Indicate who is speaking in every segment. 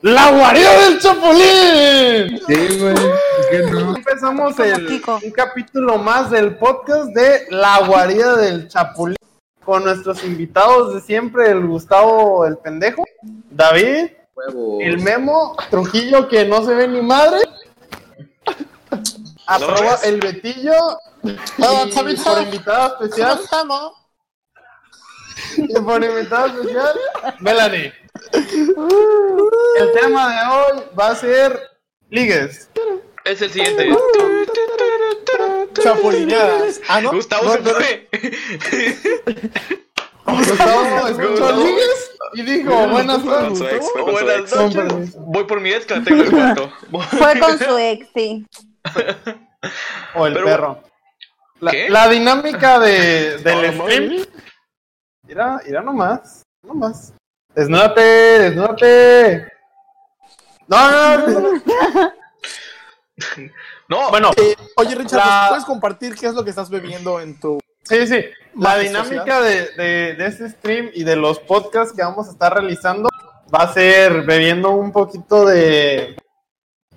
Speaker 1: ¡La guarida del Chapulín!
Speaker 2: Sí, güey. ¿por qué no?
Speaker 1: Empezamos
Speaker 3: Como
Speaker 1: el,
Speaker 3: Kiko.
Speaker 1: un capítulo más del podcast de La guarida del Chapulín con nuestros invitados de siempre, el Gustavo el pendejo, David,
Speaker 2: Huevos.
Speaker 1: el Memo, Trujillo que no se ve ni madre, arroba el Betillo,
Speaker 4: Hola,
Speaker 1: y
Speaker 4: Chavita.
Speaker 1: por invitado especial,
Speaker 4: estamos?
Speaker 1: y por invitado especial, Melanie. El tema de hoy va a ser ligues.
Speaker 5: Es el siguiente.
Speaker 4: Chapulineadas. Ah, no.
Speaker 5: Gustavo se fue.
Speaker 1: Pues Gustavo escuchó
Speaker 5: Gustavo.
Speaker 1: ligues y dijo, buenas
Speaker 5: Con su
Speaker 1: noches.
Speaker 5: ex, fue con su
Speaker 1: Buenas
Speaker 5: ex.
Speaker 1: noches.
Speaker 5: Voy por mi ex que la tengo en el cuarto.
Speaker 3: Fue con su ex, sí.
Speaker 1: O el
Speaker 5: Pero-
Speaker 1: perro. La,
Speaker 5: ¿Qué?
Speaker 1: la dinámica de,
Speaker 5: No,
Speaker 1: del
Speaker 5: no,
Speaker 1: stream. Mira, mira nomás. Nomás. Desnúdate, desnúdate. No, no, no, no.
Speaker 5: No,
Speaker 1: Bueno,
Speaker 4: Eh, oye, Richard,
Speaker 1: La-
Speaker 4: ¿nos ¿puedes compartir qué es lo que estás bebiendo en tu.
Speaker 1: sí, sí. La
Speaker 4: Más
Speaker 1: dinámica de, de, de este stream y de los podcasts que vamos a estar realizando va a ser bebiendo un poquito de.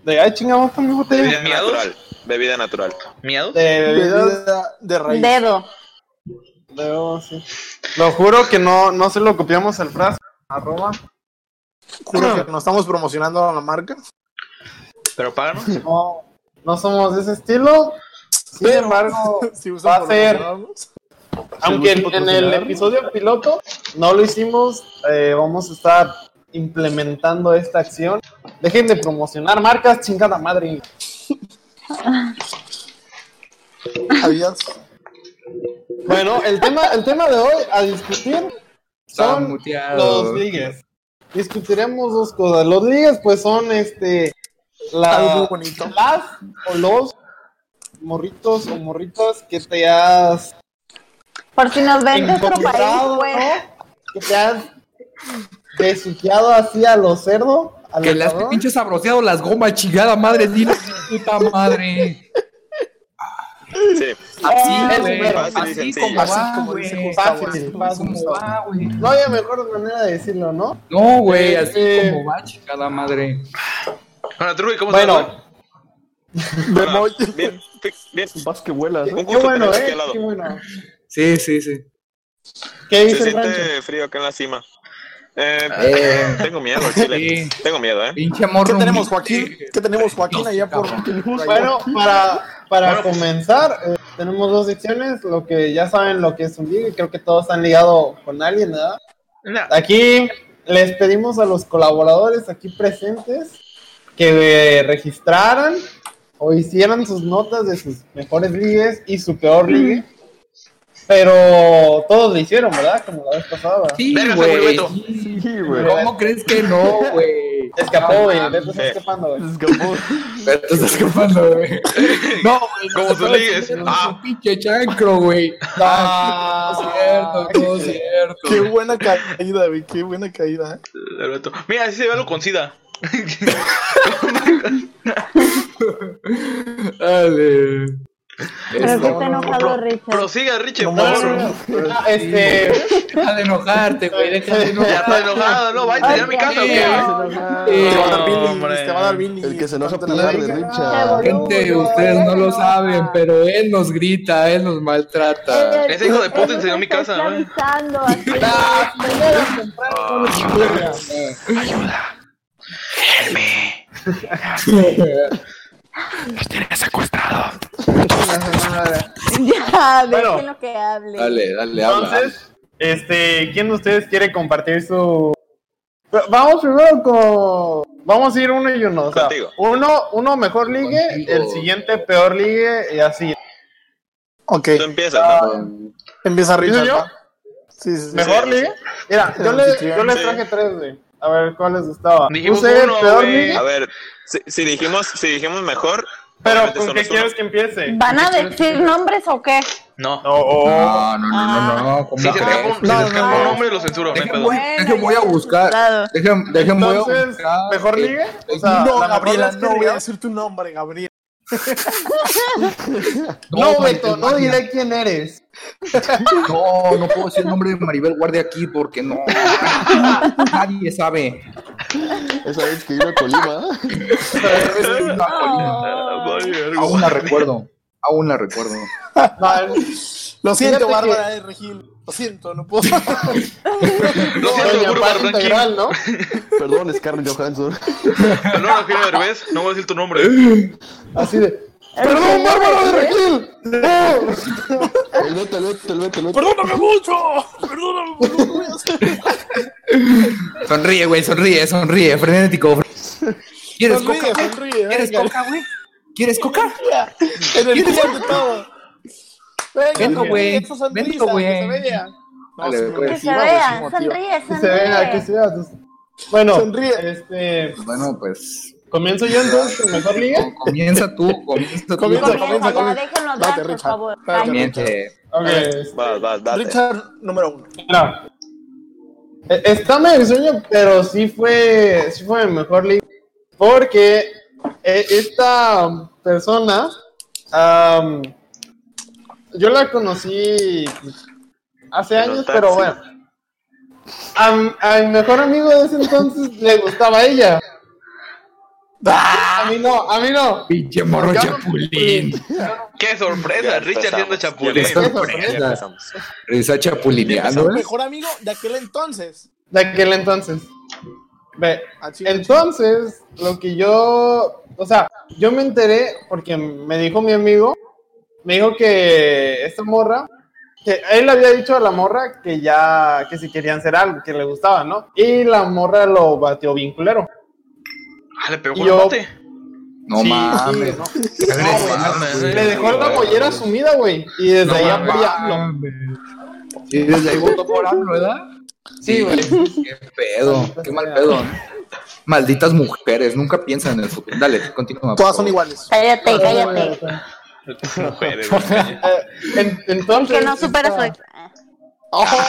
Speaker 1: de ay, chingamos también botella.
Speaker 5: Mira.
Speaker 6: Bebida
Speaker 5: ¿Miados?
Speaker 6: natural. Bebida natural.
Speaker 5: miedo.
Speaker 1: De bebidas
Speaker 4: Bebida de raíz.
Speaker 3: Dedo.
Speaker 1: Debo, sí. Lo juro que no, no se lo copiamos al frasco. Arroba.
Speaker 4: Juro que no estamos promocionando a la marca.
Speaker 5: Pero páganos.
Speaker 1: No, no somos de ese estilo. Sin
Speaker 4: Pero-
Speaker 1: embargo,
Speaker 4: Si
Speaker 1: va a ser,
Speaker 4: promocionarnos.
Speaker 1: aunque en,
Speaker 4: gusta
Speaker 1: en el
Speaker 4: patrocinar.
Speaker 1: episodio piloto no lo hicimos, eh, vamos a estar implementando esta acción. Dejen de promocionar marcas, chingada madre.
Speaker 4: Adiós.
Speaker 1: Bueno, el tema, el tema de hoy a discutir
Speaker 2: Está
Speaker 1: son los
Speaker 2: muteado.
Speaker 1: ligues. Discutiremos dos cosas. Los ligues, pues, son este la-
Speaker 4: Algo bonito.
Speaker 1: las o los morritos o morritas que te has
Speaker 3: Por si nos ven de otro país,
Speaker 1: encontrado,
Speaker 3: pues.
Speaker 1: ¿no? Que te has besuqueado así a los cerdos. a
Speaker 2: Que
Speaker 1: lo
Speaker 2: le has
Speaker 1: cabrón.
Speaker 2: pinche sabroseado las gomas, chingada madre. Dile, puta madre.
Speaker 6: Sí.
Speaker 2: Así,
Speaker 1: es
Speaker 2: güey.
Speaker 1: mero,
Speaker 6: fácil y
Speaker 2: Ah, Así
Speaker 6: sencillo.
Speaker 2: como va,
Speaker 4: Así como
Speaker 2: güey.
Speaker 4: dice Gustavo,
Speaker 2: Fácil,
Speaker 1: así
Speaker 2: como
Speaker 1: como
Speaker 2: va, güey.
Speaker 1: No había mejor manera de decirlo, ¿no?
Speaker 2: No, güey, así
Speaker 1: Eh,
Speaker 2: como va, chingada madre.
Speaker 5: Bueno, Truji, ¿cómo estás?
Speaker 1: Bueno,
Speaker 4: Memo-
Speaker 6: Bien, bien.
Speaker 7: Vas que vuelas, ¿eh?
Speaker 6: Un
Speaker 1: qué
Speaker 6: gusto
Speaker 1: bueno,
Speaker 6: tenerte aquí
Speaker 1: eh,
Speaker 6: al lado.
Speaker 1: qué bueno.
Speaker 2: Sí, sí, sí.
Speaker 1: ¿Qué
Speaker 6: Se
Speaker 1: dice el rancho?
Speaker 6: siente frío acá en la cima. Eh,
Speaker 2: Eh,
Speaker 6: tengo miedo, al Chile. Tengo miedo, ¿eh?
Speaker 2: pinche amor.
Speaker 4: ¿Qué tenemos, Joaquín? ¿Qué tenemos, Joaquín, allá por.
Speaker 1: Bueno, para, para
Speaker 5: Bueno, pues-
Speaker 1: comenzar, eh, tenemos dos secciones, lo que ya saben lo que es un ligue, creo que todos han ligado con alguien, ¿verdad?
Speaker 5: Nah,
Speaker 1: Aquí les pedimos a los colaboradores aquí presentes que eh, registraran o hicieran sus notas de sus mejores ligues y su peor ligue. Pero todos lo hicieron, ¿verdad? Como la vez pasada.
Speaker 2: Sí,
Speaker 5: Verga, se
Speaker 2: güey.
Speaker 5: volvió
Speaker 2: sí.
Speaker 7: Sí, güey.
Speaker 1: Pero-
Speaker 2: ¿Cómo crees que no, güey?
Speaker 1: Escapó, güey.
Speaker 2: No,
Speaker 1: Beto se está
Speaker 6: Eh.
Speaker 1: escapando, güey.
Speaker 7: Se escapó.
Speaker 2: Te estás escapando, güey. No, güey.
Speaker 5: Como
Speaker 2: nosotros
Speaker 5: sus ligues.
Speaker 2: tenemos
Speaker 5: Ah.
Speaker 2: un Pinche chancro, güey.
Speaker 1: Ah,
Speaker 2: Cierto, todo cierto.
Speaker 4: Qué buena caída, güey. Qué buena caída. ¿eh?
Speaker 5: Alberto. Mira, así se ve lo con SIDA.
Speaker 2: Dale.
Speaker 3: Pero que
Speaker 2: Eso.
Speaker 3: está enojado, Richard.
Speaker 5: Prosiga, Richie.
Speaker 4: No,
Speaker 1: no, no, no. Ah, este,
Speaker 2: Deja de enojarte, güey. Deja de
Speaker 5: Ya está
Speaker 2: enojarte.
Speaker 5: enojado, no, vaya,
Speaker 3: Ay,
Speaker 5: ya a mi
Speaker 3: ya
Speaker 5: casa,
Speaker 2: sé.
Speaker 5: güey.
Speaker 2: Eh,
Speaker 4: Te va a dar
Speaker 5: No,
Speaker 4: Billy,
Speaker 5: hombre.
Speaker 4: te va a dar Billy.
Speaker 7: El que se enoja por
Speaker 4: Tanto la-
Speaker 7: hablar de
Speaker 3: Ah,
Speaker 7: Richard.
Speaker 2: Gente, ustedes no lo saben, pero él nos grita, él nos maltrata.
Speaker 5: Ese hijo de puta enseñó mi casa, ¿no?
Speaker 3: Avisando, así.
Speaker 1: las primeras tempranas son los que
Speaker 3: Ya,
Speaker 1: Bueno.
Speaker 3: dejen lo que hable.
Speaker 7: Dale, dale, habla.
Speaker 1: Entonces, este, ¿quién de ustedes quiere compartir su? Pero Vamos primero con, vamos a ir uno y uno. o sea,
Speaker 6: Contigo.
Speaker 1: uno, uno mejor ligue,
Speaker 2: Contigo.
Speaker 1: el siguiente peor ligue y así.
Speaker 4: Ok,
Speaker 6: Tú empiezas, ¿no?
Speaker 4: empieza
Speaker 1: ¿Empiezo
Speaker 4: Richard.
Speaker 1: yo?
Speaker 4: ¿va? Sí, sí, sí.
Speaker 1: Mejor ligue. Mira, yo, le, yo les
Speaker 6: Sí.
Speaker 1: traje tres, güey. A ver, ¿cuál les gustaba?
Speaker 5: Dijimos
Speaker 1: Puse
Speaker 5: uno,
Speaker 1: peor
Speaker 5: güey.
Speaker 1: ligue,
Speaker 6: A ver, si, si dijimos, si dijimos mejor,
Speaker 1: pero
Speaker 6: obviamente
Speaker 1: ¿con
Speaker 6: son
Speaker 1: qué
Speaker 6: los unos.
Speaker 1: quieres que empiece?
Speaker 3: ¿Van a decir nombres o qué?
Speaker 5: No.
Speaker 1: No, oh,
Speaker 2: No, no, no, no, no. ¿cómo
Speaker 5: Si se escapa
Speaker 2: crees?
Speaker 5: un- si se
Speaker 4: No,
Speaker 5: escapa
Speaker 4: no,
Speaker 5: un
Speaker 4: no.
Speaker 5: hombre, lo censuro, no hay
Speaker 2: Dejen
Speaker 5: pedo.
Speaker 2: voy, dejen voy a buscar.
Speaker 3: Claro.
Speaker 2: Dejen, dejen voy a
Speaker 1: entonces,
Speaker 2: buscar.
Speaker 1: mejor ligue. O sea, la
Speaker 4: no,
Speaker 1: mejor
Speaker 4: Gabriela,
Speaker 1: vez que
Speaker 4: no voy a
Speaker 1: ligabas-
Speaker 4: decir tu nombre, Gabriela.
Speaker 1: No,
Speaker 2: Maribel
Speaker 1: Beto, no
Speaker 2: Guardia.
Speaker 1: diré quién eres.
Speaker 2: No, no puedo decir el nombre de Maribel Guardia aquí porque no. Nadie sabe.
Speaker 7: Esa vez que vino a Colima.
Speaker 2: Aún la recuerdo. Aún la recuerdo.
Speaker 1: Vale.
Speaker 4: Lo
Speaker 1: Fíjate
Speaker 4: siento,
Speaker 1: que-
Speaker 4: Bárbara de Regil. Lo siento, no puedo.
Speaker 5: Lo siento,
Speaker 1: Doña
Speaker 5: Burbar,
Speaker 1: Paz
Speaker 5: tranqui.
Speaker 1: Integral, ¿no?
Speaker 7: Perdón, Scarlett Johansson.
Speaker 5: Perdón, Eugenio Derbez, no voy a decir tu nombre.
Speaker 1: Así de.
Speaker 3: ¡Perdón, Bárbara de
Speaker 1: Regil!
Speaker 7: El Beto, el Beto, el Beto, el Beto.
Speaker 4: ¡Perdóname mucho! ¡Perdóname mucho! no voy a hacer-
Speaker 2: Sonríe, güey, sonríe, sonríe. Frenético. ¿Quieres
Speaker 4: Sonríe,
Speaker 2: coca? güey?
Speaker 4: sonríe,
Speaker 2: ¿Quieres
Speaker 4: eh, venga.
Speaker 2: coca, güey? ¿Quieres coca?
Speaker 4: En el día de todo.
Speaker 2: Vengo,
Speaker 4: Venga,
Speaker 2: güey.
Speaker 4: esa sonrisa,
Speaker 2: Vengo, güey.
Speaker 4: que se vea. No,
Speaker 2: Dale,
Speaker 4: sí,
Speaker 2: güey.
Speaker 4: güey.
Speaker 3: Que
Speaker 2: Sí,
Speaker 3: se
Speaker 2: vamos, sí,
Speaker 3: vea,
Speaker 2: motivo.
Speaker 3: sonríe,
Speaker 1: Que se vea, que
Speaker 3: sonríe.
Speaker 1: se vea. pues. Bueno,
Speaker 4: Sonríe.
Speaker 1: este.
Speaker 2: Bueno, pues.
Speaker 1: Comienzo yo entonces con mejor liga.
Speaker 2: Comienza tú, comienza tú.
Speaker 4: Comienza,
Speaker 3: Comienza, ya
Speaker 4: comienza.
Speaker 3: déjenlo
Speaker 4: Date,
Speaker 3: dar, por
Speaker 4: Richard.
Speaker 3: favor.
Speaker 4: Date,
Speaker 3: Ay,
Speaker 2: Comienza.
Speaker 1: Ok, este,
Speaker 6: Vas, vas, date.
Speaker 4: Richard número uno.
Speaker 1: mira. E- Está medio sueño, pero sí fue, sí fue mejor liga. Porque eh, esta persona, am, yo la conocí pues, hace
Speaker 6: En
Speaker 1: años,
Speaker 6: un taxi.
Speaker 1: pero bueno. A, mi- a mi mejor amigo de ese entonces le gustaba ella. A mí no, a mí no.
Speaker 2: Pinche morro chapulín.
Speaker 5: ¡Qué sorpresa!
Speaker 6: Ya
Speaker 5: Richard siendo
Speaker 6: empezamos.
Speaker 5: chapulín.
Speaker 2: Qué
Speaker 1: Qué
Speaker 2: sorpresa.
Speaker 1: sorpresa.
Speaker 6: Empezamos.
Speaker 2: Risa chapulineando.
Speaker 4: Su
Speaker 2: ¿eh?
Speaker 4: mejor amigo de aquel entonces.
Speaker 1: De aquel entonces. Ve,
Speaker 4: Ah, chico,
Speaker 1: Entonces, lo que yo, o sea, yo me enteré porque me dijo mi amigo, me dijo que esta morra, que él le había dicho a la morra que ya, que si querían hacer algo, que le gustaba, ¿no? Y la morra lo batió bien culero.
Speaker 5: Ah, le pegó
Speaker 1: Y
Speaker 5: con el
Speaker 1: yo-
Speaker 5: bote.
Speaker 2: No
Speaker 1: Sí,
Speaker 2: mames.
Speaker 1: sí,
Speaker 2: Qué agresivo,
Speaker 5: mames.
Speaker 2: güey.
Speaker 1: Le dejó la mollera sumida, güey. Y desde
Speaker 2: No
Speaker 1: ahí
Speaker 2: mames.
Speaker 1: apoyé a AMLO.
Speaker 2: Sí, desde ahí votó por AMLO, ¿verdad?
Speaker 1: Sí, güey.
Speaker 2: Qué pedo, qué mal pedo. ¿no? Malditas mujeres, nunca piensan en el futuro. Dale, continúa. por
Speaker 4: Todas son
Speaker 2: favor.
Speaker 4: iguales.
Speaker 3: Cállate, cállate.
Speaker 6: Mujeres, güey.
Speaker 1: Eh, en- entonces.
Speaker 3: Que no supera su
Speaker 1: esta-
Speaker 3: ex. Ah,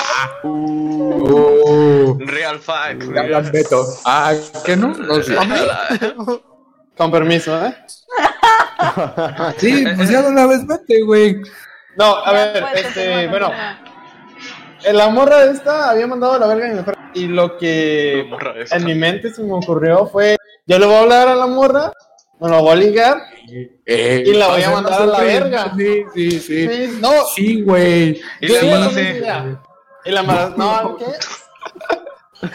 Speaker 2: Oh,
Speaker 5: Real fact.
Speaker 2: ya hablas, Beto. Ah, ¿qué no? No sé.
Speaker 1: Con permiso, ¿eh?
Speaker 2: Sí, pues ya de una vez vete, güey.
Speaker 1: No, a
Speaker 3: ya,
Speaker 1: ver,
Speaker 3: pues,
Speaker 1: este,
Speaker 3: continúa,
Speaker 1: bueno, eh,
Speaker 3: continúa.
Speaker 1: la morra esta había mandado a la verga a mi mejor. Y lo que
Speaker 5: Morra esa.
Speaker 1: en mi mente se me ocurrió fue, yo le voy a hablar a la morra, me la voy a ligar.
Speaker 2: Eh,
Speaker 1: Y la voy a mandar a la
Speaker 2: sí,
Speaker 1: verga.
Speaker 2: Sí, sí, sí.
Speaker 1: Sí, no,
Speaker 2: Sí, güey.
Speaker 5: Y
Speaker 1: yo
Speaker 5: la
Speaker 1: tengo
Speaker 5: embaracé.
Speaker 1: mi idea. Y la embarazé. No, ¿qué?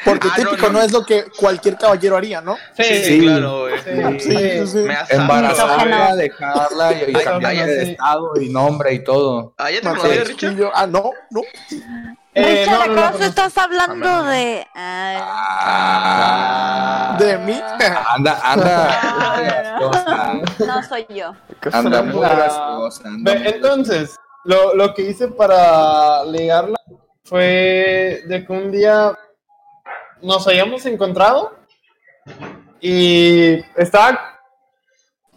Speaker 4: Porque
Speaker 5: Ah, no,
Speaker 4: típico no,
Speaker 5: no.
Speaker 4: es lo que cualquier caballero haría, ¿no?
Speaker 5: Sí,
Speaker 2: Sí.
Speaker 5: claro, güey.
Speaker 1: Sí,
Speaker 4: Sí, sí, sí.
Speaker 5: Me has
Speaker 2: Embarazada, dejarla y,
Speaker 5: Ay,
Speaker 2: y cambiarle
Speaker 1: ay,
Speaker 2: de
Speaker 1: sí.
Speaker 2: estado y nombre y todo.
Speaker 5: Ah, ya te
Speaker 4: Maté
Speaker 5: conocí,
Speaker 4: al
Speaker 5: Richard.
Speaker 4: chiquillo. Ah, no, no.
Speaker 1: Eh,
Speaker 3: Richard,
Speaker 1: no, no,
Speaker 3: ¿acaso
Speaker 1: no,
Speaker 3: estás hablando de...? Ay,
Speaker 2: Ah,
Speaker 4: De mí.
Speaker 2: anda, anda.
Speaker 3: Ah.
Speaker 2: muy gastosa,
Speaker 3: no soy yo.
Speaker 2: Anda muy
Speaker 1: Ah.
Speaker 2: gastosa.
Speaker 1: Ve,
Speaker 2: anda muy-
Speaker 1: Entonces, lo, lo que hice para ligarla fue de que un día nos habíamos encontrado y estaba.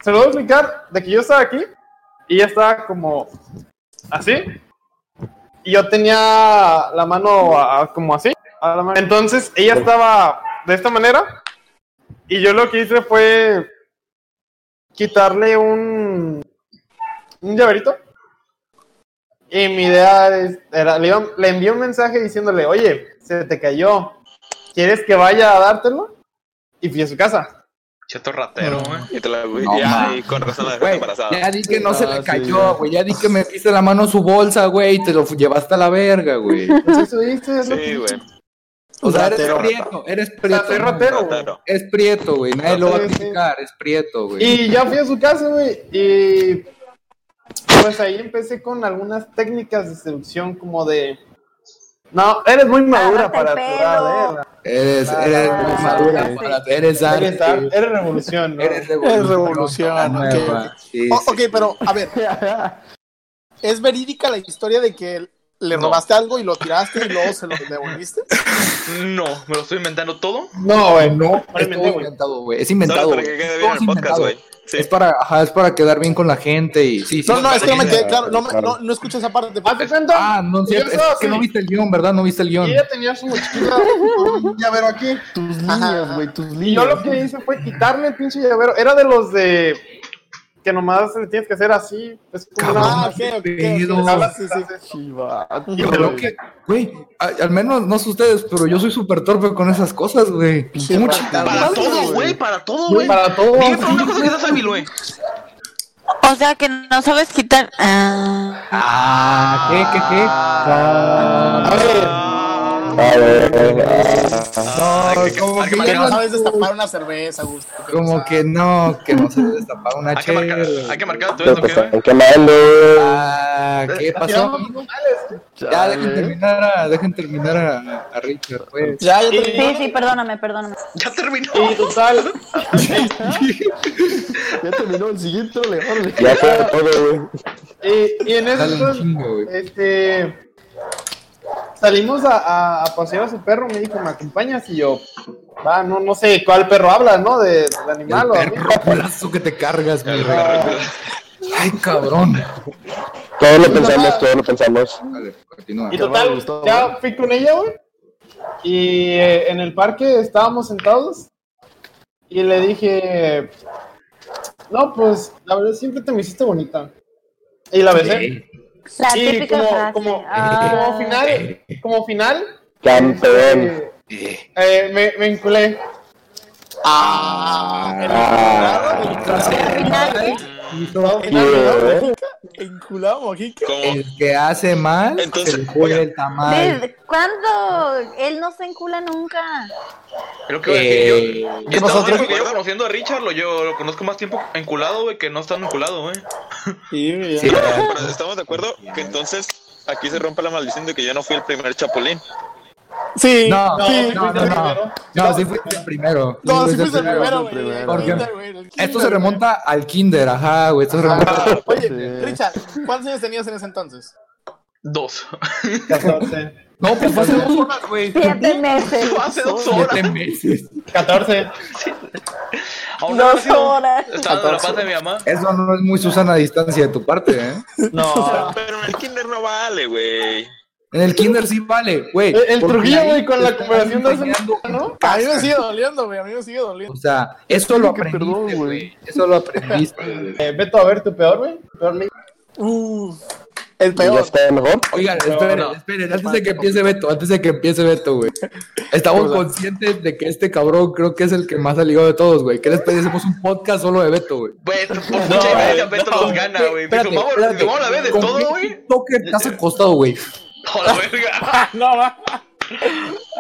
Speaker 1: Se lo voy a explicar de que yo estaba aquí y ella estaba como así. Y yo tenía la mano a- como así. a la mano. Entonces ella estaba de esta manera. Y yo lo que hice fue quitarle un, un llaverito. Y mi idea es- era, le, iba- le envié un mensaje diciéndole, oye, se te cayó, ¿quieres que vaya a dártelo? Y fui a su casa.
Speaker 5: Cheto ratero, güey.
Speaker 6: Y te la güey,
Speaker 2: No,
Speaker 6: ya,
Speaker 2: ma.
Speaker 6: y con razón la dejaste
Speaker 2: Güey,
Speaker 6: embarazada.
Speaker 2: ya di que no se
Speaker 7: Ah,
Speaker 2: le
Speaker 7: sí.
Speaker 2: cayó, güey. Ya di que metiste la mano en su bolsa, güey, y te lo fu- llevaste a la verga, güey.
Speaker 1: Pues eso hice, es lo
Speaker 6: Sí,
Speaker 1: que-
Speaker 6: güey.
Speaker 2: O sea, eres
Speaker 4: Ratero.
Speaker 2: prieto, eres
Speaker 1: o sea,
Speaker 2: prieto.
Speaker 1: soy
Speaker 2: güey.
Speaker 1: ratero, güey.
Speaker 6: Ratero.
Speaker 2: Es prieto, güey. Nadie lo va a
Speaker 1: Sí, sí.
Speaker 2: criticar, es prieto, güey.
Speaker 1: Y ya fui a su casa, güey, y pues ahí empecé con algunas técnicas de seducción como de... No, eres muy madura
Speaker 3: Agárrate el
Speaker 1: para tu edad,
Speaker 3: pelo.
Speaker 1: eh.
Speaker 2: Eres, eres
Speaker 1: Ah,
Speaker 2: muy madura,
Speaker 1: sí.
Speaker 2: para- eres
Speaker 1: Eres, ar-
Speaker 2: arte.
Speaker 1: eres revolución, ¿no?
Speaker 2: Eres
Speaker 4: Eres revolución,
Speaker 2: Ah,
Speaker 4: ok,
Speaker 2: va.
Speaker 4: ok.
Speaker 2: Sí,
Speaker 4: Oh,
Speaker 2: sí.
Speaker 4: ok, pero a ver. ¿Es verídica la historia de que le
Speaker 5: No.
Speaker 4: robaste algo y lo tiraste y luego se lo devolviste?
Speaker 5: No, me lo estoy inventando todo.
Speaker 1: No,
Speaker 4: oh,
Speaker 1: güey, no.
Speaker 2: Es todo inventado, güey. Es inventado.
Speaker 6: Solo para
Speaker 2: güey.
Speaker 6: que quede
Speaker 2: Todo
Speaker 6: bien
Speaker 2: es
Speaker 6: el podcast,
Speaker 2: inventado.
Speaker 6: güey. Sí.
Speaker 2: Es para, ajá, es para quedar bien con la gente y sí, sí.
Speaker 4: No, no, es que no me quedé claro. No, me-
Speaker 7: Claro.
Speaker 4: no, no escuché esa parte.
Speaker 1: Haz de cuenta,
Speaker 2: Ah, no,
Speaker 1: yo
Speaker 2: es cierto, es
Speaker 1: estaba
Speaker 2: que
Speaker 1: así.
Speaker 2: no viste el guión, ¿verdad? No viste el guión.
Speaker 1: y ella tenía su mochila con un llavero aquí.
Speaker 7: Tus líneas, güey, tus
Speaker 1: Y yo
Speaker 7: líneas.
Speaker 1: lo que hice fue quitarle el pinche llavero. Era de los de. que nomás le tienes que hacer así. Es como una
Speaker 4: Ah,
Speaker 1: onda
Speaker 4: ok,
Speaker 1: así,
Speaker 4: ok.
Speaker 2: Pedo.
Speaker 4: ok, sí, sí, sí.
Speaker 7: Chivato.
Speaker 2: Y creo que, güey, a- al menos no sé ustedes, pero yo soy súper torpe con esas cosas, güey.
Speaker 4: Pinche
Speaker 2: Mucha-
Speaker 4: rata,
Speaker 5: Para
Speaker 4: Madre,
Speaker 5: todo, güey, para todo,
Speaker 1: güey,
Speaker 5: güey.
Speaker 1: Para todo.
Speaker 5: Dije para una cosa que estás hábil, güey.
Speaker 3: O sea que no sabes quitar. Ah.
Speaker 2: Ah, ¿qué, qué, qué?
Speaker 1: A ver,
Speaker 5: Ah,
Speaker 7: A ver, ah,
Speaker 5: ah, que- que-
Speaker 2: como
Speaker 5: hay que
Speaker 2: que
Speaker 4: Que no
Speaker 5: marcar-
Speaker 4: sabes destapar una cerveza, Gusto.
Speaker 2: Como que no, que no se debe destapar una
Speaker 5: hay que marcar, hay
Speaker 2: chela.
Speaker 5: que marcar todo
Speaker 7: ¿qué
Speaker 5: eso, ¿qué, güey?
Speaker 7: pasó? ¿Qué malo?
Speaker 2: Ah, ¿qué pasó? amigo? Ya, dejen terminar a, dejen terminar a, a Richard, pues. güey.
Speaker 4: Ya, ya te
Speaker 3: Sí, sí, perdóname, perdóname.
Speaker 5: Ya terminó.
Speaker 1: y total,
Speaker 7: Ya terminó el siguiente león. Ya fue todo, güey.
Speaker 1: y, y en eso
Speaker 4: eh,
Speaker 2: Dale un
Speaker 1: entonces,
Speaker 2: chingo, güey.
Speaker 1: este, salimos a, a- a pasear a su perro, me dijo, ¿me acompañas? Y yo, va, no, no sé cuál perro habla, ¿no? De, del animal
Speaker 2: El
Speaker 1: o de mí.
Speaker 2: perro polazo que te cargas, güey. Ay, cabrón.
Speaker 7: Todos lo pensamos, todos lo pensamos.
Speaker 2: Vale, continúa.
Speaker 1: Y
Speaker 7: Qué
Speaker 1: total,
Speaker 7: raro, Gustavo,
Speaker 1: ya
Speaker 7: ¿eh?
Speaker 1: fui con ella, güey. Y eh, en el parque estábamos sentados. Y le dije, no, pues la verdad siempre te me hiciste bonita. Y la besé.
Speaker 2: Sí.
Speaker 3: La
Speaker 1: Y
Speaker 3: típica
Speaker 1: como,
Speaker 3: frase.
Speaker 1: como,
Speaker 3: Ah.
Speaker 1: como final, como final,
Speaker 7: Campeón.
Speaker 1: eh, eh, me, me enculé.
Speaker 7: Ah,
Speaker 1: Todo.
Speaker 7: yeah, eh.
Speaker 4: Enculado, mojica.
Speaker 5: Como,
Speaker 2: El que hace mal,
Speaker 5: Entonces,
Speaker 2: se le pone el tamal.
Speaker 3: ¿Desde cuándo? Él no se encula nunca.
Speaker 5: creo que iba a decir yo.
Speaker 2: Eh,
Speaker 5: Yo
Speaker 2: ¿Qué pasó?
Speaker 5: estaba-
Speaker 2: ¿Tienes
Speaker 5: yo conociendo a Richard, lo, yo lo conozco más tiempo enculado, güey, que no está enculado, güey.
Speaker 4: Sí, güey, ya.
Speaker 2: Sí,
Speaker 6: Pero estamos de acuerdo que entonces aquí se rompe la maldición de que yo no fui el primer chapulín.
Speaker 4: Sí.
Speaker 2: No,
Speaker 4: sí.
Speaker 2: no, no, no. No, sí fuiste el primero.
Speaker 4: No, sí fuiste
Speaker 2: fuiste
Speaker 4: el primero, güey.
Speaker 7: primero.
Speaker 4: el
Speaker 2: ¿Por qué?
Speaker 4: kinder, güey, el
Speaker 2: Esto
Speaker 4: kinder,
Speaker 2: se
Speaker 4: güey.
Speaker 2: remonta al kinder, ajá, güey. Esto se remonta.
Speaker 4: Ah, Oye,
Speaker 7: Sí.
Speaker 4: Richard, ¿cuántos años tenías en ese entonces?
Speaker 5: Dos.
Speaker 1: Catorce.
Speaker 2: No, pues fue hace dos horas, güey.
Speaker 3: Siete meses.
Speaker 5: Hace dos horas.
Speaker 2: Siete meses.
Speaker 1: 14.
Speaker 5: Aún no ha
Speaker 3: Dos
Speaker 5: sido.
Speaker 3: horas.
Speaker 5: Estaba en la paz de mi mamá.
Speaker 2: Eso no es muy Susana a distancia de tu parte, ¿eh?
Speaker 1: No.
Speaker 6: Pero en el kinder no vale, güey.
Speaker 2: En el kinder sí vale, güey.
Speaker 1: El, el
Speaker 2: porque
Speaker 1: Trujillo,
Speaker 2: ahí
Speaker 1: güey, con
Speaker 2: te
Speaker 1: la
Speaker 2: están
Speaker 1: cooperación de hace
Speaker 2: enseñando-
Speaker 1: ¿no?
Speaker 4: A mí me sigue doliendo, güey. A mí me sigue doliendo.
Speaker 2: O sea, eso lo
Speaker 7: que
Speaker 2: aprendiste,
Speaker 7: perdón, güey.
Speaker 2: güey. Eso lo aprendiste, güey.
Speaker 1: Eh, Beto, a ver, tu peor, güey. Peor me-
Speaker 4: Uf, el
Speaker 7: ¿Ya
Speaker 4: peor.
Speaker 7: está mejor?
Speaker 2: Oigan, esperen, esperen, antes de que empiece Beto, antes de que empiece Beto, güey. Estamos conscientes de que este cabrón creo que es el que más ha ligado de todos, güey. ¿Qué les parece? Hacemos un podcast solo de Beto, güey.
Speaker 5: Güey, por mucha diferencia, Beto los gana, güey. Dijo, vamos
Speaker 2: espérate.
Speaker 5: vamos a la vez de
Speaker 2: ¿Con
Speaker 5: todo,
Speaker 2: qué
Speaker 5: güey.
Speaker 2: toque te has acostado, güey?
Speaker 5: A la verga.
Speaker 4: No, va.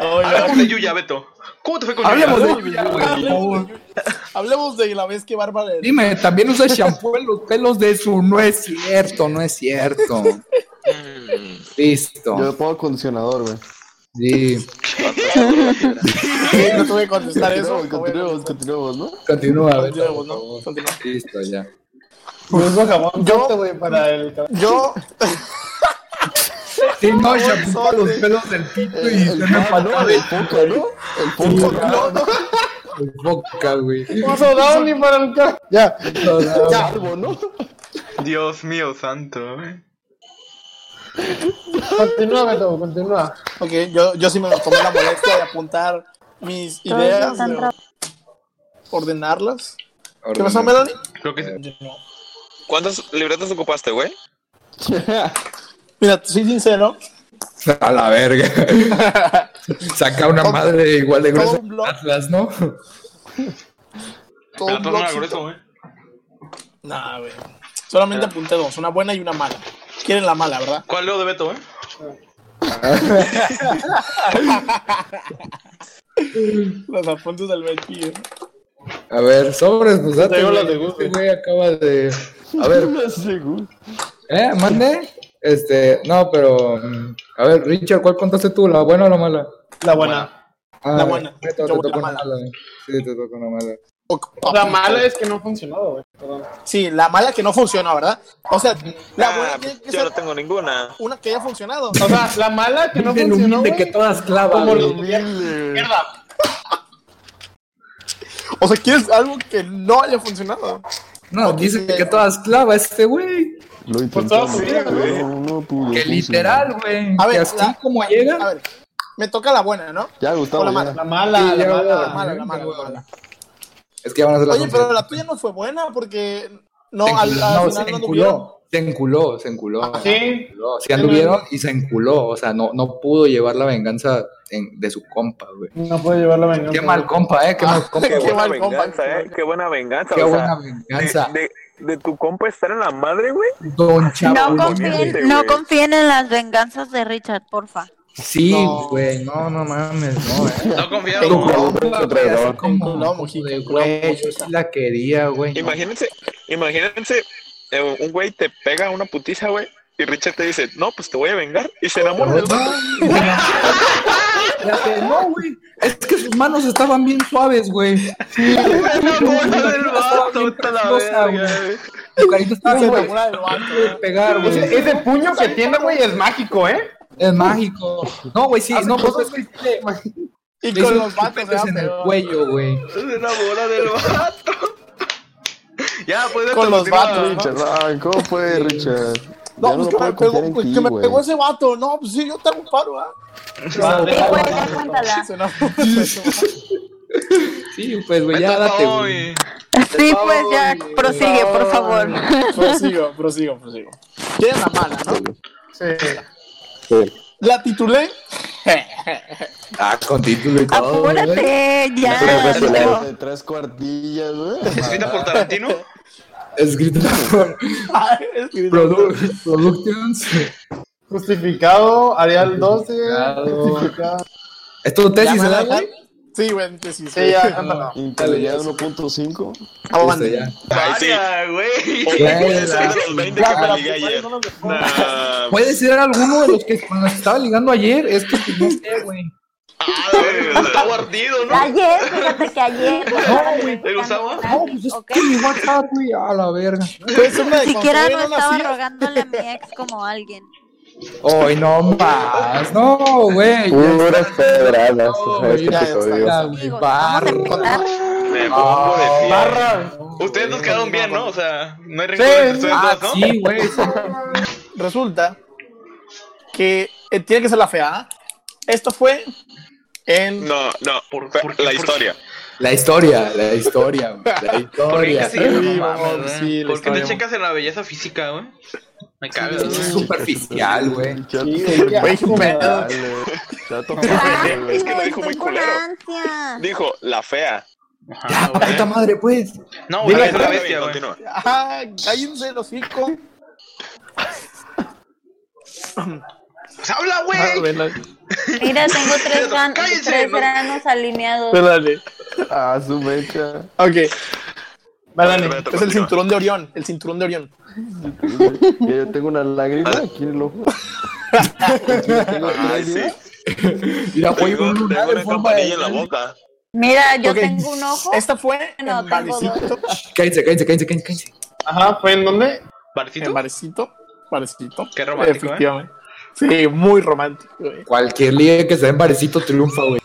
Speaker 4: Oye,
Speaker 5: Hablamos de Yuya, Beto. ¿Cómo te fue con
Speaker 2: Hablemos
Speaker 5: Yuya?
Speaker 2: de Yuya, güey, por favor.
Speaker 4: hablemos de la vez que Bárbara.
Speaker 2: Dime, también usa shampoo en los pelos de su. No es cierto, no es cierto. Listo.
Speaker 7: Yo le pongo condicionador, güey.
Speaker 2: Sí.
Speaker 4: Sí, no tuve que contestar eso.
Speaker 7: Continuemos, continuemos, continuemos, ¿no?
Speaker 2: Continúa, Beto.
Speaker 4: Continuemos, ¿no? Continúa.
Speaker 2: Listo, ya.
Speaker 1: Uso jabón
Speaker 4: Yo-
Speaker 1: fuerte, güey, para el cabello.
Speaker 4: Yo,
Speaker 2: Sí, no, shampoo para los pelos del pito y se me
Speaker 7: Ah, no,
Speaker 2: paró
Speaker 7: el foco, ¿no? El foco.
Speaker 4: no, no,
Speaker 2: de boca, güey.
Speaker 1: Uso Downy para el cabello.
Speaker 7: Ya,
Speaker 2: No, no,
Speaker 7: ya. Algo, ¿no?
Speaker 5: Dios mío santo, güey.
Speaker 1: Continúa, Beto, continúa.
Speaker 4: Ok, yo, yo sí me tomé la molestia de apuntar mis
Speaker 3: Todos
Speaker 4: ideas,
Speaker 3: están
Speaker 4: de
Speaker 3: tra-
Speaker 4: ordenarlas. ¿Qué
Speaker 2: Orden-
Speaker 4: pasó, Melanie?
Speaker 5: Creo que sí.
Speaker 6: ¿Cuántas libretas ocupaste, güey?
Speaker 4: Mira, soy sincero.
Speaker 2: A la verga. Saca una madre igual de gruesa
Speaker 4: Todo un
Speaker 2: que
Speaker 4: blog.
Speaker 2: Atlas, ¿no?
Speaker 4: Todo
Speaker 5: Me
Speaker 4: un
Speaker 5: la tomaron al
Speaker 4: blog-
Speaker 5: grueso, güey.
Speaker 4: Nah, güey. Solamente apunté dos, una buena y una mala. Quieren la mala, ¿verdad?
Speaker 5: ¿Cuál leo de Beto, güey?
Speaker 4: Los apuntes del Betty. ¿eh?
Speaker 2: A ver, sobres, pues date.
Speaker 1: Te digo
Speaker 2: güey.
Speaker 1: las de gusto.
Speaker 2: Este güey acaba de. A ver,
Speaker 7: No sé, güey.
Speaker 2: ¿eh? ¿Mande? Este, no, pero. mm, A ver, Richard, ¿cuál contaste tú? ¿La buena o la mala?
Speaker 1: La buena.
Speaker 2: Ah,
Speaker 4: La buena.
Speaker 2: Beto, Te,
Speaker 4: Yo voy
Speaker 2: tocó
Speaker 4: la
Speaker 2: una
Speaker 4: mala.
Speaker 2: mala. Sí, te tocó una mala.
Speaker 1: La mala es que no funcionó, güey. Perdón.
Speaker 4: Sí, la mala que no funcionó, ¿verdad? O sea, la buena
Speaker 6: Ah,
Speaker 4: tiene que
Speaker 6: yo
Speaker 4: ser
Speaker 6: no tengo ninguna.
Speaker 4: una que haya funcionado.
Speaker 1: O sea, la mala que no
Speaker 2: El
Speaker 1: funcionó,
Speaker 2: humilde
Speaker 1: güey.
Speaker 2: que todas clavan.
Speaker 1: Como los-
Speaker 2: güey.
Speaker 7: Humilde.
Speaker 4: O sea, quieres algo que no haya funcionado.
Speaker 2: No, dice que todas clava este güey.
Speaker 7: Lo
Speaker 1: toda
Speaker 7: intentamos.
Speaker 1: su vida, güey.
Speaker 7: No, no pudo.
Speaker 2: Que literal, güey.
Speaker 4: A ver,
Speaker 2: que así
Speaker 4: la-
Speaker 2: como
Speaker 4: A
Speaker 2: llega.
Speaker 4: ver, me toca la buena, ¿no?
Speaker 7: Ya, Gustavo,
Speaker 4: Hola,
Speaker 7: ya.
Speaker 1: La mala, la mala.
Speaker 2: Sí, ya, Ah, güey.
Speaker 4: La mala, la mala, la mala.
Speaker 2: Es que ya van a hacer las
Speaker 4: Oye,
Speaker 2: once.
Speaker 4: pero la tuya no fue buena porque No,
Speaker 2: Se
Speaker 4: al,
Speaker 2: enculó,
Speaker 4: al
Speaker 2: no,
Speaker 4: final
Speaker 2: se
Speaker 4: no tuvieron.
Speaker 2: enculó, se enculó, se enculó.
Speaker 1: Sí,
Speaker 2: enculó. Sí anduvieron y se enculó. O sea, no, no pudo llevar la venganza en- de su compa, güey.
Speaker 1: no puede llevar la venganza.
Speaker 2: Qué mal compa, eh. Qué mal compa.
Speaker 6: Qué
Speaker 2: güey.
Speaker 6: buena
Speaker 4: mal compa,
Speaker 6: venganza, eh. Qué buena venganza.
Speaker 2: Qué
Speaker 6: o sea,
Speaker 2: buena venganza.
Speaker 6: De, de- de tu compa estar en la madre, güey.
Speaker 2: Don Chavo.
Speaker 3: No
Speaker 6: muy
Speaker 3: confíen,
Speaker 6: obviamente,
Speaker 3: no
Speaker 6: güey.
Speaker 3: confíen en las venganzas de Richard, porfa.
Speaker 2: Sí,
Speaker 4: No.
Speaker 2: güey. No, no mames, no, eh.
Speaker 5: No
Speaker 2: Se
Speaker 5: confiaron.
Speaker 2: enculó,
Speaker 7: Otro
Speaker 2: güey,
Speaker 7: traidor.
Speaker 2: así como-
Speaker 4: Enculó,
Speaker 2: como
Speaker 4: Mujica,
Speaker 2: de,
Speaker 4: enculó,
Speaker 2: güey, yo
Speaker 4: Mujica.
Speaker 2: sí la quería, güey. no.
Speaker 6: Imagínense, imagínense, eh, un güey te pega una putiza, güey. Y Richard te dice, no, pues te voy a vengar. Y se enamora del vato.
Speaker 2: Fíjate, No, güey. Es que sus manos estaban bien suaves, güey.
Speaker 5: La bola del vato, está la
Speaker 2: Preciosa,
Speaker 5: verga,
Speaker 2: güey.
Speaker 5: güey.
Speaker 2: Su carita estaba
Speaker 4: Ah, Se
Speaker 2: bien
Speaker 4: enamora del vato,
Speaker 2: de
Speaker 4: güey.
Speaker 2: pegar, güey.
Speaker 1: Ese, Pues, ese puño que tiene, güey, es mágico, ¿eh?
Speaker 2: Es mágico. No, güey, sí, no, pues es que le-
Speaker 4: Y
Speaker 2: le
Speaker 4: con
Speaker 2: hizo
Speaker 4: los vatos,
Speaker 2: chupetes
Speaker 4: ¿verdad?
Speaker 2: en el
Speaker 4: Pero-
Speaker 2: cuello, güey.
Speaker 5: Es una bola del vato. Ya, pues
Speaker 4: Con los
Speaker 5: continúa,
Speaker 4: vatos,
Speaker 5: ¿no?
Speaker 7: Richard, ay, ¿cómo fue, Richard?
Speaker 4: No, pues
Speaker 7: Ya lo
Speaker 4: que me
Speaker 7: puedo
Speaker 4: pegó,
Speaker 7: confiar en
Speaker 4: pues
Speaker 7: ti,
Speaker 4: que me
Speaker 7: güey.
Speaker 4: pegó ese vato. No, pues sí, yo te hago un paro, ¿ah?
Speaker 1: Vale.
Speaker 3: Sí, güey, ya cuéntala.
Speaker 4: Se enamoró de ese vato.
Speaker 2: Sí, pues, güey,
Speaker 5: Vete
Speaker 2: ya
Speaker 5: al
Speaker 2: date,
Speaker 5: pavo,
Speaker 2: güey.
Speaker 5: y-
Speaker 3: Sí, pues ya, prosigue, por favor.
Speaker 4: Prosigo, prosigo, prosigo. Quieren la mala, ¿no?
Speaker 7: Sí.
Speaker 4: La titulé.
Speaker 2: Ah, con título y todo. güey.
Speaker 3: Apúrate, ya.
Speaker 7: Tres
Speaker 3: luego.
Speaker 7: Ah, de tres cuartillas, güey.
Speaker 5: Escrita por Tarantino.
Speaker 2: Escrito por Produ- Productions.
Speaker 1: Justificado, Arial 12.
Speaker 2: Justificado.
Speaker 1: Justificado.
Speaker 2: ¿Es tu tesis,
Speaker 4: ¿Ya me la
Speaker 2: ¿verdad, güey?
Speaker 4: dejan? Sí, güey, antes sí.
Speaker 1: Sí, ya, ándalo.
Speaker 7: Integridad 1.5.
Speaker 2: Listo, ya.
Speaker 6: Ay, sí.
Speaker 5: Vaya, güey.
Speaker 6: Oye,
Speaker 2: Güey,
Speaker 6: es que
Speaker 2: la-
Speaker 6: de los 20
Speaker 1: Ya,
Speaker 6: que
Speaker 1: pero
Speaker 6: me
Speaker 1: las
Speaker 6: ligué ayer.
Speaker 1: primarias no las dejó.
Speaker 6: Nah,
Speaker 2: Puede ser alguno de los que con los que estaba ligando ayer. Es que pues, no sé, güey.
Speaker 6: ah, güey, o sea,
Speaker 5: Está guardido, ¿no?
Speaker 3: Ayer, fíjate que ayer.
Speaker 5: ¿Te gustaba?
Speaker 2: No, pues es
Speaker 3: Ok.
Speaker 2: que mi WhatsApp, güey. A la verga.
Speaker 4: Pues una de
Speaker 3: Ni siquiera no
Speaker 4: construir una
Speaker 3: estaba
Speaker 4: fiesta.
Speaker 3: rogándole a mi ex como alguien.
Speaker 2: Hoy no más. No, güey. ya
Speaker 7: Puras pedradas.
Speaker 2: No,
Speaker 7: este
Speaker 2: ya
Speaker 4: está.
Speaker 7: episodio.
Speaker 2: está, güey,
Speaker 3: Amigos, vamos a
Speaker 2: barro.
Speaker 3: empezar.
Speaker 5: Me pongo de pie.
Speaker 1: Barra.
Speaker 5: Ustedes nos quedaron bien, ¿no? O sea, no hay rencor
Speaker 1: Sí.
Speaker 5: entre ustedes
Speaker 2: Ah,
Speaker 5: dos, ¿no?
Speaker 2: sí, güey. sí.
Speaker 4: Resulta que eh, tiene que ser la fea. ¿ah? Esto fue en.
Speaker 6: No, no,
Speaker 5: ¿Por-
Speaker 6: fe-
Speaker 5: por qué? ¿Por
Speaker 6: la
Speaker 5: qué?
Speaker 6: historia.
Speaker 2: La historia, la historia, güey. La
Speaker 5: Porque
Speaker 2: historia.
Speaker 5: sí,
Speaker 2: No
Speaker 5: sí,
Speaker 2: mames,
Speaker 5: vamos,
Speaker 2: sí, la
Speaker 5: ¿Por qué te
Speaker 2: historia.
Speaker 5: checas en la belleza física, güey? Me cagas,
Speaker 2: Es
Speaker 5: güey.
Speaker 2: superficial, güey.
Speaker 1: Sí, güey, qué asco, güey.
Speaker 7: Dale, ya tocaste, güey.
Speaker 6: es que lo dijo muy
Speaker 3: estoy con
Speaker 6: culero.
Speaker 3: ansia.
Speaker 6: Dijo, la fea.
Speaker 2: Ya, pa' puta madre, pues.
Speaker 5: No,
Speaker 6: A
Speaker 5: güey,
Speaker 6: ver,
Speaker 5: es la
Speaker 6: David,
Speaker 5: bestia, güey.
Speaker 6: continúa.
Speaker 4: ¡Ah! ¡Cállense los cinco!
Speaker 5: Pues habla, güey.
Speaker 3: Mira, tengo tres, gran-
Speaker 5: Cállense,
Speaker 3: tres
Speaker 5: no.
Speaker 3: granos alineados.
Speaker 4: Perdónale.
Speaker 7: Ah, su mecha.
Speaker 4: Ok,
Speaker 1: Vale,
Speaker 6: Reto,
Speaker 4: es el
Speaker 6: continúa.
Speaker 4: cinturón de Orión. El cinturón de Orión.
Speaker 7: Yo tengo una lágrima aquí en el ojo. Tengo
Speaker 6: Ay,
Speaker 7: tres,
Speaker 6: sí.
Speaker 7: ¿no?
Speaker 2: Mira, güey,
Speaker 6: Tengo,
Speaker 2: un lunar
Speaker 6: tengo
Speaker 2: en
Speaker 6: una
Speaker 2: forma de-
Speaker 6: campanilla en la boca.
Speaker 3: Mira, yo
Speaker 4: Ok.
Speaker 3: tengo un ojo.
Speaker 4: Esta fue en
Speaker 3: No, tengo
Speaker 4: Varecito.
Speaker 2: Cállense, cállense, cállense, cállense, cállense.
Speaker 1: Ajá, ¿fue en dónde?
Speaker 5: ¿Barcito?
Speaker 4: En Varecito. Varecito.
Speaker 5: Qué romántico,
Speaker 4: Eh,
Speaker 5: ¿eh?
Speaker 4: Efectivamente. Sí, muy romántico. güey.
Speaker 2: Cualquier liga que se den parecito triunfa, güey.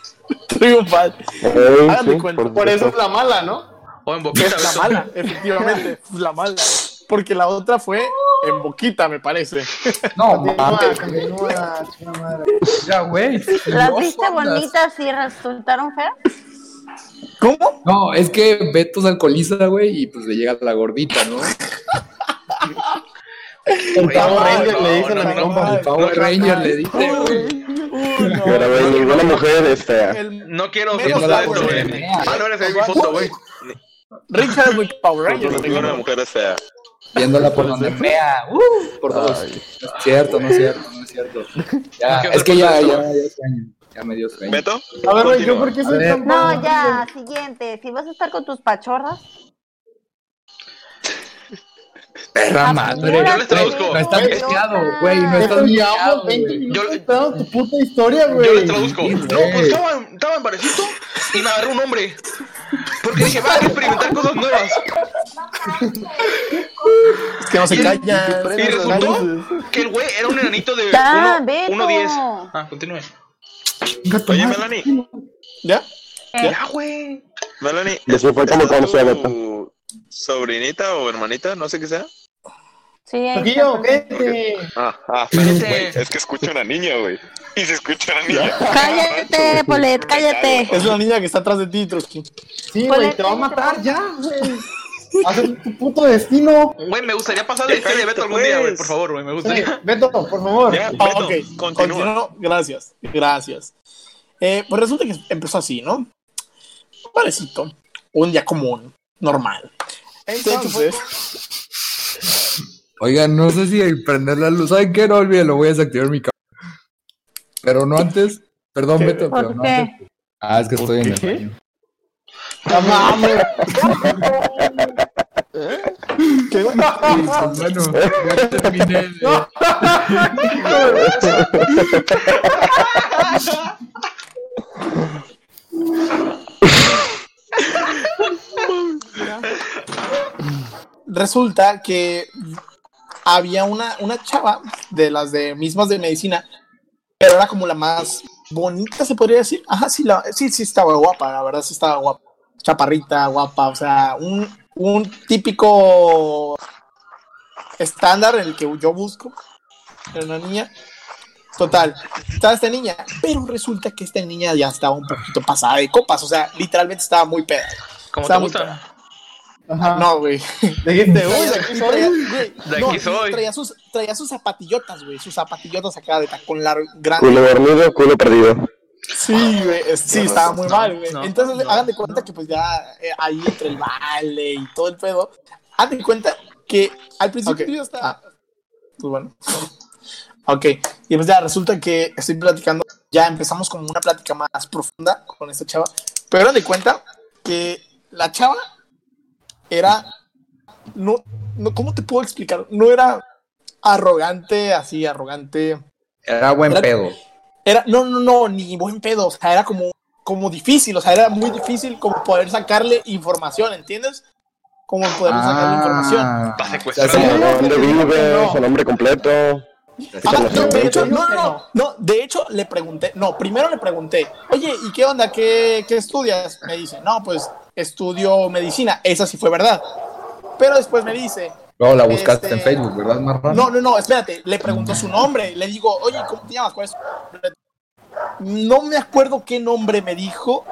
Speaker 4: Triunfal.
Speaker 7: Ey,
Speaker 4: Háganme
Speaker 7: sí,
Speaker 4: cuenta.
Speaker 1: Por eso es la mala, ¿no?
Speaker 5: O en boquita,
Speaker 4: Es la
Speaker 5: beso.
Speaker 4: mala, efectivamente. es La mala. Porque la otra fue en Boquita, me parece.
Speaker 2: No,
Speaker 1: Continúa,
Speaker 2: mames.
Speaker 1: continúa, chica madre.
Speaker 2: Ya, güey.
Speaker 3: ¿Las
Speaker 2: No
Speaker 3: viste
Speaker 2: jodas.
Speaker 3: bonitas y resultaron feas?
Speaker 4: ¿Cómo?
Speaker 2: No, es que Beto se alcoholiza, güey, y pues le llega la gordita, ¿no?
Speaker 1: El Power
Speaker 4: no,
Speaker 1: Ranger
Speaker 5: no,
Speaker 1: le dicen a
Speaker 5: no,
Speaker 1: mi
Speaker 4: no,
Speaker 1: compa.
Speaker 4: no.
Speaker 2: El Power Ranger le dice, güey.
Speaker 4: Uno.
Speaker 7: Pero, güey, ninguna mujer este, es fea.
Speaker 4: El
Speaker 5: No quiero
Speaker 4: Menos
Speaker 5: foto
Speaker 4: la
Speaker 5: de esto,
Speaker 4: güey.
Speaker 5: güey. Ah, no eres ahí mi foto, güey.
Speaker 4: Richard es muy Power Ranger.
Speaker 6: Ninguna
Speaker 4: Richard.
Speaker 6: mujer es fea.
Speaker 2: Viéndola por donde mea. Uh, por dos.
Speaker 7: Ay.
Speaker 2: No es cierto, no es cierto, no es cierto. Ya,
Speaker 5: ¿Qué
Speaker 2: es
Speaker 5: otra
Speaker 2: que ya,
Speaker 5: cosa,
Speaker 2: ya
Speaker 5: güey?
Speaker 2: me dio sueño. Ya me dio sueño.
Speaker 6: ¿Beto?
Speaker 1: A ver, güey, ¿yo
Speaker 6: Continúa.
Speaker 1: por qué
Speaker 2: A
Speaker 1: soy
Speaker 2: ver.
Speaker 1: tan
Speaker 3: No,
Speaker 1: malo?
Speaker 3: ya, siguiente. Si vas a estar con tus pachorras,
Speaker 2: Perra madre.
Speaker 5: Yo les traduzco.
Speaker 2: No estás
Speaker 1: Güey,
Speaker 2: bloqueado, güey. No estás
Speaker 1: Esto llevamos
Speaker 2: bloqueado,
Speaker 1: 20
Speaker 2: güey.
Speaker 1: minutos
Speaker 5: Yo-
Speaker 1: contando tu puta historia, güey.
Speaker 5: Yo les traduzco.
Speaker 2: Sí,
Speaker 5: No,
Speaker 2: güey.
Speaker 5: pues estaba, en- estaba en barecito y me agarró un hombre. Porque dije, va a experimentar cosas nuevas.
Speaker 4: Es que no se callan.
Speaker 5: Y resultó que el güey era un enanito de
Speaker 3: Ya,
Speaker 5: uno-
Speaker 3: Beto.
Speaker 5: 1.10. Ah, continúe.
Speaker 6: Oye, Melanie.
Speaker 4: ¿Ya?
Speaker 3: eh,
Speaker 5: Ya, güey.
Speaker 6: Melanie.
Speaker 7: Y así fue como
Speaker 6: ¿está
Speaker 7: conocí a Beto.
Speaker 6: tu Sobrinita o hermanita, no sé qué sea.
Speaker 3: sí, ahí
Speaker 1: Chiquillo,
Speaker 3: está.
Speaker 1: vete.
Speaker 6: Ah, ah, pero,
Speaker 5: Ese-
Speaker 6: güey, es que escucho una niña, güey. Y se escucha una niña.
Speaker 3: Cállate, Polet, cállate.
Speaker 4: Es la niña que está atrás de ti, Trotsky.
Speaker 1: Sí, güey, te va a matar ya, güey. Haz tu puto destino.
Speaker 5: Güey, me gustaría pasar de historia de Beto algún día, güey, por favor, güey, me
Speaker 1: Sí,
Speaker 5: gustaría.
Speaker 1: Beto, por favor.
Speaker 6: Ya,
Speaker 4: Ah,
Speaker 6: Beto,
Speaker 4: ok,
Speaker 6: continúa.
Speaker 4: continúo. Gracias, gracias. Eh, pues resulta que empezó así, ¿no? Un Parecito. Un día común, normal. Entonces,
Speaker 2: Oigan, no sé si el prender la luz. ¿Saben qué? No olvídalo, voy a desactivar mi cámara. Pero no antes. Perdón,
Speaker 4: ¿Qué?
Speaker 2: Beto, pero
Speaker 3: ¿Por
Speaker 2: no
Speaker 3: qué?
Speaker 2: antes. Ah, es que estoy en el
Speaker 7: qué?
Speaker 2: baño.
Speaker 1: No mames.
Speaker 4: ¿qué?
Speaker 2: Sí, pues, bueno, ya terminé. de-
Speaker 4: resulta que había una, una chava de las de mismas de medicina, pero era como la más bonita, se podría decir. Ajá, sí, la, sí, sí, estaba guapa, la verdad, sí estaba guapa. Chaparrita, guapa, o sea, un, un típico estándar en el que yo busco en una niña. Total, estaba esta niña, pero resulta que esta niña ya estaba un poquito pasada de copas, o sea, literalmente estaba muy peda.
Speaker 5: Como te
Speaker 4: Estaba muy
Speaker 5: gusta.
Speaker 1: Ajá.
Speaker 4: No, güey.
Speaker 1: Dijiste, uy,
Speaker 4: Traía-
Speaker 1: de aquí
Speaker 4: y
Speaker 1: soy.
Speaker 4: traía- güey,
Speaker 5: De
Speaker 4: no,
Speaker 5: aquí soy.
Speaker 4: Traía sus, traía sus zapatillotas, güey. Sus zapatillotas acá de tacón largo, grande.
Speaker 7: Culo dormido, culo perdido.
Speaker 4: Sí, güey. es- Sí, estaba muy mal, güey.
Speaker 5: no,
Speaker 4: Entonces,
Speaker 5: no.
Speaker 4: hagan de cuenta que, pues ya eh, ahí entre el baile y todo el pedo. Hagan de cuenta que al principio yo estaba. Pues bueno. Ok. Y pues ya resulta que estoy platicando. Ya empezamos como una plática más profunda con esta chava. Pero hagan de cuenta que la chava era. No, no, ¿cómo te puedo explicar? No era arrogante, así, arrogante
Speaker 2: Era buen
Speaker 4: Era-
Speaker 2: pedo.
Speaker 4: era no no no ni buen pedo o sea era como como difícil o sea era muy difícil como poder sacarle información entiendes como poder
Speaker 2: Ah.
Speaker 4: sacarle información
Speaker 5: Para secuestrar.
Speaker 2: Ya sé.
Speaker 7: ¿Dónde vive?
Speaker 4: No.
Speaker 7: Su nombre completo.
Speaker 4: Ah,
Speaker 7: Échale
Speaker 4: no, de
Speaker 7: gente.
Speaker 4: hecho, no, no, no, no, de hecho le pregunté, no, primero le pregunté, oye, ¿y qué onda? ¿Qué, qué estudias? Me dice, no, pues estudio medicina, esa sí fue verdad. Pero después me dice,
Speaker 2: Luego la buscaste
Speaker 4: Este-
Speaker 2: en Facebook, ¿verdad, Marrón?
Speaker 4: No, no, no, espérate, le pregunto su nombre, le digo, oye, ¿cómo te llamas? ¿Cuál es tu nombre? No me acuerdo qué nombre me dijo,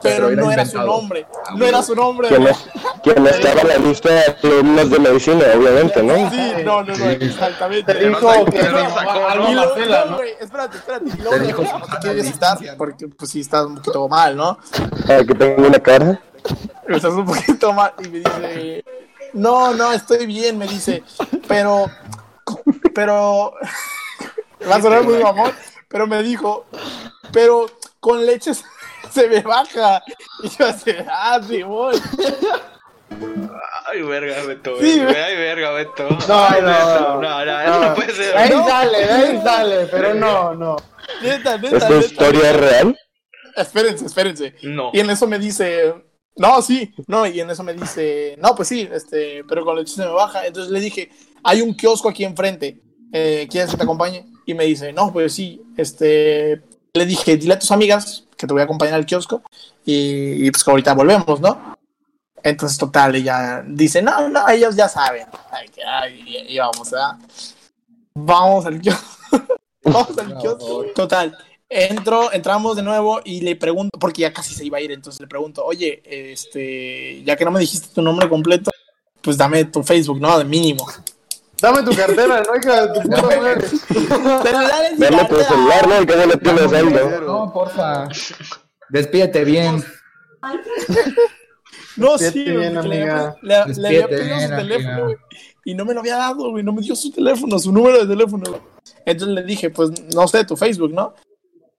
Speaker 4: pero,
Speaker 2: Pero era
Speaker 4: no era
Speaker 2: inventado.
Speaker 4: su nombre,
Speaker 2: Ah,
Speaker 4: no era
Speaker 2: bueno.
Speaker 4: su nombre.
Speaker 7: Que no,
Speaker 4: güey.
Speaker 7: que no estaba en la lista de alumnos de medicina, obviamente, ¿no?
Speaker 4: Sí, no, no, no, exactamente.
Speaker 1: Te
Speaker 5: no
Speaker 1: dijo
Speaker 5: sé,
Speaker 1: que
Speaker 5: pero
Speaker 1: no,
Speaker 5: no sacó,
Speaker 1: algo
Speaker 5: ¿no?
Speaker 4: Y luego-
Speaker 1: Marcela,
Speaker 4: no,
Speaker 1: ¿no?
Speaker 4: güey, espérate, espérate. Y luego,
Speaker 2: dijo,
Speaker 4: no te quieres estar, porque pues sí estás un poquito mal, ¿no?
Speaker 7: Ah, que tengo una cara.
Speaker 4: estás un poquito mal. Y me dice, no, no, estoy bien, me dice, pero, pero, va a sonar muy mamón, pero me dijo, pero con leche se- se me baja. Y yo así, ah, sí, voy.
Speaker 5: Ay, verga, Beto.
Speaker 4: Sí,
Speaker 5: güey.
Speaker 4: güey.
Speaker 5: Ay, verga, Beto.
Speaker 1: No,
Speaker 5: Ay,
Speaker 1: no,
Speaker 5: Beto,
Speaker 1: no.
Speaker 5: no, no, eso no puede
Speaker 1: De ahí
Speaker 5: ser.
Speaker 4: No.
Speaker 1: sale, de ahí sale, pero no, no.
Speaker 4: Neta, neta,
Speaker 7: ¿Esta
Speaker 4: neta.
Speaker 7: historia es real?
Speaker 4: Espérense, espérense.
Speaker 5: No.
Speaker 4: Y en eso me dice, no, sí, no, y en eso me dice, no, pues sí, este, pero con leche se me baja. Entonces le dije, hay un kiosco aquí enfrente, eh, ¿quieres que te acompañe? Y me dice, no, pues sí, este, le dije, dile a tus amigas que te voy a acompañar al kiosco y, y pues que ahorita volvemos, ¿no? Entonces, total, ella dice, no, no, ellos ya saben. Ay, que, ay, y, y vamos, ¿verdad? Vamos al kiosco. vamos al kiosco. Total, entro, entramos de nuevo y le pregunto, porque ya casi se iba a ir, entonces le pregunto, oye, este, ya que no me dijiste tu nombre completo, pues dame tu Facebook, ¿no? De mínimo.
Speaker 1: Dame tu cartera, no hija de tu puta madre.
Speaker 4: Celulares y
Speaker 7: Dame tu
Speaker 4: cartera.
Speaker 7: celular, ¿no? pues, El que no le tiene saldo.
Speaker 2: No, porfa. Despídete bien.
Speaker 4: No,
Speaker 1: Despídete
Speaker 4: sí, güey,
Speaker 1: bien,
Speaker 4: porque le, había-
Speaker 1: amiga.
Speaker 4: le- le había
Speaker 2: Despídete
Speaker 4: pedido su
Speaker 2: bien,
Speaker 4: teléfono,
Speaker 2: amiga.
Speaker 4: güey, y no me lo había dado, güey, no me dio su teléfono, su número de teléfono. güey. Entonces le dije, pues, no sé, tu Facebook, ¿no?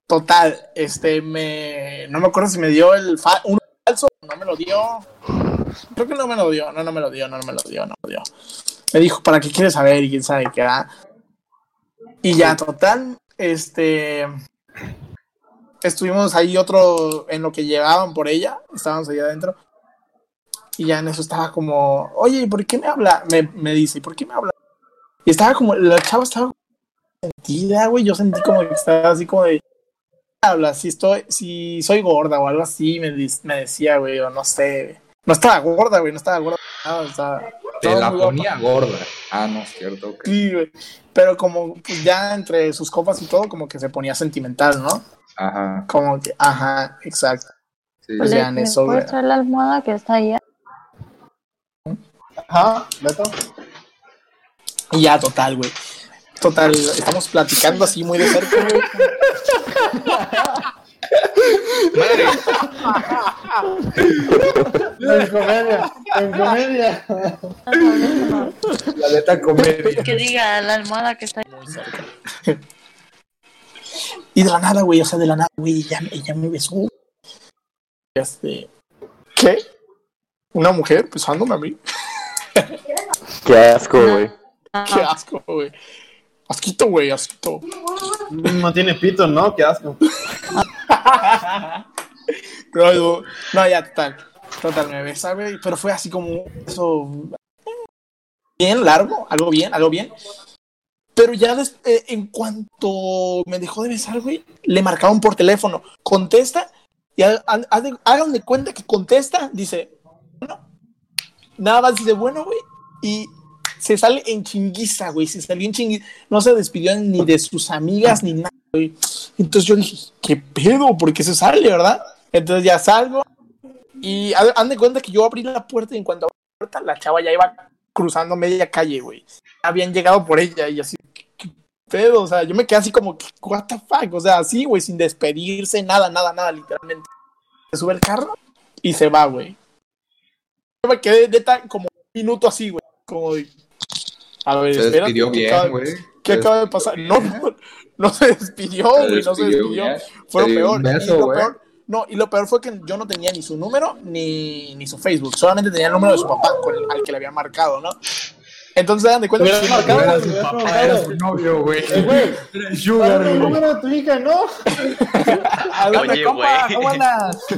Speaker 4: Total, este, me, no me acuerdo si me dio el fa- un falso, no me lo dio. Creo que no me lo dio, no, no me lo dio, no, no me lo dio, no me lo dio. Me dijo, ¿para qué quieres saber? Y quién sabe qué, ah. Y ya, total, este, estuvimos ahí otro, en lo que llevaban por ella, estábamos ahí adentro. Y ya en eso estaba como, oye, ¿y ¿por qué me habla? Me, me dice, ¿por qué me habla? Y estaba como, la chava estaba sentida, güey. Yo sentí como que estaba así como de, "¿Qué habla? Si estoy, si soy gorda o algo así, me, dis- me decía, güey, o no sé. güey". No estaba gorda, güey, no estaba gorda. nada, estaba-
Speaker 2: Te
Speaker 4: estaba
Speaker 2: la
Speaker 4: muy guapa.
Speaker 2: ponía gorda. Ah, no, es cierto. ok.
Speaker 4: Sí, güey. Pero como pues, ya entre sus copas y todo, como que se ponía sentimental, ¿no?
Speaker 2: Ajá.
Speaker 4: Como que, ajá, exacto.
Speaker 2: Sí.
Speaker 4: Pues ya en
Speaker 3: ¿Me
Speaker 4: eso, güey.
Speaker 3: puedes traer la almohada que está allá?
Speaker 1: Ajá, Beto.
Speaker 4: Y ya, total, güey. Total, estamos platicando así muy de cerca, güey.
Speaker 5: Madre,
Speaker 1: En comedia, en comedia.
Speaker 2: La neta comedia.
Speaker 3: Que diga la almohada que está ahí.
Speaker 4: Y de la nada, güey, o sea, de la nada, güey, ella, ella me besó. Este, ¿Qué? ¿Una mujer besándome a mí?
Speaker 7: Qué asco, güey.
Speaker 4: Qué asco, güey. Asquito, güey, asquito.
Speaker 1: No tiene pito, ¿no? Qué asco.
Speaker 4: Pero, no, no, ya, total. Total, me besa, güey. Pero fue así como eso. eh, Bien largo, algo bien, algo bien. Pero ya des- eh, en cuanto me dejó de besar, güey, le marcaron por teléfono. Contesta y ha- ha- haz de- hagan de cuenta que contesta. Dice, bueno, nada más dice, bueno, güey. Y se sale en chinguiza, güey. Se salió en chinguiza. No se despidió ni de sus amigas ni nada, güey. Entonces yo dije, ¿qué pedo? ¿Por qué se sale, verdad? Entonces ya salgo y ha- han de cuenta que yo abrí la puerta y en cuanto abrí la puerta, la chava ya iba cruzando media calle, güey. Habían llegado por ella y así, ¿qué qué pedo? O sea, yo me quedé así como, ¿qué- ¿what the fuck? O sea, así, güey, sin despedirse, nada, nada, nada, literalmente. Se sube el carro y se va, güey. Yo me quedé neta como un minuto así, güey. Como, de, a ver,
Speaker 2: Se
Speaker 4: espérate,
Speaker 2: despidió
Speaker 4: ¿qué
Speaker 2: bien,
Speaker 4: acaba-
Speaker 2: güey. Se
Speaker 4: ¿Qué acaba de pasar? No, no, no se despidió, güey, no se despidió.
Speaker 2: bien.
Speaker 4: Fue lo
Speaker 2: Te dio
Speaker 4: peor.
Speaker 2: un beso,
Speaker 4: y lo
Speaker 2: güey.
Speaker 4: peor- No, y lo peor fue que yo no tenía ni su número ni, ni su Facebook. Solamente tenía el número de su papá con el- al que le había marcado, ¿no? Entonces hagan de cuenta
Speaker 1: Hubiera
Speaker 4: que-
Speaker 1: marcado,
Speaker 2: Era
Speaker 1: güey,
Speaker 2: su
Speaker 1: hubiera
Speaker 2: papá,
Speaker 1: preguntado.
Speaker 2: era su novio, güey.
Speaker 1: Eh, güey,
Speaker 2: Era el
Speaker 1: dame
Speaker 2: Sugar,
Speaker 1: el
Speaker 2: güey.
Speaker 1: número de tu hija, ¿no?
Speaker 5: oye, güey.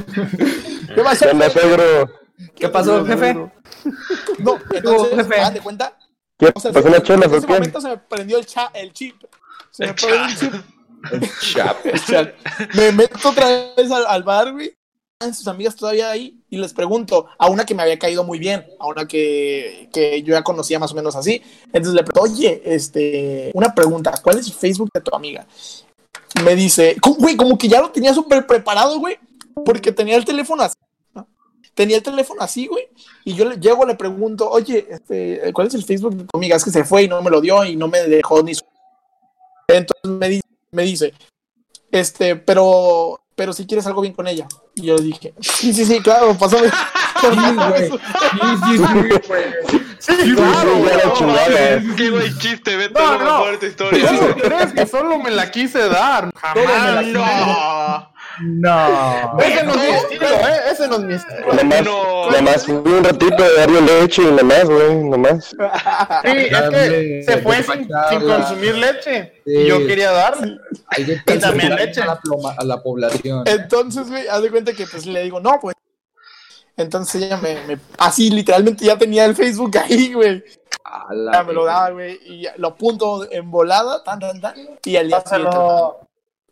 Speaker 4: ¿Qué va a
Speaker 7: ¿Qué
Speaker 4: hacer?
Speaker 7: onda, Pedro?
Speaker 2: ¿Qué pasó, jefe?
Speaker 4: No,
Speaker 2: Tú,
Speaker 4: entonces
Speaker 2: jefe.
Speaker 4: hagan de cuenta.
Speaker 7: ¿Qué
Speaker 4: O sea,
Speaker 7: pasó Pues una chela
Speaker 4: en
Speaker 7: o
Speaker 4: ese
Speaker 7: qué?
Speaker 4: momento se me prendió el, cha- el chip. Se me
Speaker 5: El
Speaker 4: prendió el chip. O sea, me meto otra vez al, al bar, güey. Están sus amigas todavía ahí y les pregunto a una que me había caído muy bien, a una que, que yo ya conocía más o menos así. Entonces le pregunto, oye, este, una pregunta, ¿cuál es el Facebook de tu amiga? Me dice, "Co- güey, como que ya lo tenía súper preparado, güey, porque tenía el teléfono así. ¿no? Tenía el teléfono así, güey, y yo le llego, le pregunto, oye, este, ¿cuál es el Facebook de tu amiga? Es que se fue y no me lo dio y no me dejó ni su. Entonces me, di- me dice, este, pero, pero si quieres algo bien con ella. Y yo le dije, sí, sí, sí, claro, pásame.
Speaker 2: güey. Sí, sí, sí, güey.
Speaker 7: Sí, güey, ya la chingada.
Speaker 5: Qué buen chiste, vete
Speaker 1: No,
Speaker 5: no,
Speaker 1: no.
Speaker 5: no. fuerte historia.
Speaker 1: ¿Cómo crees que solo me la quise dar?
Speaker 5: Ah,
Speaker 1: Jamás.
Speaker 5: no.
Speaker 2: No.
Speaker 1: Ese no es mi estilo, ¿eh? Ese no es mi estilo.
Speaker 7: Nada más,
Speaker 5: No.
Speaker 7: nada más fui un ratito de darle leche y nada más, güey, nada más.
Speaker 1: Sí, es
Speaker 2: Dame,
Speaker 1: que se fue sin,
Speaker 2: despacharla.
Speaker 1: sin consumir leche.
Speaker 2: Sí.
Speaker 1: Yo quería darle.
Speaker 2: Hay que
Speaker 1: Y también
Speaker 2: calcular
Speaker 1: leche.
Speaker 2: a la, ploma- a la población.
Speaker 4: Eh, Entonces, güey, haz de cuenta que pues le digo, no, pues. Entonces ella me, me- así literalmente ya tenía el Facebook ahí, güey.
Speaker 2: A
Speaker 4: Ya
Speaker 2: la
Speaker 4: me lo daba, güey. Y ya lo apunto en volada, tan, tan, tan. Y al día siguiente.
Speaker 1: Pásalo.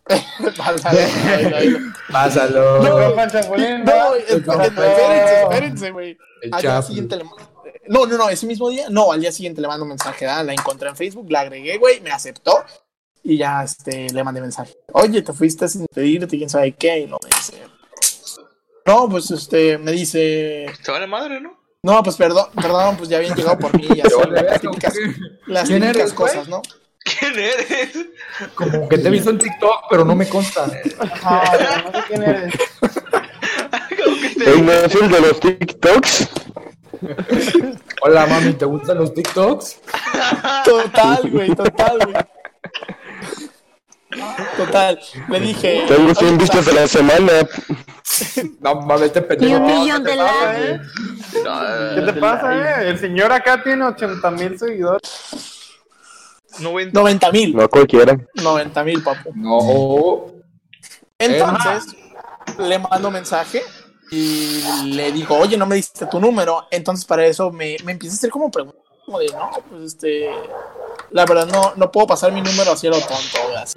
Speaker 4: Pásalo, ahí, ahí.
Speaker 2: Pásalo.
Speaker 1: No, Juan Chapulín,
Speaker 4: No,
Speaker 1: no.
Speaker 4: es- espérense, espérense, güey.
Speaker 2: El
Speaker 4: Al día
Speaker 2: Chapo.
Speaker 4: siguiente le mando- eh, No, no, no, ese mismo día. No, al día siguiente le mando un mensaje. ah, La encontré en Facebook, la agregué, güey, me aceptó. Y ya este, le mandé mensaje. Oye, te fuiste sin pedirte, quién sabe qué. Y no me dice. No, pues este, me dice.
Speaker 5: Se va la madre, ¿no?
Speaker 4: No, pues perdón, perdón, pues ya habían llegado por mí. Ya son las típicas, las
Speaker 2: ¿Quién
Speaker 4: típicas
Speaker 2: eres, güey?
Speaker 4: cosas, ¿no?
Speaker 5: ¿Quién eres?
Speaker 2: Como que te he visto en TikTok, pero no me consta.
Speaker 1: Ajá, Ah, no sé quién eres.
Speaker 5: Como que te-
Speaker 7: ¿El no es el de los TikToks?
Speaker 2: Hola, mami, ¿te gustan los TikToks? Ah.
Speaker 4: Total, güey, total, güey. Total, le dije.
Speaker 7: Tengo
Speaker 4: "Oye, pues,
Speaker 7: 100 vistas a la semana.
Speaker 2: No mames, este
Speaker 3: Y
Speaker 2: pendejo.
Speaker 3: un
Speaker 2: no,
Speaker 3: millón
Speaker 2: te
Speaker 3: de
Speaker 2: pases,
Speaker 3: likes.
Speaker 2: güey.
Speaker 1: ¿eh? ¿Qué te pasa, eh? El señor acá tiene 80 mil seguidores.
Speaker 5: 90.
Speaker 4: 90 mil,
Speaker 7: No cualquiera.
Speaker 4: 90 mil, papu.
Speaker 2: No.
Speaker 4: Entonces, le mando mensaje y le digo, oye, no me diste tu número. Entonces, para eso me, me empieza a hacer como preguntas, como de, no, pues este, la verdad no, no puedo pasar mi número así a lo tonto. güey, así.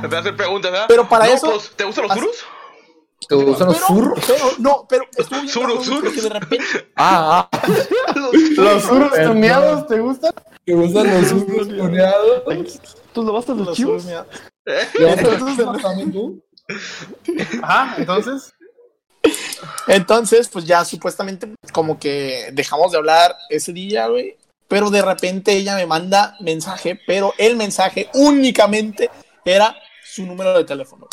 Speaker 5: Te vas a hacer preguntas, ¿verdad?
Speaker 4: Pero para
Speaker 5: No,
Speaker 4: eso-
Speaker 5: pues, ¿Te gustan los
Speaker 4: así-
Speaker 5: surus?
Speaker 2: ¿Te gustan los
Speaker 4: Pero-
Speaker 2: zurros?
Speaker 4: pero, no, pero estuvo bien
Speaker 5: Zurro,
Speaker 4: cabrón,
Speaker 5: zurro.
Speaker 4: porque de repente,
Speaker 2: Ah, ah.
Speaker 1: ¿Los suros tuneados te gustan?
Speaker 2: ¿Te gustan los zurros tuneados?
Speaker 7: ¿Tú lo vas a
Speaker 4: los zurros, mira,
Speaker 2: ¿Ya te gustan también tú?
Speaker 1: Ajá, entonces.
Speaker 4: Entonces, pues ya supuestamente como que dejamos de hablar ese día, güey. Pero de repente ella me manda mensaje, pero el mensaje únicamente era su número de teléfono.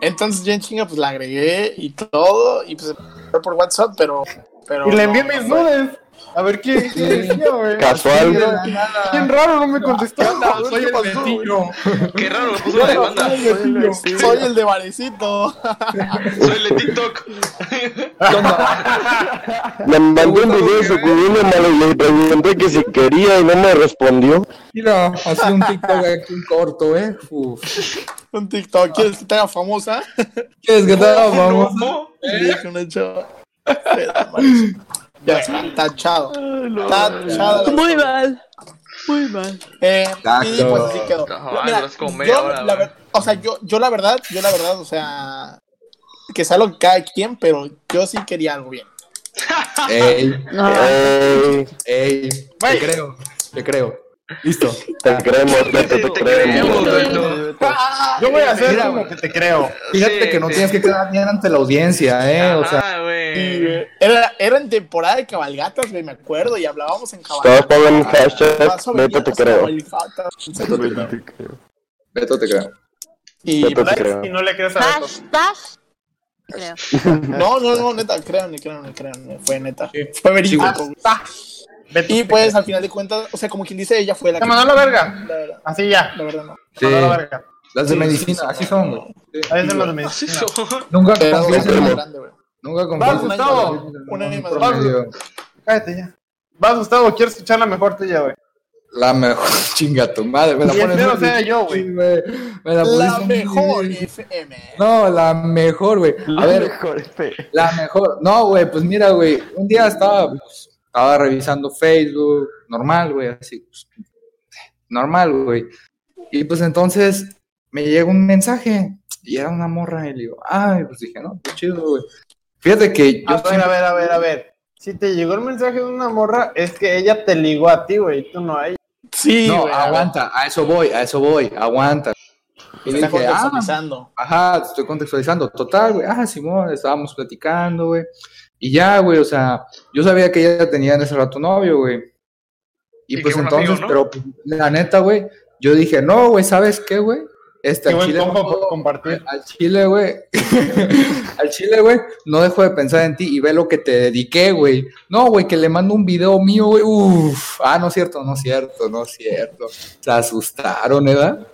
Speaker 4: Entonces yo en chinga pues la agregué y todo, y pues fue por WhatsApp, pero... pero
Speaker 1: Y le envié
Speaker 4: no,
Speaker 1: mis
Speaker 4: no fue.
Speaker 1: nudes. A ver qué, qué decía, güey.
Speaker 7: Casual.
Speaker 1: Así de la nada. Bien raro, no me contestó. A ver
Speaker 2: Soy
Speaker 1: qué
Speaker 2: el
Speaker 1: pasó, güey.
Speaker 2: vecino.
Speaker 5: Qué raro, me puso una demanda.
Speaker 4: Soy el de Varecito.
Speaker 5: Soy el de TikTok.
Speaker 7: Me mandó un video de su cubina, me le pregunté que si quería y no me respondió.
Speaker 2: Mira, así un TikTok aquí corto, ¿eh? Uf.
Speaker 4: Un TikTok. ¿Quieres que te haga famosa?
Speaker 2: ¿Quieres que te haga famoso?
Speaker 4: Le dije a una chava. Era Varecito. Ya está, tachado. Tachado.
Speaker 3: Muy mal. Muy mal.
Speaker 4: Eh, y
Speaker 2: Exacto.
Speaker 4: pues así quedó.
Speaker 5: Ajá,
Speaker 4: Yo, mira,
Speaker 5: no es como
Speaker 4: yo,
Speaker 5: media hora,
Speaker 4: la
Speaker 5: güey.
Speaker 4: ver- o sea, yo, yo la verdad, yo la verdad, o sea, que sea lo que cada quien, pero yo sí quería algo bien.
Speaker 2: Ey,
Speaker 3: No.
Speaker 7: Ey,
Speaker 2: ey. Te
Speaker 1: Güey.
Speaker 2: creo, te creo. Listo.
Speaker 7: te creemos, Beto, te
Speaker 5: Te
Speaker 7: creemos.
Speaker 5: creemos, Beto.
Speaker 1: Yo voy a hacer
Speaker 2: Mira,
Speaker 1: como
Speaker 2: güey.
Speaker 1: que te creo.
Speaker 2: Fíjate
Speaker 5: Sí,
Speaker 2: que no
Speaker 5: sí.
Speaker 2: tienes que quedar bien ante la audiencia, ¿eh? O sea,
Speaker 5: Ajá,
Speaker 4: Y,
Speaker 5: güey.
Speaker 4: eh, era, era en temporada de cabalgatas, güey, me acuerdo, y hablábamos en
Speaker 7: Todos
Speaker 4: cabalgatas.
Speaker 7: pongan
Speaker 4: Ah,
Speaker 7: hashtag,
Speaker 4: sobre
Speaker 7: Beto te
Speaker 4: las
Speaker 7: creo.
Speaker 4: cabalgatas,
Speaker 7: Beto te creo.
Speaker 2: Beto te creo.
Speaker 4: Y
Speaker 7: Beto te
Speaker 1: Like,
Speaker 7: creo.
Speaker 1: si no le crees a Beto.
Speaker 3: Dash, dash. Creo.
Speaker 4: no, no, no, neta, créanme, créanme, créanme, fue neta.
Speaker 2: Sí.
Speaker 4: Fue verídico. güey.
Speaker 1: Ah, Beto.
Speaker 4: y pues al final de cuentas, o sea, como quien dice, ella fue la
Speaker 1: Te
Speaker 4: que-
Speaker 1: mandó a la verga.
Speaker 4: La verdad,
Speaker 1: Así ya.
Speaker 4: la verdad no.
Speaker 1: Te mandó a la verga.
Speaker 2: Las de medicina, así son, güey.
Speaker 1: A veces los me
Speaker 5: Así son.
Speaker 2: Nunca
Speaker 4: Pero
Speaker 2: confíes en
Speaker 4: más
Speaker 2: la-
Speaker 4: grande, güey.
Speaker 2: Nunca
Speaker 1: Vas,
Speaker 2: confíes en
Speaker 1: Gustavo.
Speaker 4: Una misma
Speaker 2: la- promedio.
Speaker 1: Cállate ya. Vas, Gustavo, quiero escuchar la mejor tuya, güey.
Speaker 2: La mejor chinga tu madre. Me la
Speaker 1: Y
Speaker 2: pones
Speaker 1: espero
Speaker 2: muy
Speaker 1: sea yo,
Speaker 2: difícil, Me
Speaker 4: La
Speaker 2: pusiste muy
Speaker 4: mejor
Speaker 2: difícil.
Speaker 4: FM.
Speaker 2: No, la mejor, este, güey. A ver, La mejor. No, güey, pues mira, güey. Un día estaba, pues, estaba revisando Facebook, normal, güey, así. pues, normal, güey. Y pues entonces me llega un mensaje y era una morra y le digo, ay, pues dije, no, qué chido, güey. Fíjate que yo
Speaker 4: Ah,
Speaker 1: A ver, a ver, a ver, a ver. Si te llegó el mensaje de una morra, es que ella te ligó a ti, güey, y tú no a ella.
Speaker 4: Sí,
Speaker 2: no,
Speaker 4: güey, a ver.
Speaker 2: aguanta, a eso voy, a eso voy, aguanta. Y
Speaker 4: Está
Speaker 2: dije, ah,
Speaker 4: contextualizando.
Speaker 2: Ajá, te estoy contextualizando. Total, güey. Ah, Simón, estábamos platicando, güey. Y ya, güey, o sea, yo sabía que ella tenía en ese rato novio, güey. Y,
Speaker 5: Y
Speaker 2: pues
Speaker 5: qué buen
Speaker 2: entonces,
Speaker 5: amigo,
Speaker 2: pero pues, la neta, güey, yo dije, no, güey, ¿sabes qué, güey? Este,
Speaker 1: Qué
Speaker 2: al
Speaker 1: buen
Speaker 2: chile,
Speaker 1: combo
Speaker 2: no
Speaker 1: por
Speaker 2: puedo-
Speaker 1: compartir.
Speaker 2: al chile, güey, al chile, güey, no dejo de pensar en ti y ve lo que te dediqué, güey. No, güey, que le mando un video mío, güey, uff. Ah, no es cierto, no es cierto, no es cierto. Se asustaron, ¿verdad?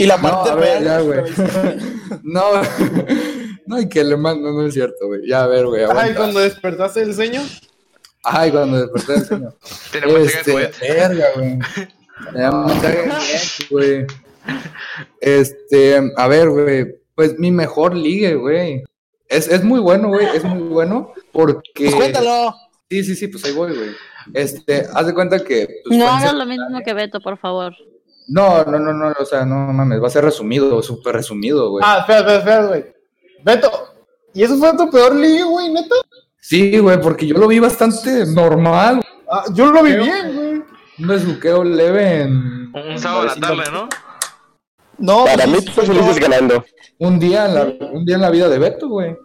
Speaker 4: Y la
Speaker 2: No,
Speaker 4: parte
Speaker 2: a ver,
Speaker 4: real.
Speaker 2: ya, güey. No, no, y que le mando, no es cierto, güey. Ya, a ver, güey. aguanta.
Speaker 1: Ay, cuando despertaste del sueño.
Speaker 2: Ay, cuando desperté el sueño.
Speaker 5: Tenemos mensaje de
Speaker 2: Este,
Speaker 5: Coet.
Speaker 2: verga, güey. Me da mensaje de Coet, güey. Este, a ver, güey. Pues mi mejor ligue, güey. Es, es muy bueno, güey. Es muy bueno porque.
Speaker 4: Pues cuéntalo.
Speaker 2: Sí, sí, sí, pues ahí voy, güey. Este, haz de cuenta que. pues,
Speaker 3: No
Speaker 2: fue en
Speaker 3: hagas lo mismo que Beto, por favor.
Speaker 2: No, no, no, no, o sea, no mames. Va a ser resumido, súper resumido, güey.
Speaker 1: Ah, espera, espera, espera, güey. Beto, ¿y eso fue tu peor ligue, güey, neta?
Speaker 2: Sí, güey, porque yo lo vi bastante normal.
Speaker 1: Ah, yo lo vi bien, güey.
Speaker 2: Un besuqueo leve en.
Speaker 5: Un sábado a la tarde, ¿no?
Speaker 4: No,
Speaker 7: Para mí,
Speaker 4: pues,
Speaker 7: tú
Speaker 4: fue
Speaker 7: felices
Speaker 4: yo.
Speaker 7: ganando.
Speaker 2: Un día en la, un día en la vida de Beto, güey.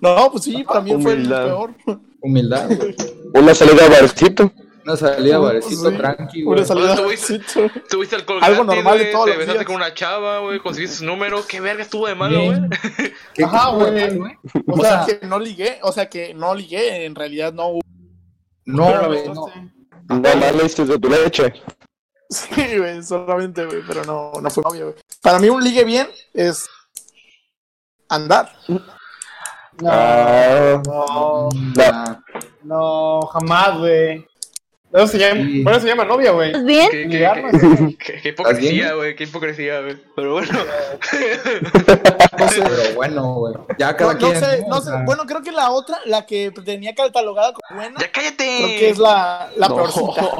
Speaker 4: No, pues sí, para mí fue el
Speaker 7: Humildad.
Speaker 4: peor.
Speaker 2: Humildad, güey.
Speaker 7: Una salida a barcito.
Speaker 2: Una salida a
Speaker 4: Pues
Speaker 2: barecito
Speaker 4: sí,
Speaker 2: tranqui,
Speaker 4: Una
Speaker 2: güey.
Speaker 4: salida
Speaker 5: Oye, güey.
Speaker 4: sí,
Speaker 5: Tuviste alcohol
Speaker 4: Algo
Speaker 5: gratis,
Speaker 4: normal de
Speaker 5: güey,
Speaker 4: todos
Speaker 5: Te
Speaker 4: los
Speaker 5: besaste
Speaker 4: días.
Speaker 5: con una chava, güey. Conseguiste su número. Qué verga estuvo de malo, güey.
Speaker 2: ¿Qué
Speaker 1: Ajá,
Speaker 2: cabrón,
Speaker 1: güey.
Speaker 4: O
Speaker 2: O
Speaker 4: sea,
Speaker 2: sea,
Speaker 4: que no ligué, o sea, que no ligué, en realidad no hubo.
Speaker 1: Pero
Speaker 2: No,
Speaker 1: lo
Speaker 2: güey,
Speaker 1: besaste.
Speaker 2: no.
Speaker 7: Nada más le hiciste de tu leche.
Speaker 4: Sí, güey, solamente, güey, pero no, no fue novio, güey. Para mí un ligue bien es andar.
Speaker 1: No,
Speaker 7: Ah,
Speaker 1: no,
Speaker 2: Nah.
Speaker 1: no, jamás, güey. Eso se llama,
Speaker 2: Sí.
Speaker 1: por eso se llama novia, güey.
Speaker 3: ¿Estás bien?
Speaker 5: Qué- qué-
Speaker 1: Ligarnos,
Speaker 5: qué-
Speaker 1: güey.
Speaker 5: qué- qué hipocresía, güey. Qué hipocresía, güey. Pero bueno.
Speaker 4: No sé,
Speaker 2: Pero bueno, güey. Ya
Speaker 4: no,
Speaker 2: cada
Speaker 4: no
Speaker 2: quien.
Speaker 4: sé,
Speaker 2: ¿no?
Speaker 4: no
Speaker 2: O
Speaker 4: sé.
Speaker 2: sea,
Speaker 4: Bueno, creo que la otra, la que tenía catalogada como buena,
Speaker 5: ¡Ya cállate!
Speaker 4: creo que es la, la peorcita.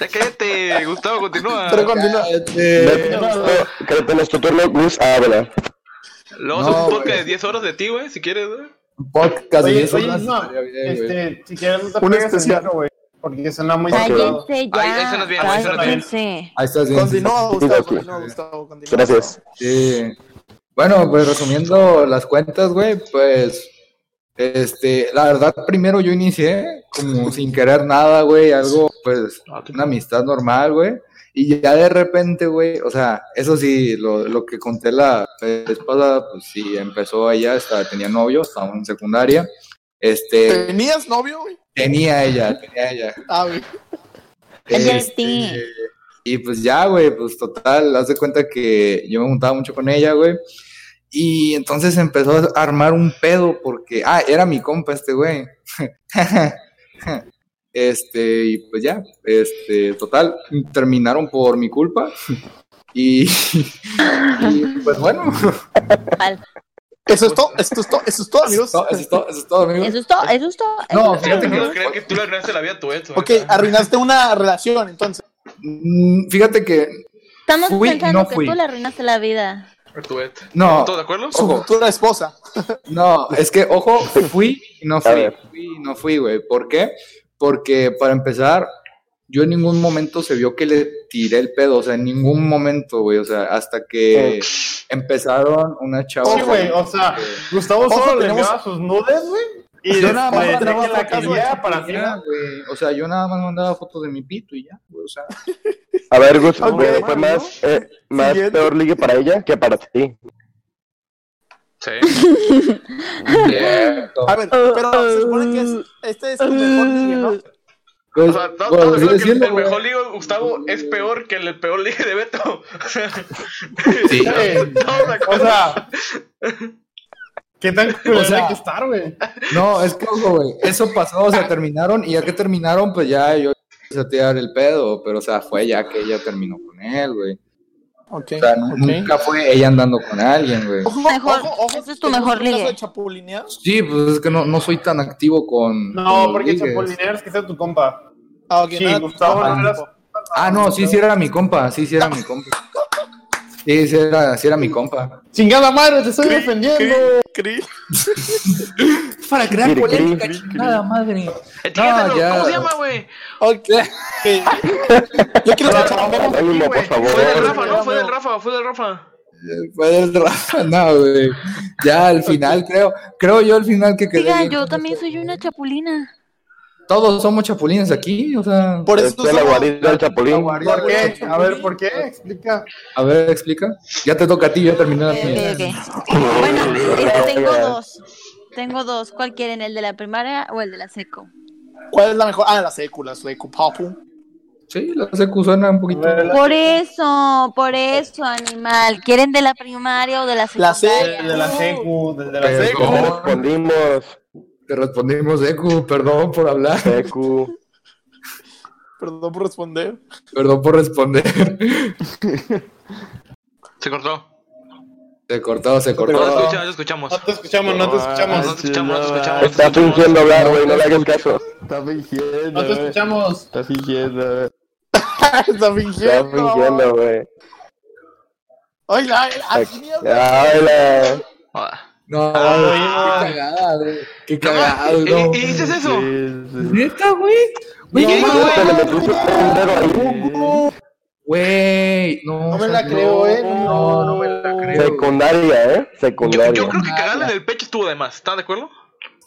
Speaker 5: ¡Ya cállate! Gustavo, continúa.
Speaker 4: Pero continúa.
Speaker 7: Beto, creo que en nuestro turno, Gus Ah, habla.
Speaker 5: Luego
Speaker 2: No,
Speaker 5: haces un podcast
Speaker 2: güey.
Speaker 5: de 10 horas de ti, güey, si quieres, güey.
Speaker 2: Un podcast de
Speaker 1: Oye,
Speaker 2: 10
Speaker 1: oye,
Speaker 2: horas
Speaker 1: no,
Speaker 2: estaría bien, güey.
Speaker 1: este, si quieres no te
Speaker 4: Un
Speaker 1: pegues
Speaker 4: especial.
Speaker 1: el micro, güey, porque suena muy saturado.
Speaker 3: Cállense ya.
Speaker 5: Ahí- ahí suena bien, ahí suena bien.
Speaker 3: cállense.
Speaker 2: Ahí estás bien.
Speaker 4: Continúa,
Speaker 7: sí, sí,
Speaker 4: Gustavo,
Speaker 7: sí.
Speaker 4: continúa, Gustavo, continúa.
Speaker 7: Gracias.
Speaker 2: Sí. Bueno, pues resumiendo las cuentas, güey, pues, este, la verdad, primero yo inicié como sin querer nada, güey, algo, pues, una amistad normal, güey. Y ya de repente, güey, o sea, eso sí, lo, lo que conté la vez pasada, pues sí, empezó ella, estaba, tenía novio, estaba en secundaria. Este,
Speaker 4: ¿Tenías novio, güey?
Speaker 2: tenía ella, tenía ella.
Speaker 4: Ah, güey.
Speaker 3: Ya
Speaker 2: Este,
Speaker 3: sí.
Speaker 2: y pues ya, güey, pues total, haz de cuenta que yo me juntaba mucho con ella, güey. Y entonces empezó a armar un pedo porque, ah, era mi compa este güey. este, y pues ya, este, total, terminaron por mi culpa. Y, y, pues bueno,
Speaker 3: Mal.
Speaker 4: Eso es todo, esto es todo, eso es todo,
Speaker 2: eso
Speaker 4: amigos.
Speaker 2: es todo, eso es todo, eso es todo, amigos.
Speaker 3: Eso es todo, eso es todo.
Speaker 2: No,
Speaker 3: eso es
Speaker 2: fíjate
Speaker 5: Fíjate que
Speaker 3: todo.
Speaker 5: no creer que tú le arruinaste la vida a tu ex. güey.
Speaker 4: Ok, arruinaste una relación, entonces.
Speaker 2: Mm, Fíjate que,
Speaker 3: Estamos
Speaker 2: fui,
Speaker 3: pensando
Speaker 2: no
Speaker 3: que
Speaker 2: fui.
Speaker 3: tú le arruinaste la vida.
Speaker 5: A tu ex.
Speaker 2: no,
Speaker 5: ¿Todos de acuerdo?
Speaker 4: Su
Speaker 2: Ojo.
Speaker 4: futura esposa.
Speaker 2: No, es que, ojo, fui y no
Speaker 7: A
Speaker 2: fui,
Speaker 7: ver.
Speaker 2: fui y no fui, güey. ¿Por qué? Porque, para empezar, yo en ningún momento se vio que le tiré el pedo, o sea, en ningún momento, güey, o sea, hasta que empezaron una chava.
Speaker 1: Sí, güey, o sea, Gustavo
Speaker 4: Ojo,
Speaker 1: solo le
Speaker 4: tenemos-
Speaker 1: enviaba sus nudes, güey. Y
Speaker 2: Yo
Speaker 1: después
Speaker 2: nada más
Speaker 1: de que
Speaker 2: mandaba
Speaker 1: la
Speaker 2: fotos de mi
Speaker 1: quería
Speaker 2: pito
Speaker 1: para
Speaker 2: y
Speaker 1: ti.
Speaker 2: ya, güey. O sea, yo nada más mandaba fotos de mi pito y ya, güey, o sea.
Speaker 7: A ver, Gus,
Speaker 4: Ok,
Speaker 7: güey, fue
Speaker 4: bueno.
Speaker 7: más, eh, más
Speaker 4: Siguiente.
Speaker 7: peor ligue para ella que para ti.
Speaker 5: Sí.
Speaker 4: A ver, pero se supone que es, este es tu mejor ligue, ¿no?
Speaker 2: Pues,
Speaker 5: O sea, no,
Speaker 2: pues,
Speaker 5: todos de
Speaker 2: sigue
Speaker 5: acuerdo que el-
Speaker 2: siendo,
Speaker 5: el
Speaker 2: güey.
Speaker 5: mejor ligo de Gustavo es peor que el peor ligue de Beto. O sea,
Speaker 2: Sí.
Speaker 5: todos de
Speaker 1: O
Speaker 5: acuerdo.
Speaker 1: sea, ¿qué tan culero
Speaker 2: sea-
Speaker 1: hay que estar, güey?
Speaker 2: No, es que, ojo, güey, eso pasó, o sea, terminaron y ya que terminaron, pues ya yo empecé a tirar el pedo, pero, o sea, fue ya que ella terminó con él, güey.
Speaker 4: Ok,
Speaker 2: O sea, nu-
Speaker 4: ok.
Speaker 2: nunca fue ella andando con alguien, güey.
Speaker 4: Ojo,
Speaker 3: Mejor, ese es tu
Speaker 4: ¿tenemos
Speaker 3: mejor
Speaker 4: un caso
Speaker 3: ligue.
Speaker 4: de chapulinear?
Speaker 2: Sí, pues es que no, no soy tan activo con. con
Speaker 1: No,
Speaker 2: los
Speaker 1: porque
Speaker 2: ligues.
Speaker 1: Chapolinear es que sea tu compa.
Speaker 4: Ah, ok,
Speaker 1: Sí,
Speaker 4: nada,
Speaker 1: Gustavo
Speaker 4: nada,
Speaker 1: no era
Speaker 4: tipo.
Speaker 2: Ah, no, sí, sí era mi compa, sí, sí era mi compa. Sí, sí era, sí era mi compa.
Speaker 1: Chingada madre, te estoy defendiendo.
Speaker 4: Cri-
Speaker 2: Para
Speaker 7: crear Cri, cri, polémica, cri,
Speaker 2: chingada madre.
Speaker 5: Etiquétalo,
Speaker 2: ya.
Speaker 5: Eh, ¿cómo se llama, güey?
Speaker 4: Ok. Yo quiero escuchar
Speaker 7: Anónimo, por favor.
Speaker 5: Fue del Rafa, ¿no? Fue del Rafa, fue del Rafa.
Speaker 2: Fue del Rafa, no, güey. Ya al final, creo, creo yo al final que quedé.
Speaker 3: Diga,
Speaker 2: bien.
Speaker 3: yo también soy una chapulina.
Speaker 2: Todos somos chapulines aquí, o sea.
Speaker 4: Por eso
Speaker 7: Esta es Este, la
Speaker 4: somos-
Speaker 7: guarida del
Speaker 2: la
Speaker 7: Chapulín.
Speaker 2: guarida,
Speaker 1: ¿Por
Speaker 2: güey.
Speaker 1: qué? A ver, ¿por qué? Explica.
Speaker 2: A ver, explica. Ya te toca a ti, ya terminé la
Speaker 3: Ok,
Speaker 2: mía.
Speaker 3: ok. Bueno, es que tengo dos. Tengo dos. ¿Cuál quieren? ¿El de la primaria o el de la seco?
Speaker 4: ¿Cuál es la mejor? Ah, la sécula, la secu, papu.
Speaker 2: Sí, la secu suena un poquito.
Speaker 3: Por eso, por eso, animal. ¿Quieren de la primaria o de la
Speaker 4: La secu.
Speaker 3: secundaria?
Speaker 1: Desde la secu, desde la
Speaker 2: Pero-
Speaker 1: secu.
Speaker 7: Te respondimos,
Speaker 2: Te respondimos, Ecu, perdón por hablar,
Speaker 7: Secu.
Speaker 4: Perdón por responder.
Speaker 2: perdón por responder.
Speaker 5: Se cortó.
Speaker 2: Se cortó, se
Speaker 5: No lo
Speaker 2: cortó.
Speaker 5: escuchamos, no lo escuchamos.
Speaker 1: No te escuchamos, no
Speaker 7: Ah,
Speaker 1: te
Speaker 5: No
Speaker 1: escuchamos.
Speaker 5: te escuchamos, no te escuchamos.
Speaker 7: Está fingiendo hablar, güey, no le hagas caso. Está fingiendo,
Speaker 1: No te
Speaker 7: güey.
Speaker 1: escuchamos.
Speaker 7: Está fingiendo, güey.
Speaker 4: Está
Speaker 7: Está
Speaker 4: fingiendo.
Speaker 7: fingiendo, güey.
Speaker 4: Ay, la, así
Speaker 7: Ay, la...
Speaker 5: Ah.
Speaker 2: No,
Speaker 1: Ah.
Speaker 2: qué cagada, güey. Qué
Speaker 5: No,
Speaker 2: cagada,
Speaker 5: ¿y-
Speaker 2: no.
Speaker 5: y- y dices eso?
Speaker 7: Sí, sí.
Speaker 2: Neta, güey. Güey,
Speaker 5: No,
Speaker 2: qué
Speaker 5: mames.
Speaker 2: cagada,
Speaker 7: Te le metiste un dedo ahí.
Speaker 2: güey. No,
Speaker 1: No me
Speaker 2: o sea,
Speaker 1: la creo, eh.
Speaker 2: No, no me la creo.
Speaker 7: Secundaria, ¿eh?
Speaker 5: Yo,
Speaker 7: Secundaria.
Speaker 5: yo creo que cagarle en el pecho estuvo de más. ¿Están de acuerdo?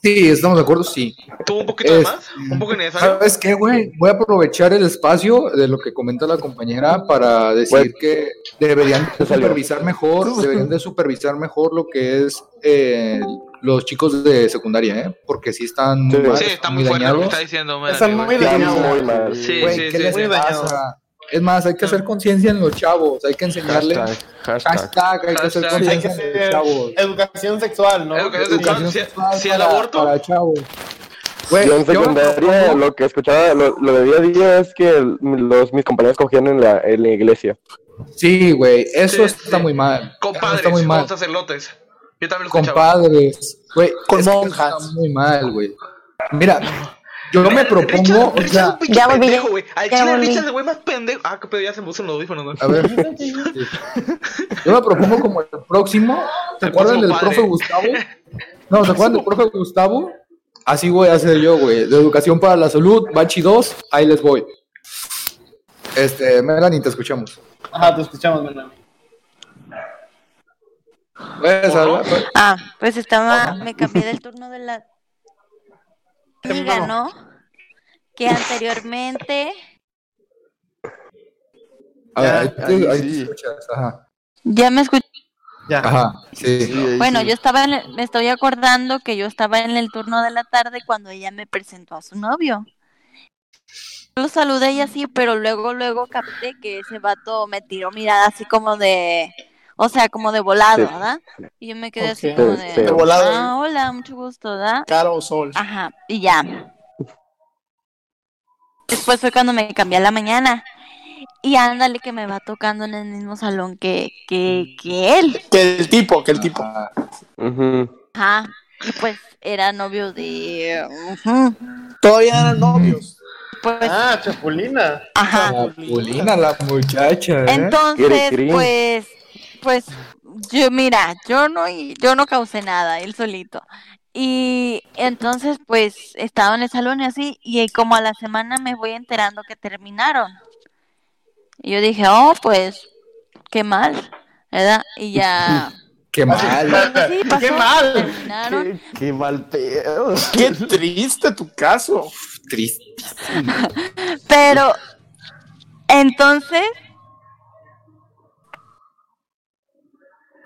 Speaker 2: Sí, estamos de acuerdo, sí.
Speaker 5: Tuvo un poquito de
Speaker 2: Es-
Speaker 5: más, un poco innecesario.
Speaker 2: ¿Sabes qué, güey? Voy a aprovechar el espacio de lo que comenta la compañera para decir
Speaker 7: Güey.
Speaker 2: que deberían de
Speaker 7: salió.
Speaker 2: supervisar mejor, deberían de supervisar mejor lo que es eh, los chicos de secundaria, ¿eh? Porque sí están
Speaker 7: Sí.
Speaker 2: mal,
Speaker 5: Sí, está muy fuerte lo que está diciendo. madre,
Speaker 1: Están muy
Speaker 5: güey.
Speaker 7: Está
Speaker 1: dañados.
Speaker 7: muy mal.
Speaker 5: Sí,
Speaker 2: Güey,
Speaker 5: sí,
Speaker 2: ¿qué
Speaker 5: sí.
Speaker 2: les
Speaker 5: sí.
Speaker 1: muy dañado.
Speaker 2: pasa? Es más, hay que hacer conciencia en los chavos, hay que enseñarles
Speaker 7: Hashtag,
Speaker 2: hashtag,
Speaker 7: hashtag.
Speaker 2: hay que hacer
Speaker 5: Hashtag.
Speaker 2: conciencia
Speaker 1: Hay que
Speaker 2: en los
Speaker 1: hacer-
Speaker 2: chavos.
Speaker 1: Educación sexual, ¿no?
Speaker 5: Educación sexual.
Speaker 2: Educación
Speaker 5: si-
Speaker 2: sexual
Speaker 5: si el
Speaker 2: para-
Speaker 5: aborto-
Speaker 2: para chavos. Güey,
Speaker 7: yo en
Speaker 2: yo-
Speaker 7: secundaria lo que escuchaba, lo, lo de día a día es que el- los, mis compañeros cogían en la, en la iglesia.
Speaker 2: Sí, güey, eso
Speaker 5: Sí,
Speaker 2: está
Speaker 5: sí.
Speaker 2: muy mal. Eso
Speaker 5: Compadres,
Speaker 2: está muy mal.
Speaker 5: con sacerdotes. Yo también lo escuchaba.
Speaker 2: compadres, güey,
Speaker 4: Con
Speaker 2: es que
Speaker 4: monjas.
Speaker 2: está muy mal, güey. Mira, yo me propongo, o
Speaker 5: Richard,
Speaker 2: sea,
Speaker 5: Richard,
Speaker 3: Ya volví,
Speaker 5: pendejo, güey. Al
Speaker 3: ya
Speaker 5: chile
Speaker 3: volví.
Speaker 5: Richard, el güey más pendejo. Ah, qué pedo, ya se me puso los audífonos, güey.
Speaker 2: a ver, sí. yo me propongo como el próximo, ¿se
Speaker 5: El
Speaker 2: acuerdan
Speaker 5: próximo
Speaker 2: del
Speaker 5: padre.
Speaker 2: profe Gustavo? No, ¿se acuerdan del profe Gustavo? Así voy a hacer yo, güey, de educación para la salud, bachi 2, ahí les voy. Este, Melanie, te escuchamos.
Speaker 1: Ajá, te escuchamos, Melanie.
Speaker 2: Puedes hablar, pues.
Speaker 3: Ah, pues estaba, me cambié del turno de la amiga, ¿no? Que anteriormente
Speaker 2: A ver,
Speaker 1: Ya,
Speaker 2: ahí, te-
Speaker 7: ahí
Speaker 2: ahí te
Speaker 7: sí.
Speaker 2: escuchas. Ajá.
Speaker 3: ya me escuché.
Speaker 1: Ya.
Speaker 2: Ajá. Sí.
Speaker 7: Sí, ahí
Speaker 3: Bueno,
Speaker 7: sí.
Speaker 3: yo estaba, en el- me estoy acordando que yo estaba en el turno de la tarde cuando ella me presentó a su novio. Lo saludé y así, pero luego, luego capté que ese vato me tiró mirada así como de, o sea, como de volado,
Speaker 7: Sí.
Speaker 3: ¿verdad? Y yo me quedé
Speaker 4: Ok.
Speaker 3: así como
Speaker 7: Sí,
Speaker 3: de,
Speaker 7: sí. De
Speaker 4: volado,
Speaker 3: ah, hola, mucho gusto, ¿verdad?
Speaker 4: Caro o Sol.
Speaker 3: Ajá, y ya. Después fue cuando me cambié a la mañana. Y ándale que me va tocando en el mismo salón que, que, que él.
Speaker 4: Que el tipo, que el tipo.
Speaker 2: Ajá.
Speaker 7: Ujú.
Speaker 3: Ajá. Y pues era novio de... ujú,
Speaker 4: Todavía eran novios.
Speaker 3: Pues,
Speaker 1: Ah, Chapulina.
Speaker 3: ajá.
Speaker 2: La Polina, la muchacha. ¿eh?
Speaker 3: Entonces,
Speaker 7: Cri, cri.
Speaker 3: pues, pues, yo mira, yo no, yo no causé nada, él solito. Y entonces, pues, estaba en el salón y así, y como a la semana me voy enterando que terminaron. Y yo dije, oh, pues, qué mal, ¿verdad? Y ya,
Speaker 2: Qué mal.
Speaker 3: pues, sí, pasó,
Speaker 1: ¡Qué mal!
Speaker 3: terminaron.
Speaker 7: Qué, qué mal pedo.
Speaker 4: Qué triste tu caso.
Speaker 2: Triste.
Speaker 3: Pero, entonces,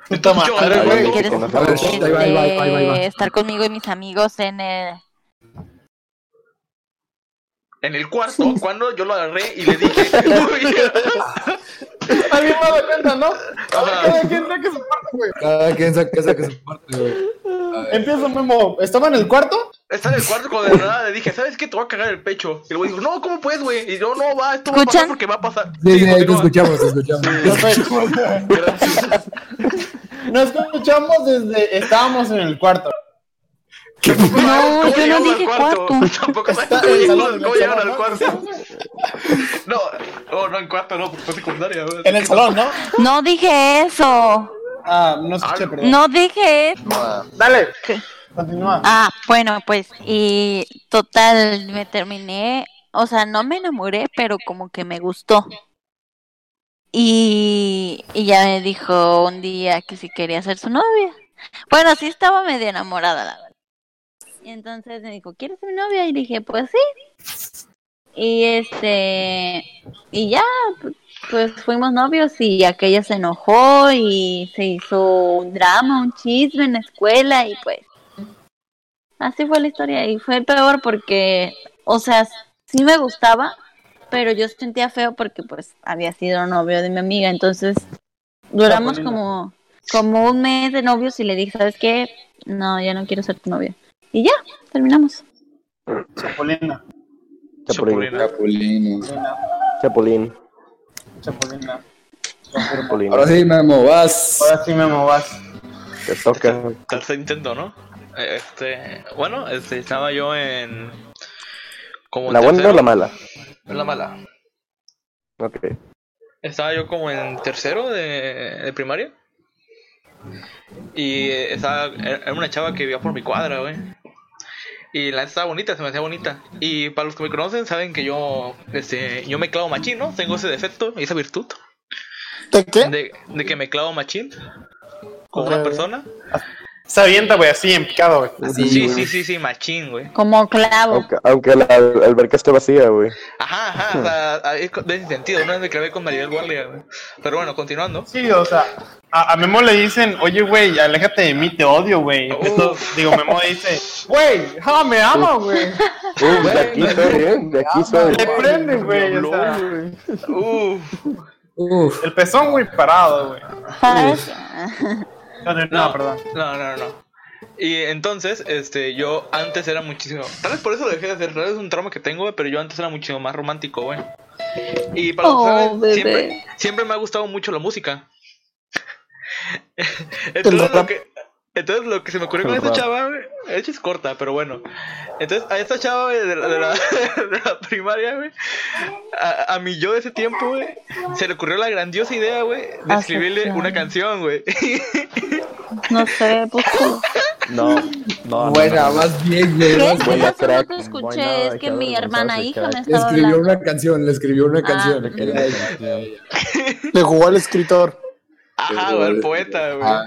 Speaker 1: Puta
Speaker 5: Yo,
Speaker 1: madre,
Speaker 5: Pero,
Speaker 7: Ahí
Speaker 1: güey.
Speaker 7: te
Speaker 3: ¿quieres
Speaker 7: conocemos.
Speaker 2: Sí, ahí va, ahí va, ahí va, ahí va.
Speaker 3: este, estar conmigo y mis amigos en el...
Speaker 5: En el cuarto, cuando yo lo agarré y le dije, "Uy".
Speaker 1: Alguien me ha dado cuenta, ¿no? A ver,
Speaker 5: Ajá.
Speaker 1: cada quien saque su parte, güey.
Speaker 2: Cada quien saca, saca su parte, güey. A ver.
Speaker 1: Empieza, Memo. ¿Estaba en el cuarto?
Speaker 5: está en el cuarto cuando de la nada le dije, ¿sabes qué? Te voy a cagar el pecho. Y el güey dijo, no, ¿cómo puedes, güey? Y yo, no, va, esto va a pasar
Speaker 3: ¿Escuchan?
Speaker 5: porque va a pasar.
Speaker 2: Sí, sí, ahí te
Speaker 5: continúa.
Speaker 2: escuchamos, te escuchamos.
Speaker 1: Yo soy- No escuchamos desde. Estábamos en el cuarto.
Speaker 3: No,
Speaker 5: ¿Cómo
Speaker 3: yo no
Speaker 5: llegaron al
Speaker 3: dije cuarto.
Speaker 5: Tampoco sabes
Speaker 1: Está
Speaker 5: cómo
Speaker 1: en el
Speaker 5: llegaron,
Speaker 1: salón, en
Speaker 5: cómo
Speaker 1: el
Speaker 5: llegaron al
Speaker 1: salón,
Speaker 5: cuarto. No, oh, no, en cuarto no, porque fue secundaria. güey.
Speaker 4: En el salón, ¿no?
Speaker 3: No dije eso.
Speaker 1: Ah, no escuché, perdón.
Speaker 3: No dije eso.
Speaker 1: Dale.
Speaker 3: ¿Qué?
Speaker 1: Continúa.
Speaker 3: Ah, bueno, pues, y total, me terminé. O sea, no me enamoré, pero como que me gustó. Y, y ya me dijo un día que si quería ser su novia. Bueno, sí estaba medio enamorada, la verdad. Y entonces me dijo, ¿quieres ser mi novia? Y dije, pues sí. Y este, y ya, pues fuimos novios y aquella se enojó y se hizo un drama, un chisme en la escuela y pues así fue la historia y fue peor porque, o sea, sí me gustaba, pero yo sentía feo porque pues había sido novio de mi amiga, entonces duramos
Speaker 1: Chapolina.
Speaker 3: como como un mes de novios y le dije, ¿sabes qué? No, ya no quiero ser tu novia. Y ya, terminamos.
Speaker 1: Chapulina.
Speaker 7: Chapulín.
Speaker 5: Chapulina.
Speaker 7: Chapulín.
Speaker 1: Chapulina.
Speaker 7: Chapulín.
Speaker 2: Ahora sí, Memo, vas.
Speaker 1: Ahora sí, Memo, vas.
Speaker 7: Te toca.
Speaker 5: tercer intento, ¿no? Eh, Este, bueno, este, estaba yo en. Como
Speaker 7: ¿La buena o
Speaker 5: tercero-
Speaker 7: la mala?
Speaker 5: La mala.
Speaker 7: Ok.
Speaker 5: Estaba yo como en tercero de, de primaria. Y eh, estaba. Era una chava que vivía por mi cuadra, güey. Y la neta estaba bonita, se me hacía bonita. Y para los que me conocen, saben que yo. Este, yo me clavo machín, ¿no? Tengo ese defecto y esa virtud.
Speaker 4: ¿De qué?
Speaker 5: De, de que me clavo machín. Con
Speaker 4: Ok,
Speaker 5: una
Speaker 4: ok.
Speaker 5: persona.
Speaker 1: Se avienta, güey, así en picado, güey.
Speaker 2: Sí,
Speaker 5: sí,
Speaker 2: güey.
Speaker 5: sí, sí, sí, machín, güey.
Speaker 3: Como clavo.
Speaker 7: Aunque, aunque la al- alberca esté vacía, güey.
Speaker 5: Ajá, ajá, o sea, a- es con- de ese sentido, no es de clavé con Maribel Guardia, güey. Pero bueno, continuando.
Speaker 1: Sí, o sea, a, a Memo le dicen, oye, güey, aléjate de mí, te odio, güey. Entonces, Digo, Memo dice, güey, ja, me ama, güey.
Speaker 7: Uh, de aquí soy, ¿eh? De aquí soy.
Speaker 1: Le prende, güey, o sea,
Speaker 5: Uh,
Speaker 2: Uf.
Speaker 1: el pezón, güey, parado, güey.
Speaker 3: ¿Sabes?
Speaker 1: No, no, no, perdón.
Speaker 5: No, no, no. Y entonces, este, yo antes era muchísimo. Tal vez por eso lo dejé de hacer, tal vez es un trauma que tengo, güey, pero yo antes era muchísimo más romántico, güey. Y para los que
Speaker 3: Oh,
Speaker 5: saben,
Speaker 3: bebé.
Speaker 5: siempre, siempre me ha gustado mucho la música. entonces, lo
Speaker 4: rap.
Speaker 5: que, entonces lo que se me ocurrió con
Speaker 7: El
Speaker 5: esta
Speaker 7: rap.
Speaker 5: chava, güey, de hecho es corta, pero bueno. Entonces, a esta chava güey, de, la, de la- de la primaria, güey, a, a mi yo de ese tiempo, güey, se le ocurrió la grandiosa idea, güey, de escribirle una canción, güey.
Speaker 3: No sé, pues. tú.
Speaker 7: No, no.
Speaker 2: Buena, vas bien, güey.
Speaker 3: ¿Qué?
Speaker 2: vas bien.
Speaker 3: ¿Qué pasó?
Speaker 7: buena
Speaker 3: No
Speaker 7: crack,
Speaker 3: te
Speaker 7: buena,
Speaker 3: escuché, es que
Speaker 7: qué
Speaker 3: mi
Speaker 7: vergonzosa,
Speaker 3: hermana hija me
Speaker 7: qué-
Speaker 2: Le
Speaker 3: estaba
Speaker 2: escribió
Speaker 3: hablando.
Speaker 2: una canción, le escribió una
Speaker 3: Ah.
Speaker 2: canción.
Speaker 3: Le
Speaker 7: quería
Speaker 2: Ay,
Speaker 4: Le jugó al escritor.
Speaker 5: Ajá, güey, el Ah, poeta, güey.
Speaker 2: Ah.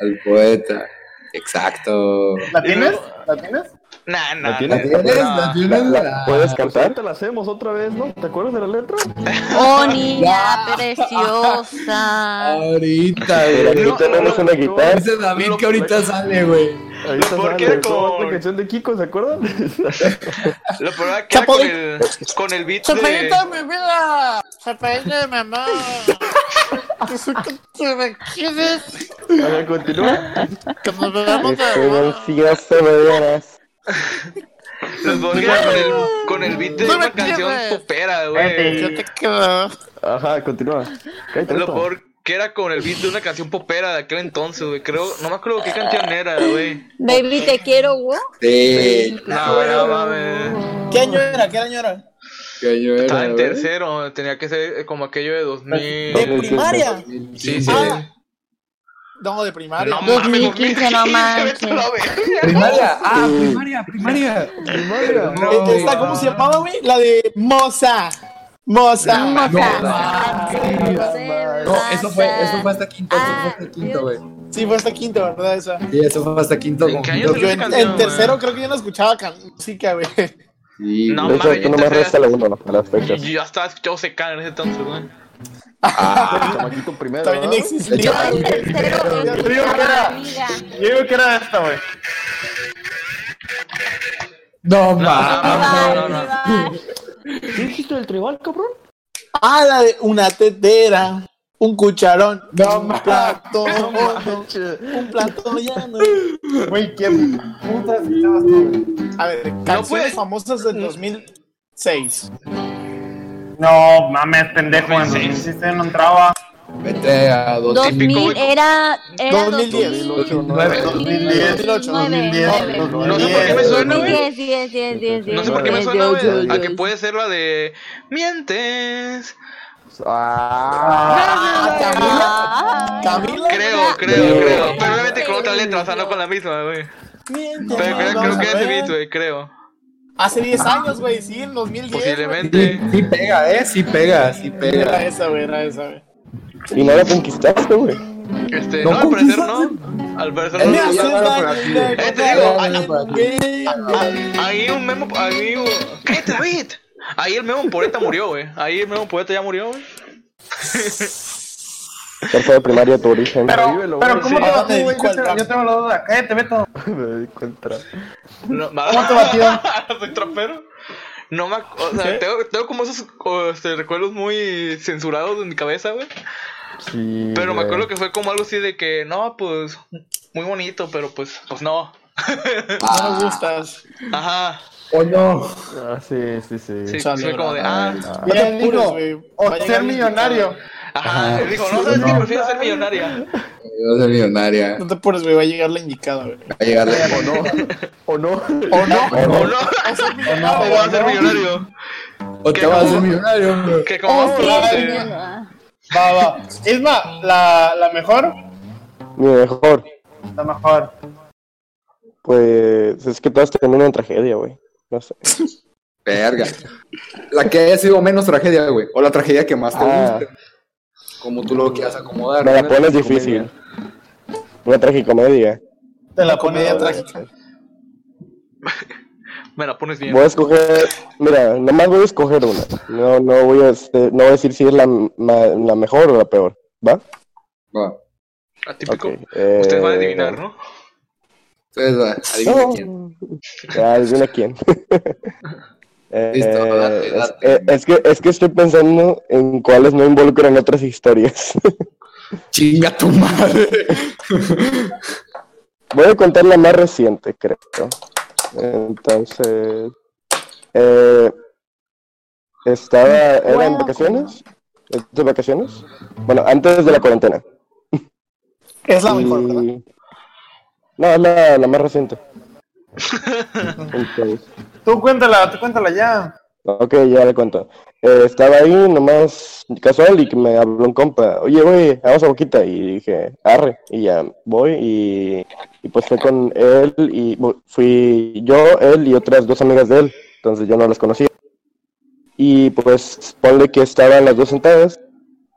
Speaker 2: El poeta. Exacto.
Speaker 1: ¿La tienes? ¿La tienes?
Speaker 5: Nah, nah,
Speaker 7: ¿La tienes?
Speaker 5: nah, nah.
Speaker 2: tienes?
Speaker 7: ¿Puedes cantar? Te la hacemos otra vez, ¿no? ¿Te acuerdas de la letra?
Speaker 3: Oh, niña preciosa.
Speaker 2: Ahorita,
Speaker 7: Ah.
Speaker 2: güey.
Speaker 7: Ahorita tenemos una guitarra.
Speaker 2: Dice David que ahorita sale, güey.
Speaker 7: Ahorita
Speaker 5: ¿por qué
Speaker 7: sale
Speaker 5: con-
Speaker 7: la canción de Kiko, ¿se acuerdan?
Speaker 5: Lo peor que era con el, con el beat de...
Speaker 4: Chaparrita de mi vida, chaparrita de mi amor. Que soy que te me quieres,
Speaker 7: A ver, continúa.
Speaker 4: que nos veamos de
Speaker 7: Este,
Speaker 4: amor.
Speaker 5: Los Borg era con el, con el beat de
Speaker 4: No me
Speaker 5: una canción
Speaker 4: entiendes.
Speaker 5: popera, güey.
Speaker 4: Yo te quiero.
Speaker 7: Ajá, continúa. Cállate,
Speaker 5: Lo
Speaker 7: Beto.
Speaker 5: peor que era con el beat de una canción popera de aquel entonces, güey. Creo, no me acuerdo qué canción era, güey.
Speaker 3: Baby, te quiero, güey.
Speaker 2: Sí.
Speaker 5: No, güey, no mames.
Speaker 4: ¿Qué año era? ¿Qué año era?
Speaker 2: Que yo
Speaker 5: Estaba
Speaker 2: era,
Speaker 5: en
Speaker 2: güey.
Speaker 5: tercero, tenía que ser como aquello de 2000.
Speaker 4: ¿De primaria?
Speaker 5: Sí, sí.
Speaker 4: Ah. No, de primaria.
Speaker 5: No mames,
Speaker 3: 2015, no
Speaker 5: 2015,
Speaker 3: manches.
Speaker 5: vete a la verga.
Speaker 2: Primaria. Ah, primaria, primaria.
Speaker 7: Primaria.
Speaker 5: No,
Speaker 4: Eh, esta, ¿Cómo se llamaba, güey? La de Moza. Moza.
Speaker 2: No, eso fue, eso fue hasta quinto, eso fue hasta quinto, güey.
Speaker 4: Sí, fue hasta quinto, ¿verdad? Esa.
Speaker 2: Sí, eso fue hasta quinto.
Speaker 5: ¿En
Speaker 2: como
Speaker 5: qué año
Speaker 2: quinto.
Speaker 4: Yo en,
Speaker 5: canción,
Speaker 4: en
Speaker 5: güey.
Speaker 4: tercero creo que yo no escuchaba can- música, güey.
Speaker 2: Sí,
Speaker 5: No
Speaker 2: güey.
Speaker 7: De hecho,
Speaker 5: mames,
Speaker 7: tú nomás
Speaker 5: entonces-
Speaker 7: resta la uno, ¿no? las fechas.
Speaker 5: Yo ya estaba escuchando secada en ese entonces, güey.
Speaker 7: El chamaquito primero,
Speaker 4: También
Speaker 7: ¿no?
Speaker 4: existía.
Speaker 3: En tercero, yo
Speaker 1: Creo que
Speaker 3: escuchaba
Speaker 1: era-
Speaker 3: amiga.
Speaker 1: Yo digo que era esta, güey.
Speaker 5: No,
Speaker 2: No,
Speaker 5: no,
Speaker 2: mames.
Speaker 5: no, Ah, no, no, no.
Speaker 3: Tribal,
Speaker 7: ¿Qué dijiste del tribal, cabrón?
Speaker 4: Ah, la de una tetera. Un cucharón,
Speaker 2: No
Speaker 4: un
Speaker 2: mames.
Speaker 4: plato, hondo,
Speaker 7: manches.
Speaker 4: un plato llano.
Speaker 1: Güey, ¿qué puta escuchabas tú, güey?
Speaker 4: A ver, canciones
Speaker 5: puede-
Speaker 4: famosas
Speaker 5: Mm.
Speaker 4: del 2006.
Speaker 1: No, mames, pendejo, en 2016 no entraba.
Speaker 2: Vete a dos.
Speaker 5: Típico,
Speaker 3: 2000
Speaker 5: güey.
Speaker 3: era, era
Speaker 4: 2010.
Speaker 7: 2008, ¿no?
Speaker 2: 2009.
Speaker 1: 2010, 2010,
Speaker 5: No sé por qué me
Speaker 1: 2010.
Speaker 5: suena, güey.
Speaker 3: 10, 10, 10, 10,
Speaker 5: No sé por qué me suena, güey, a que puede ser la de... Mientes.
Speaker 7: Ah,
Speaker 4: Ah, Camila. Camila.
Speaker 5: Creo, creo, creo. Pero obviamente con otra letra, o sea, no con la misma, güey.
Speaker 4: Miente,
Speaker 5: Pero creo,
Speaker 4: vamos
Speaker 5: creo que
Speaker 4: a
Speaker 5: era
Speaker 4: ver.
Speaker 5: ese beat, güey, creo.
Speaker 4: Hace 10 años, güey, sí, en 2010. güey.
Speaker 5: Posiblemente.
Speaker 2: Sí, sí pega, eh, sí pega, sí
Speaker 4: Era
Speaker 2: pega.
Speaker 4: esa, güey, era esa, güey.
Speaker 7: y no la conquistaste, güey.
Speaker 5: Este,
Speaker 2: No,
Speaker 5: no, al parecer
Speaker 2: conquistaste.
Speaker 5: no. Al parecer
Speaker 2: Él
Speaker 4: Me
Speaker 2: ya
Speaker 5: no.
Speaker 4: haces
Speaker 2: lo
Speaker 4: daño,
Speaker 2: por aquí.
Speaker 4: me
Speaker 5: Eh, te digo,
Speaker 4: daño, güey.
Speaker 5: Ah, Ahí un memo, ahí un... ¡Cállate, David! Ahí el memo poeta murió, güey. Ahí el memo poeta ya murió, güey.
Speaker 7: Cuarto de primaria, tu origen.
Speaker 1: Pero, pero ¿cómo te
Speaker 4: sí.
Speaker 1: batió, güey?
Speaker 4: ¿Cuál,
Speaker 1: Yo te- Yo tengo la duda. Cállate, Beto.
Speaker 7: Me di cuenta.
Speaker 5: No,
Speaker 1: ¿Cómo te batió?
Speaker 5: Soy trapero. No me ac- o sea, tengo, tengo como esos o, este, recuerdos muy censurados en mi cabeza, güey.
Speaker 7: Sí.
Speaker 5: Pero me
Speaker 7: güey.
Speaker 5: acuerdo que fue como algo así de que, no, pues, muy bonito, pero pues, pues no.
Speaker 4: Ah, No me gustas.
Speaker 5: Ajá.
Speaker 2: O no.
Speaker 7: Ah, sí, sí, sí.
Speaker 5: Sí,
Speaker 4: Chale,
Speaker 5: fue como de, ah,
Speaker 7: Ah,
Speaker 4: No te
Speaker 1: Bien,
Speaker 4: apures,
Speaker 1: digo,
Speaker 4: güey.
Speaker 1: O
Speaker 4: Va a llegar
Speaker 1: ser
Speaker 4: el
Speaker 1: millonario.
Speaker 5: ajá. Dijo, no, ¿sabes qué? Prefiero ser millonaria.
Speaker 2: Yo soy millonaria.
Speaker 4: No te apures, güey, va a llegar la indicada, güey.
Speaker 2: Va a llegar la-
Speaker 7: O no. O no.
Speaker 4: O no,
Speaker 5: O no,
Speaker 1: no,
Speaker 5: o voy a ser millonario.
Speaker 2: O te vas a ser millonario, güey.
Speaker 5: Que como,
Speaker 3: Oh, sí,
Speaker 5: este,
Speaker 3: mierda.
Speaker 1: Va, va. Isma, la, la mejor,
Speaker 7: Mi mejor.
Speaker 1: la mejor.
Speaker 7: Pues es que todas terminan en tragedia, güey. No sé.
Speaker 2: Verga. La que haya sido menos tragedia, güey. O la tragedia que más te
Speaker 7: Ah.
Speaker 2: guste. Como tú lo quieras acomodar.
Speaker 7: Me la
Speaker 2: ¿no?
Speaker 7: pones difícil. Una tragicomedia.
Speaker 1: Te la
Speaker 4: comedia
Speaker 1: ponía
Speaker 4: trágica.
Speaker 5: me la pones bien.
Speaker 7: Voy a escoger. Mira, nomás voy a escoger una. No, no voy a, este, no voy a decir si es la, ma- la mejor o la peor. ¿Va?
Speaker 2: Va.
Speaker 5: Atípico.
Speaker 7: Ok, eh,
Speaker 5: Ustedes van a adivinar, ¿no?
Speaker 2: Entonces, va, adivina
Speaker 7: No.
Speaker 2: quién.
Speaker 7: Ah, adivina quién. Eh,
Speaker 2: Listo, date,
Speaker 7: es-
Speaker 2: date.
Speaker 7: eh, es, que, es que estoy pensando en cuáles no involucran otras historias.
Speaker 2: Chinga tu madre.
Speaker 7: Voy a contar la más reciente, creo. Entonces, eh, estaba, era en
Speaker 3: Bueno,
Speaker 7: vacaciones, de vacaciones, bueno, antes de la cuarentena.
Speaker 4: Es la mejor, ¿verdad?
Speaker 7: Y- No, es la, la más reciente. Entonces,
Speaker 1: Tú cuéntala, tú cuéntala ya.
Speaker 7: Ok, ya le cuento. Eh, estaba ahí nomás casual y que me habló un compa. Oye, güey, vamos a Boquita. Y dije, arre. Y ya voy y, y pues fue con él y bu- fui yo, él y otras dos amigas de él. Entonces yo no las conocía. Y pues ponle que estaban las dos sentadas.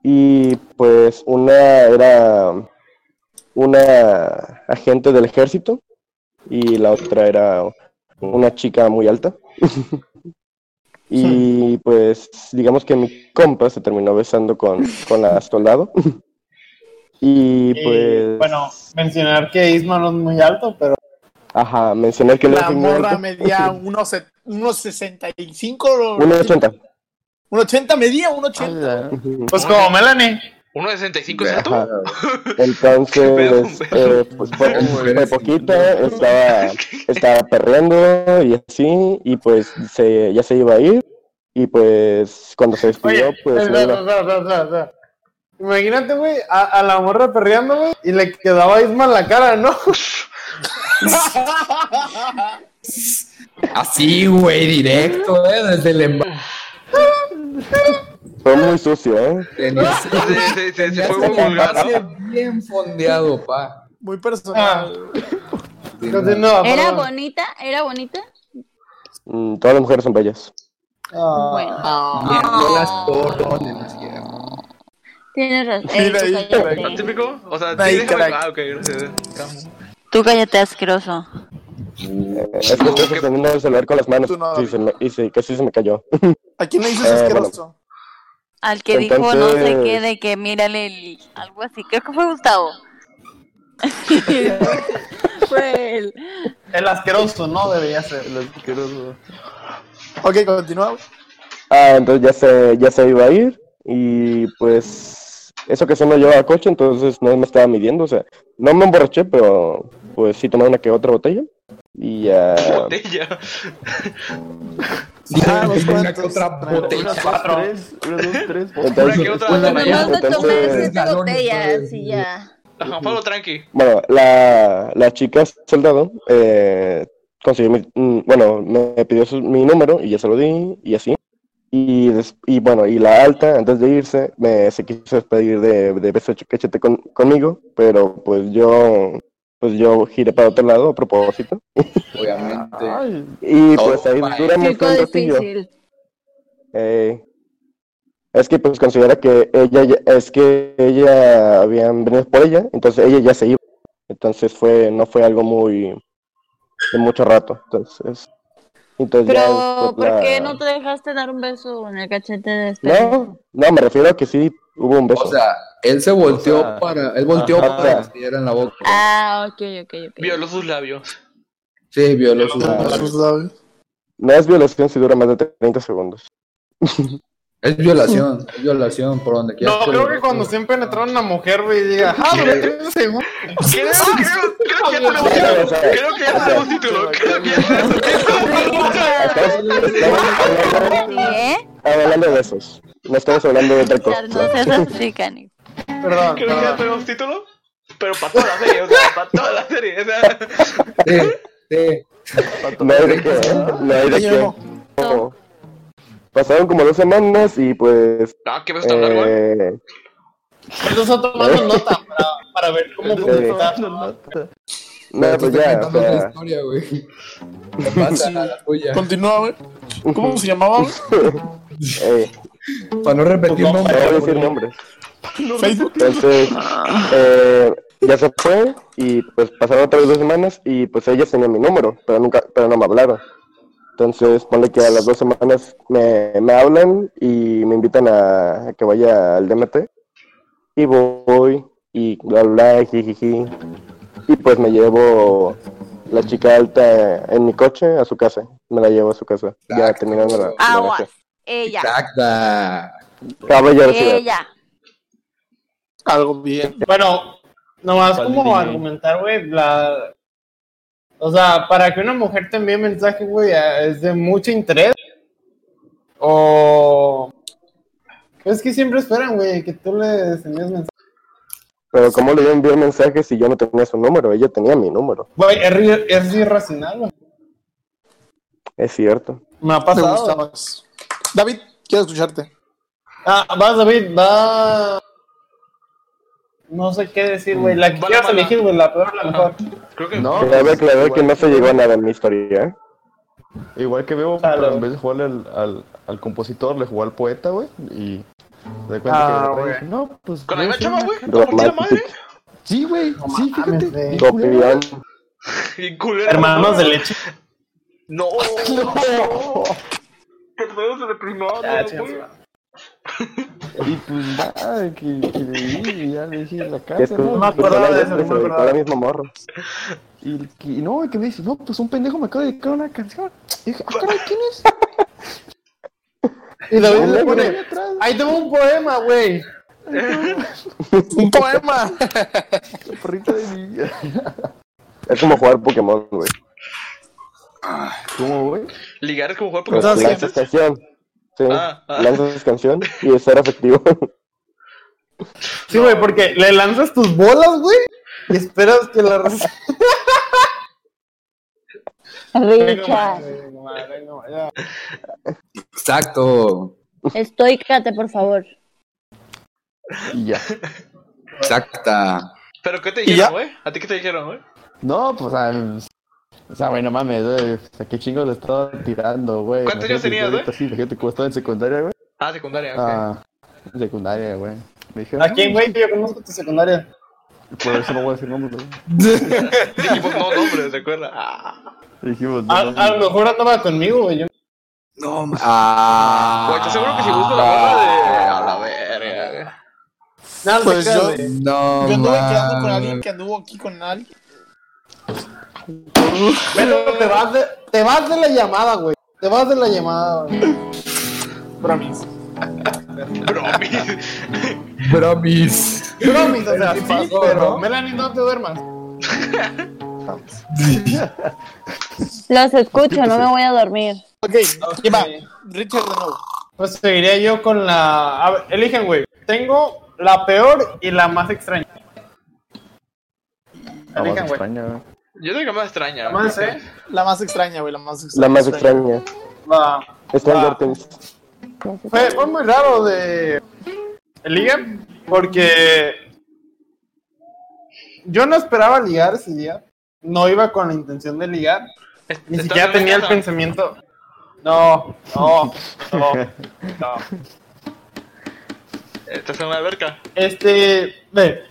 Speaker 7: Y pues una era una agente del ejército y la otra era una chica muy alta. y pues digamos que mi compa se terminó besando con, con la soldado. y
Speaker 1: Y,
Speaker 7: pues...
Speaker 1: Bueno, mencionar que Isma no es muy alto, pero
Speaker 7: Ajá, mencioné que no
Speaker 4: La
Speaker 7: fui muy
Speaker 4: morra
Speaker 7: alto.
Speaker 4: medía unos, set- unos 65,
Speaker 7: 1.80.
Speaker 4: 1.80 medía, 1.80.
Speaker 7: Ujú.
Speaker 1: pues como Melanie.
Speaker 5: 1.65 es
Speaker 7: Ajá.
Speaker 5: alto. Qué pedo,
Speaker 7: Entonces,
Speaker 5: pedo.
Speaker 7: eh, pues fue,
Speaker 2: ¿Cómo
Speaker 7: fue
Speaker 2: eres?
Speaker 7: poquita, estaba, estaba perreando y así, y pues se, ya se iba a ir, y pues cuando se despidió,
Speaker 1: Oye,
Speaker 7: pues
Speaker 1: espera,
Speaker 7: bueno,
Speaker 1: espera, espera, espera, espera. Imagínate, güey, a, a la morra perreando, güey, y le quedaba a Isma en la cara, ¿no?
Speaker 2: Así, güey, directo, ¿eh? Desde el embate.
Speaker 7: fue muy sucio, ¿eh?
Speaker 2: Tenías-
Speaker 5: Se, se- se- se
Speaker 2: tenías
Speaker 5: fue muy
Speaker 2: el
Speaker 5: vulgar, ¿no?
Speaker 2: embate bien fondeado, pa.
Speaker 4: Muy personal.
Speaker 2: Sí, no.
Speaker 1: Continúa,
Speaker 3: ¿Era
Speaker 1: perdón.
Speaker 3: bonita? ¿Era bonita?
Speaker 7: Mm, Todas las mujeres son bellas.
Speaker 1: Ah,
Speaker 3: Bueno,
Speaker 2: Bien, no las perdones, ya.
Speaker 3: tienes razón.
Speaker 4: Mira ahí,
Speaker 3: Ey, tú
Speaker 4: mira ahí.
Speaker 3: cállate.
Speaker 5: ¿Típico? O sea,
Speaker 4: Ahí,
Speaker 5: sí, déjame...
Speaker 4: crack.
Speaker 5: Ah, ok, gracias.
Speaker 3: Tú cállate asqueroso.
Speaker 7: Eh, Es que estoy sosteniendo el celular con las manos
Speaker 4: Tú no.
Speaker 7: y, se me- y se- casi se me cayó.
Speaker 4: ¿A quién le dices
Speaker 7: Eh,
Speaker 4: asqueroso?
Speaker 3: Al que dijo no sé
Speaker 7: Entonces-
Speaker 3: qué de que mírale el- algo así. Creo que fue Gustavo. fue él.
Speaker 1: el asqueroso, ¿no? Debería ser.
Speaker 4: Ok, continúa.
Speaker 7: Ah, entonces ya se, ya se iba a ir y pues eso que se no llevaba coche, entonces no me estaba midiendo, o sea, no me emborraché, pero pues sí tomé una que otra botella y ya...
Speaker 5: Botella.
Speaker 2: Sí,
Speaker 4: Ah, los
Speaker 2: una que
Speaker 4: cuantos.
Speaker 2: otra botella.
Speaker 5: Una que
Speaker 7: Entonces,
Speaker 5: otra.
Speaker 3: Bueno,
Speaker 7: Bueno,
Speaker 3: no te
Speaker 7: entonces-
Speaker 3: tomes siete
Speaker 2: Galones,
Speaker 3: botellas
Speaker 2: pues,
Speaker 3: y ya.
Speaker 5: Ajá, Pablo, tranqui.
Speaker 7: bueno, la, la chica soldado eh, consiguió mi, mm, bueno, me pidió su- mi número y ya se lo di y así. Y, des- y bueno, y la alta, antes de irse, me, se quiso despedir de, de beso ch- cachete con- conmigo, pero pues yo, pues yo giré para otro lado a propósito.
Speaker 2: Obviamente.
Speaker 7: Ah, Y
Speaker 2: Todo
Speaker 7: pues ahí
Speaker 2: mal.
Speaker 7: duramos
Speaker 3: Chico
Speaker 7: un ratillo.
Speaker 3: difícil.
Speaker 7: Eh, es que pues considera que ella ya- es que ella habían venido por ella, entonces ella ya se iba. Entonces fue, no fue algo muy de mucho rato. Entonces, entonces ya
Speaker 3: Pero,
Speaker 7: después
Speaker 3: ¿por
Speaker 7: la-
Speaker 3: qué no te dejaste dar un beso en el cachete de este? despedida?
Speaker 7: No, no, me refiero a que sí hubo un beso.
Speaker 2: O sea, él se volteó
Speaker 8: O sea,
Speaker 2: para. Él volteó
Speaker 7: ajá.
Speaker 2: para que se diera en la boca.
Speaker 3: Ah, ok, ok, ok.
Speaker 5: Violó sus labios.
Speaker 2: Sí, violó su.
Speaker 7: Ah.
Speaker 4: Sus labios.
Speaker 7: no es violación si dura más de 30 segundos.
Speaker 2: Es violación, es violación por donde quiera.
Speaker 1: No, creo que cuando siempre penetraron a una mujer, güey, diga, ah, pero seguro.
Speaker 5: Creo, creo, creo que ya tenemos título.
Speaker 7: Claro, o sea,
Speaker 5: Creo que ya tenemos título. Creo que ya tenemos
Speaker 7: Estamos, estamos hablando,
Speaker 3: Sí, ¿eh?
Speaker 7: hablando de besos. No estamos hablando de otra
Speaker 3: O sea,
Speaker 7: cosa.
Speaker 3: No seas así, Cani.
Speaker 1: Perdón,
Speaker 5: Creo que ya
Speaker 1: perdón.
Speaker 5: tenemos título. Pero para toda la serie, o sea, para toda la serie. O sea,
Speaker 2: Sí, sí.
Speaker 7: No hay de qué, ¿eh? No hay de
Speaker 4: Oye,
Speaker 7: qué.
Speaker 4: Memo.
Speaker 7: No. Pasaron como dos semanas y pues...
Speaker 5: no, Ah, ¿qué vas a hablar, güey?
Speaker 7: eh,
Speaker 1: Él nos está tomando nota para, para ver cómo contestar.
Speaker 7: Eh, no,
Speaker 2: Tú estás
Speaker 7: pues ya, o
Speaker 2: contando otra
Speaker 7: sea,
Speaker 2: historia, güey. Me pasa a la tuya.
Speaker 4: Continúa, güey. ¿Cómo se llamaba? güey?
Speaker 7: eh,
Speaker 2: Para no repetir
Speaker 7: no voy a
Speaker 2: nombres.
Speaker 7: decir nombres.
Speaker 4: Facebook.
Speaker 7: Entonces, eh, ya se fue y pues pasaron otras dos semanas y pues ellas tenían mi número, pero nunca, pero no me hablaron. Entonces, ponle que a las dos semanas me, me hablan y me invitan a, a que vaya al DMT. Y voy, y bla, bla, bla, jijiji. Y pues me llevo la chica alta en mi coche a su casa. Me la llevo a su casa. Ya
Speaker 2: Exacto.
Speaker 7: terminando la, la
Speaker 3: Aguas.
Speaker 7: noche.
Speaker 3: Ella.
Speaker 2: Exacta.
Speaker 7: Caballero, Ah, sí,
Speaker 3: Ella.
Speaker 4: Algo bien.
Speaker 1: Bueno, nomás
Speaker 8: ¿Cuál
Speaker 1: como
Speaker 8: DJ?
Speaker 1: argumentar, güey, la... O sea, para que una mujer te envíe mensaje, güey, a- es de mucho interés. O... Es que siempre esperan, güey, que tú les envíes mensaje.
Speaker 7: Pero ¿cómo le iba a enviar mensajes si yo no tenía su número? Ella tenía mi número.
Speaker 1: Güey, es, ri- es irracional, güey.
Speaker 7: Es cierto.
Speaker 1: Me ha
Speaker 4: Me gusta
Speaker 1: pasado.
Speaker 4: más. David, quiero escucharte.
Speaker 1: Ah, vas, David, va... No sé qué decir, güey. La que
Speaker 5: Va la
Speaker 1: quieras
Speaker 5: mala.
Speaker 1: elegir, güey, la peor, la mejor.
Speaker 5: Creo que
Speaker 8: No,
Speaker 7: Cabe
Speaker 8: pues,
Speaker 7: aclarar
Speaker 8: igual
Speaker 7: que no se
Speaker 8: que-
Speaker 7: llegó a nada en mi historia, ¿eh?
Speaker 8: Igual que veo,
Speaker 1: Claro.
Speaker 8: pero en vez de jugarle al, al, al compositor, le jugó al poeta, güey. Y se da cuenta
Speaker 1: Ah,
Speaker 8: que
Speaker 1: güey.
Speaker 8: dije, no, pues.
Speaker 5: Con la
Speaker 8: yo
Speaker 5: misma
Speaker 8: sí,
Speaker 5: chava,
Speaker 8: no".
Speaker 5: güey. ¿Te partí la madre?
Speaker 2: Sí, güey, sí, fíjate.
Speaker 1: mames, güey.
Speaker 2: bien culero.
Speaker 7: Copión.
Speaker 5: Bien culero.
Speaker 9: Hermanos de leche.
Speaker 5: No, no. Hermanos de
Speaker 9: Ah,
Speaker 5: primaria, güey.
Speaker 9: chingas.
Speaker 8: Y pues nada, que, que le di, y ya le dije la
Speaker 7: Que es
Speaker 8: casa,
Speaker 7: un
Speaker 8: ¿no?
Speaker 9: me acordaba de eso, no me
Speaker 7: que se dedicó a la
Speaker 9: acordaba.
Speaker 7: misma morra.
Speaker 8: Y, que- y no, y que me dice, no, pues un pendejo me acaba de dedicar una canción. Y dije, ah, caray, ¿quién es?
Speaker 1: Y David le
Speaker 8: Por ahí
Speaker 1: pone,
Speaker 8: atrás.
Speaker 1: ahí tengo un poema, güey.
Speaker 4: Un poema.
Speaker 8: La perrita de mi vida.
Speaker 7: Es como jugar Pokémon, güey.
Speaker 8: ¿Cómo, güey?
Speaker 5: Ligar es como jugar
Speaker 7: Pues,
Speaker 5: Pokémon.
Speaker 4: Entonces,
Speaker 7: lanzas canción. Sí.
Speaker 5: Ah, ah.
Speaker 7: Lanzas canción y es ser efectivo.
Speaker 1: Sí, güey, porque le lanzas tus bolas, güey, y esperas que la raza
Speaker 3: Richard,
Speaker 2: Exacto,
Speaker 3: estoícate, por favor.
Speaker 8: Y ya.
Speaker 2: exacta.
Speaker 5: ¿Pero qué te
Speaker 4: ya?
Speaker 5: dijeron, güey? ¿A ti qué te dijeron, güey?
Speaker 8: No, pues, ah, o sea, güey, no mames, güey. O sea, qué chingo le estaba tirando, güey.
Speaker 5: ¿Cuántos años
Speaker 8: Imagínate,
Speaker 5: tenías,
Speaker 8: ahorita
Speaker 5: güey?
Speaker 8: Sí, fíjate cómo estaba en secundaria, güey.
Speaker 5: Ah, secundaria, ok.
Speaker 8: Ah, en secundaria, güey. Me dijeron,
Speaker 1: ¿A quién, güey? que Yo conozco tu secundaria.
Speaker 8: Por eso no voy a decir nombres, güey.
Speaker 5: Dijimos Pues no nombres, recuerda. Ah.
Speaker 8: Dijimos, no,
Speaker 1: A,
Speaker 8: no,
Speaker 1: a lo mejor andaba conmigo, güey. yo-
Speaker 2: No, ma- ah,
Speaker 5: Güey, ¿estás Pues, seguro que si busco la barra de. A la verga, güey.
Speaker 1: Nada, no
Speaker 4: Pues
Speaker 1: te creas,
Speaker 4: yo-
Speaker 1: güey.
Speaker 2: No,
Speaker 4: Yo anduve quedando con
Speaker 2: mames.
Speaker 4: alguien que anduvo aquí con alguien.
Speaker 1: Pero te vas, de, te vas de la llamada, güey. Te vas de la llamada, güey.
Speaker 4: Bromis.
Speaker 5: Bromis.
Speaker 2: Bromis.
Speaker 1: No, mis, o sea,
Speaker 2: Sí
Speaker 1: sí,
Speaker 2: pasó,
Speaker 1: pero...
Speaker 2: ¿no?
Speaker 1: Melanie, no te duermas.
Speaker 3: Los escucho, no me voy a dormir.
Speaker 4: Ok, ¿quién va? Richard de nuevo.
Speaker 1: Pues seguiría yo con la... A ver, eligen, güey. Tengo la peor y la más extraña.
Speaker 8: no, más
Speaker 1: Elijan, güey.
Speaker 8: extraña, güey.
Speaker 5: Yo digo que más extraña.
Speaker 1: La más,
Speaker 5: güey.
Speaker 1: ¿eh?
Speaker 4: La más extraña, güey, la más extraña.
Speaker 7: La más extraña.
Speaker 1: Va. Ah.
Speaker 7: Stranger Things.
Speaker 1: Fue, fue muy raro de Eligen porque yo no esperaba ligar ese día. No iba con la intención de ligar.
Speaker 5: Est-
Speaker 1: Ni
Speaker 5: estás
Speaker 1: siquiera
Speaker 5: en la
Speaker 1: tenía el
Speaker 5: casa.
Speaker 1: pensamiento. No, no, no, no.
Speaker 5: Estás en una alberca.
Speaker 1: Este, ve.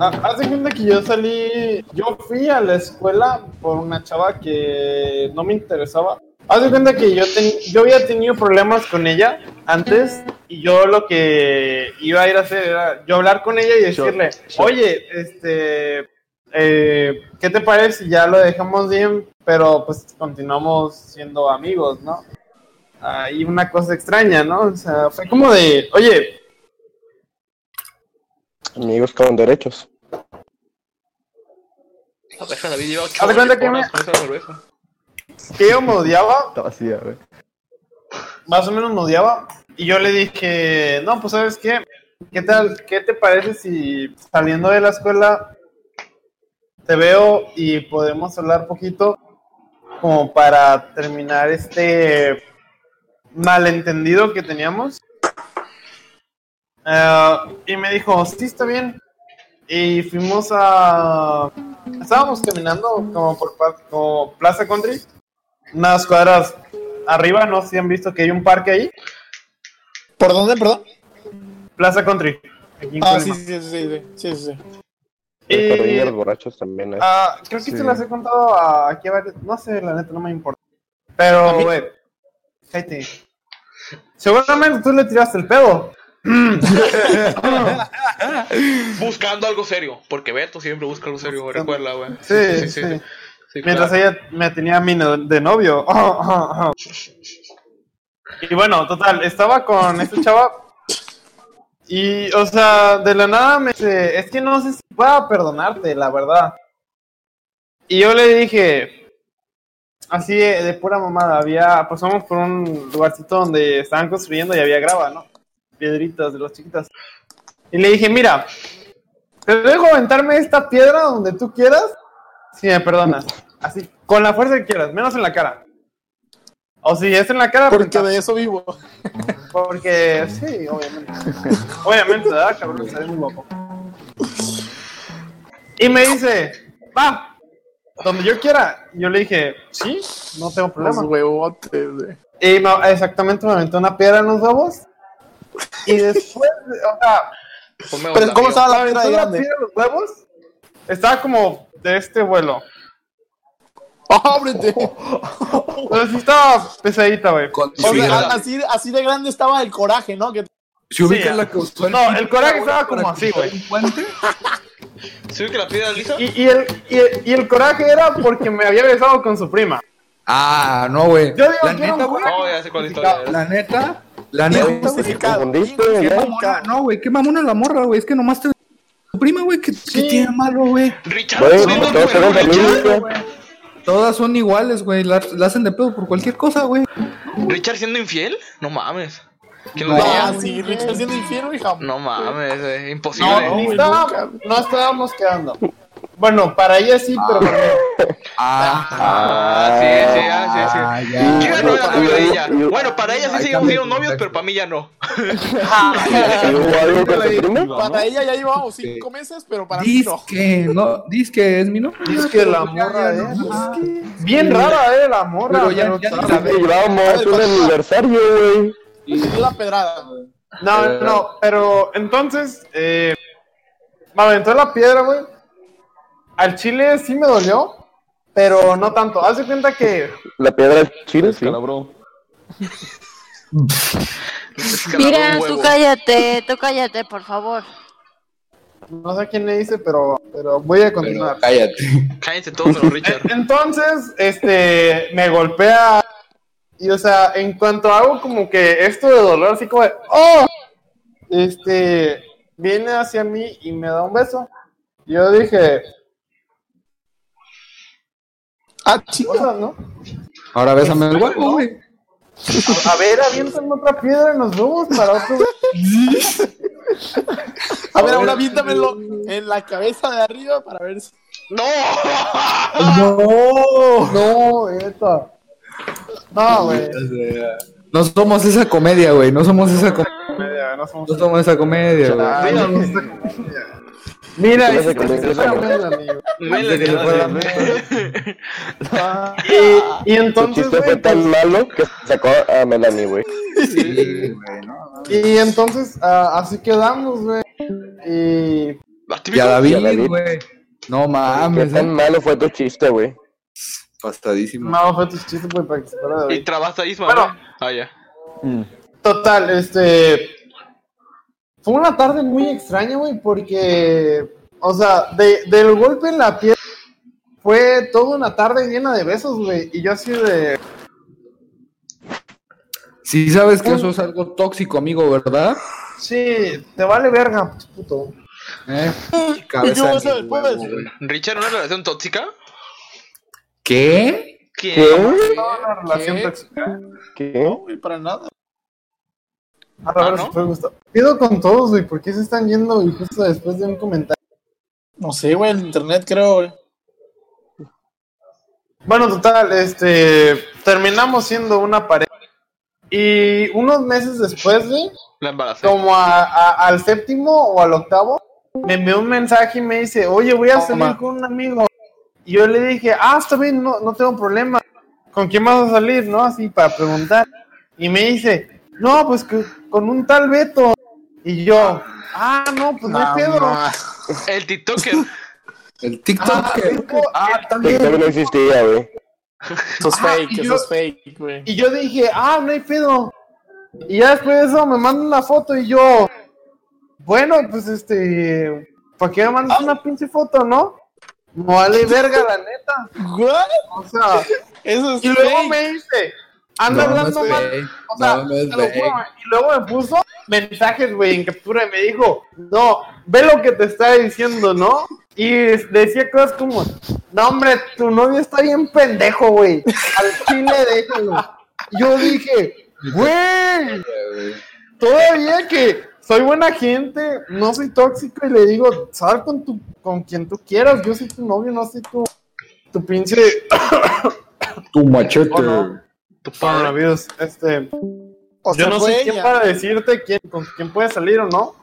Speaker 1: Ha- Haz de cuenta que yo salí, yo fui a la escuela por una chava que no me interesaba. Haz de cuenta que yo, ten- yo había tenido problemas con ella antes y yo lo que iba a ir a hacer era yo hablar con ella y decirle, oye, este, eh, ¿qué te parece si ya lo dejamos bien, pero pues continuamos siendo amigos, ¿no? Ahí una cosa extraña, ¿no? O sea, fue como de, oye,
Speaker 7: Amigos con derechos.
Speaker 5: Deja David lleva
Speaker 1: Haz de cuenta que
Speaker 5: horas
Speaker 1: me-
Speaker 5: con esa cerveza.
Speaker 1: que yo me odiaba,
Speaker 8: Está vacía, güey.
Speaker 1: más o menos me odiaba, y yo le dije, no, pues sabes qué, ¿qué tal, qué te parece si saliendo de la escuela te veo y podemos hablar poquito como para terminar este malentendido que teníamos? Ah, y me dijo, sí, está bien. Y fuimos a... Estábamos caminando como por pa- como Plaza Country, unas cuadras arriba, no sé si han visto que hay un parque ahí,
Speaker 4: ¿Por dónde, perdón?
Speaker 1: Plaza Country. aquí en
Speaker 4: Ah, sí,
Speaker 1: Colima.
Speaker 4: sí, sí, sí, sí, sí, sí, sí.
Speaker 7: El jardín
Speaker 1: Y,
Speaker 7: de los borrachos también. ¿eh?
Speaker 1: Eh, ah, creo que
Speaker 8: Sí.
Speaker 1: se las he contado a, aquí a varios, no sé, la neta, no me importa. Pero, güey, cállate. Seguramente tú le tiraste el pedo.
Speaker 5: Buscando algo serio. Porque Beto siempre busca algo serio, güey, recuerda, güey.
Speaker 1: Sí, sí.
Speaker 5: Sí,
Speaker 1: Mientras
Speaker 5: claro.
Speaker 1: ella me tenía a mí no- de novio. Y bueno, total, estaba con este chava. Y, o sea, de la nada me dice, es que no sé si pueda perdonarte, la verdad. Y yo le dije, así de, de pura mamada, había, pasamos por un lugarcito donde estaban construyendo y había grava, ¿no? Piedritas de las chiquitas. Y le dije, mira, te dejo aventarme esta piedra donde tú quieras, si me perdonas. Así, con la fuerza que quieras, menos en la cara. O si es en la cara,
Speaker 4: Porque
Speaker 1: pues,
Speaker 4: de eso vivo.
Speaker 1: porque sí, obviamente. obviamente, ¿verdad, cabrón? Está muy guapo. Y me dice, va, donde yo quiera. Y Yo le dije, sí, no tengo
Speaker 4: Los
Speaker 1: problema.
Speaker 4: huevotes, güey.
Speaker 1: Y me- exactamente me aventó una piedra en los huevos. Y después, o sea,
Speaker 5: Ponme
Speaker 4: Pero
Speaker 5: onda,
Speaker 4: ¿cómo
Speaker 5: amigo.
Speaker 4: estaba la verga de
Speaker 1: ¿Estaba
Speaker 4: grande?
Speaker 1: piedra los huevos? Estaba como de este vuelo.
Speaker 4: ¡Ábrete!
Speaker 1: Pero sí estaba pesadita, güey.
Speaker 2: Con
Speaker 4: O sea,
Speaker 2: fibra.
Speaker 4: a- así, así de grande estaba el coraje, ¿no? Que
Speaker 2: Si ubicas
Speaker 5: Sí,
Speaker 2: la causal.
Speaker 1: No, el coraje estaba
Speaker 2: para
Speaker 1: como así, güey.
Speaker 2: un guante,
Speaker 5: ¿Sí que la piedra lisa?
Speaker 1: Y, y el, y, el- y el coraje era porque me había besado con su prima.
Speaker 2: Ah, no, güey.
Speaker 1: Yo digo
Speaker 2: La
Speaker 1: que era un
Speaker 2: neta, güey.
Speaker 5: No, oh, ya sé cuál historia era.
Speaker 2: La neta. La
Speaker 4: Bien
Speaker 2: neta, güey.
Speaker 4: justificado.
Speaker 7: confundiste,
Speaker 4: Bien
Speaker 7: ¿eh?
Speaker 2: Qué
Speaker 4: justificado.
Speaker 2: mamona, no, güey. Qué mamona la morra, güey. Es que nomás te. Tu prima, güey. ¿Qué, qué
Speaker 1: Sí.
Speaker 2: tiene malo, güey?
Speaker 5: Richard,
Speaker 7: Güey,
Speaker 5: ¿sí no
Speaker 7: todos
Speaker 5: fue
Speaker 7: somos
Speaker 5: Richard?
Speaker 7: amigos, güey.
Speaker 2: Todas son iguales, güey. La, la hacen de pedo por cualquier cosa, güey.
Speaker 5: ¿Richard siendo infiel? No mames. ¿Quién lo
Speaker 2: No.
Speaker 5: diría?
Speaker 4: Ah, sí, Richard siendo infiel, hija.
Speaker 5: No mames, eh, imposible.
Speaker 1: No,
Speaker 4: güey,
Speaker 1: ni estaba-
Speaker 4: nunca.
Speaker 1: no estábamos quedando. Bueno, para ella sí, pero
Speaker 2: Ah,
Speaker 5: Ah, sí, sí, ah, sí, sí.
Speaker 2: ya.
Speaker 5: Yo ya no era novio de ella.
Speaker 7: Yo-
Speaker 5: Bueno, para ella sí
Speaker 2: Ahí
Speaker 5: siguen
Speaker 2: también.
Speaker 5: siendo novios, pero para mí ya no.
Speaker 7: ¿Y hubo algo con tu prima?
Speaker 1: Ah,
Speaker 4: Para ella ya llevábamos cinco meses, pero para mí
Speaker 2: Diz
Speaker 4: no.
Speaker 2: que, no, diz que es mi novia.
Speaker 1: Diz que la
Speaker 2: pero ya-
Speaker 1: morra
Speaker 2: ya no.
Speaker 5: ¿eh?
Speaker 1: es. bien rara, eh, la morra.
Speaker 2: Pero ya- ya ni la
Speaker 7: Sí,
Speaker 2: ve.
Speaker 7: Llevábamos un aniversario, güey.
Speaker 4: Es la pedrada. güey.
Speaker 1: No, no, no, pero entonces, eh, me aventó la piedra, güey. Al chile sí me dolió, pero no tanto. Haz de cuenta que
Speaker 7: La piedra del chile, sí.
Speaker 8: Descalabró.
Speaker 3: Mira,
Speaker 5: un
Speaker 3: tú
Speaker 5: huevo.
Speaker 3: cállate, tú cállate, por favor.
Speaker 1: no sé quién le hice, pero, pero voy a continuar.
Speaker 2: Pero cállate.
Speaker 5: Cállense todos, menos Richard.
Speaker 1: Entonces, este, me golpea. Y, o sea, en cuanto hago como que esto de dolor, así como de, ¡oh! Este, viene hacia mí y me da un beso. Yo dije,
Speaker 4: Ah,
Speaker 1: "Puta,
Speaker 4: chica.
Speaker 1: ¿no?
Speaker 2: Ahora bésame el huevo, güey.
Speaker 1: A, a ver, aviéntame otra piedra en los huevos para otro.
Speaker 4: A ver, ahora aviéntamelo en la cabeza de arriba para ver si.
Speaker 5: ¡No!
Speaker 1: ¡No! No, neta. No, güey.
Speaker 2: No somos esa comedia, güey. No somos esa comedia.
Speaker 1: Media, No somos...
Speaker 2: No somos esa comedia, güey.
Speaker 1: Ah, Mira,
Speaker 7: Yo no sé
Speaker 1: ese
Speaker 7: cómo es eso, güey.
Speaker 1: amigo.
Speaker 2: Antes de que fuera
Speaker 5: Mela,
Speaker 1: Y, y
Speaker 7: Tu
Speaker 1: entonces,
Speaker 7: chiste
Speaker 1: güey,
Speaker 7: fue
Speaker 1: pues,
Speaker 7: tan malo que sacó a Melanie, güey.
Speaker 2: Sí, güey, no.
Speaker 1: pues, Y entonces, ah, así quedamos, güey. Y
Speaker 5: La típica-
Speaker 2: Y a
Speaker 7: Ya, David.
Speaker 2: David, güey. No
Speaker 7: Qué
Speaker 2: mames,
Speaker 7: tan
Speaker 2: eh.
Speaker 7: malo fue tu chiste, güey.
Speaker 2: Pastadísimo.
Speaker 1: no, fue tus chistes, güey, para que se fuera de
Speaker 5: Y
Speaker 1: ahí.
Speaker 5: trabaste a Isma,
Speaker 1: Bueno.
Speaker 5: güey. Ah, ya.
Speaker 1: Total, este. Fue una tarde muy extraña, güey, porque. O sea, de- del golpe en la piel fue toda una tarde llena de besos, güey. Y yo así de.
Speaker 2: Si sabes que eso es algo tóxico, amigo, ¿verdad?
Speaker 1: Sí, te vale verga, pues, puto.
Speaker 2: Eh,
Speaker 4: yo
Speaker 2: cabeza.
Speaker 4: eso
Speaker 2: en el
Speaker 4: después.
Speaker 2: huevo, güey.
Speaker 5: ¿Richard, una relación tóxica?
Speaker 2: ¿Qué?
Speaker 5: ¿Qué?
Speaker 1: Toda una relación pues, tóxica.
Speaker 7: ¿Qué?
Speaker 4: No, güey, para nada.
Speaker 1: A ver,
Speaker 5: Ah,
Speaker 1: a ver
Speaker 5: ¿no?
Speaker 1: si fue gusto. Pido con todos, güey, ¿por qué se están yendo? Y justo después de un comentario.
Speaker 4: No sé, güey, el internet creo, güey.
Speaker 1: Bueno, total, este, terminamos siendo una pareja. Y unos meses después, güey,
Speaker 5: La embaracé.
Speaker 1: como a- a- al séptimo o al octavo, me envió un mensaje y me dice, oye, voy a salir con un amigo. Y yo le dije, ah, está bien, no, no tengo problema. ¿Con quién vas a salir? ¿No? Así para preguntar. Y me dice, no, pues que- con un tal Beto. Y yo, ah, no, pues no hay pedo.
Speaker 5: El TikToker.
Speaker 2: El TikTok. que-
Speaker 1: Ah, está bien.
Speaker 7: TikTok no existía, güey.
Speaker 4: Eso es fake,
Speaker 1: Ah, y
Speaker 4: eso
Speaker 1: yo-
Speaker 4: es fake, güey.
Speaker 1: Y yo dije, ah, no hay pedo. Y ya después de eso me mandan una foto y yo, bueno, pues este, ¿para qué me mandas una pinche foto, no? No vale verga, la neta.
Speaker 4: ¿What?
Speaker 1: O sea,
Speaker 4: Eso es
Speaker 1: y luego
Speaker 4: fake.
Speaker 1: me dice, anda
Speaker 2: No, no
Speaker 1: hablando
Speaker 2: es
Speaker 1: mal.
Speaker 2: fake,
Speaker 1: O sea,
Speaker 2: no, no es
Speaker 1: te lo juro,
Speaker 2: fake.
Speaker 1: güey. y luego me puso mensajes, güey, en captura y me dijo, no, ve lo que te está diciendo, ¿no? Y es- decía cosas como, no, hombre, tu novio está bien pendejo, güey. Al chile déjalo. Yo dije, güey, todavía que soy buena gente, no soy tóxico y le digo, sal con, tu, con quien tú quieras, yo soy tu novio, no soy tu, tu pinche
Speaker 2: Tu machete.
Speaker 1: Oh, no.
Speaker 5: Tu padre.
Speaker 1: coronavirus. Este,
Speaker 4: O sea,
Speaker 1: yo no
Speaker 4: fue
Speaker 1: sé
Speaker 4: ella.
Speaker 1: quién para decirte quién, con quién puede salir o no.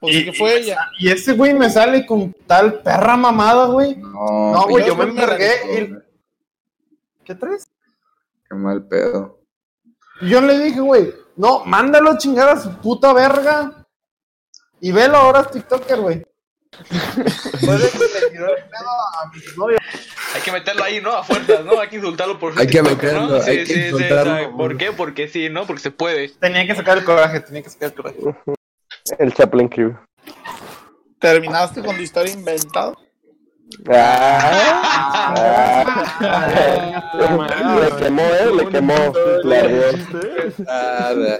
Speaker 4: O sea, que fue ella.
Speaker 1: Y ese güey me sale con tal perra mamada, güey.
Speaker 2: No,
Speaker 1: No, güey,
Speaker 4: yo
Speaker 1: yo me
Speaker 4: después me la
Speaker 1: envergué. y- ¿Qué traes?
Speaker 2: Qué mal pedo.
Speaker 1: Y yo le dije, güey, no, mándalo a chingar a su puta verga. Y velo, ahora es TikToker, güey. Puede que le tiró el pedo a mi novia.
Speaker 5: Hay que meterlo ahí, ¿no? A fuerzas, ¿no? Hay que insultarlo por ser
Speaker 2: Hay que
Speaker 5: TikToker, ¿no?
Speaker 2: meterlo, hay que insultarlo.
Speaker 5: o sea, ¿Por qué? Porque sí, ¿no? Porque se puede.
Speaker 1: Tenía que sacar el coraje, tenía que sacar el coraje.
Speaker 7: El Chaplin Crew.
Speaker 4: ¿Terminaste con la historia inventada?
Speaker 7: Ah, ah. le quemó, eh, le quemó. La ardió.
Speaker 2: Nada.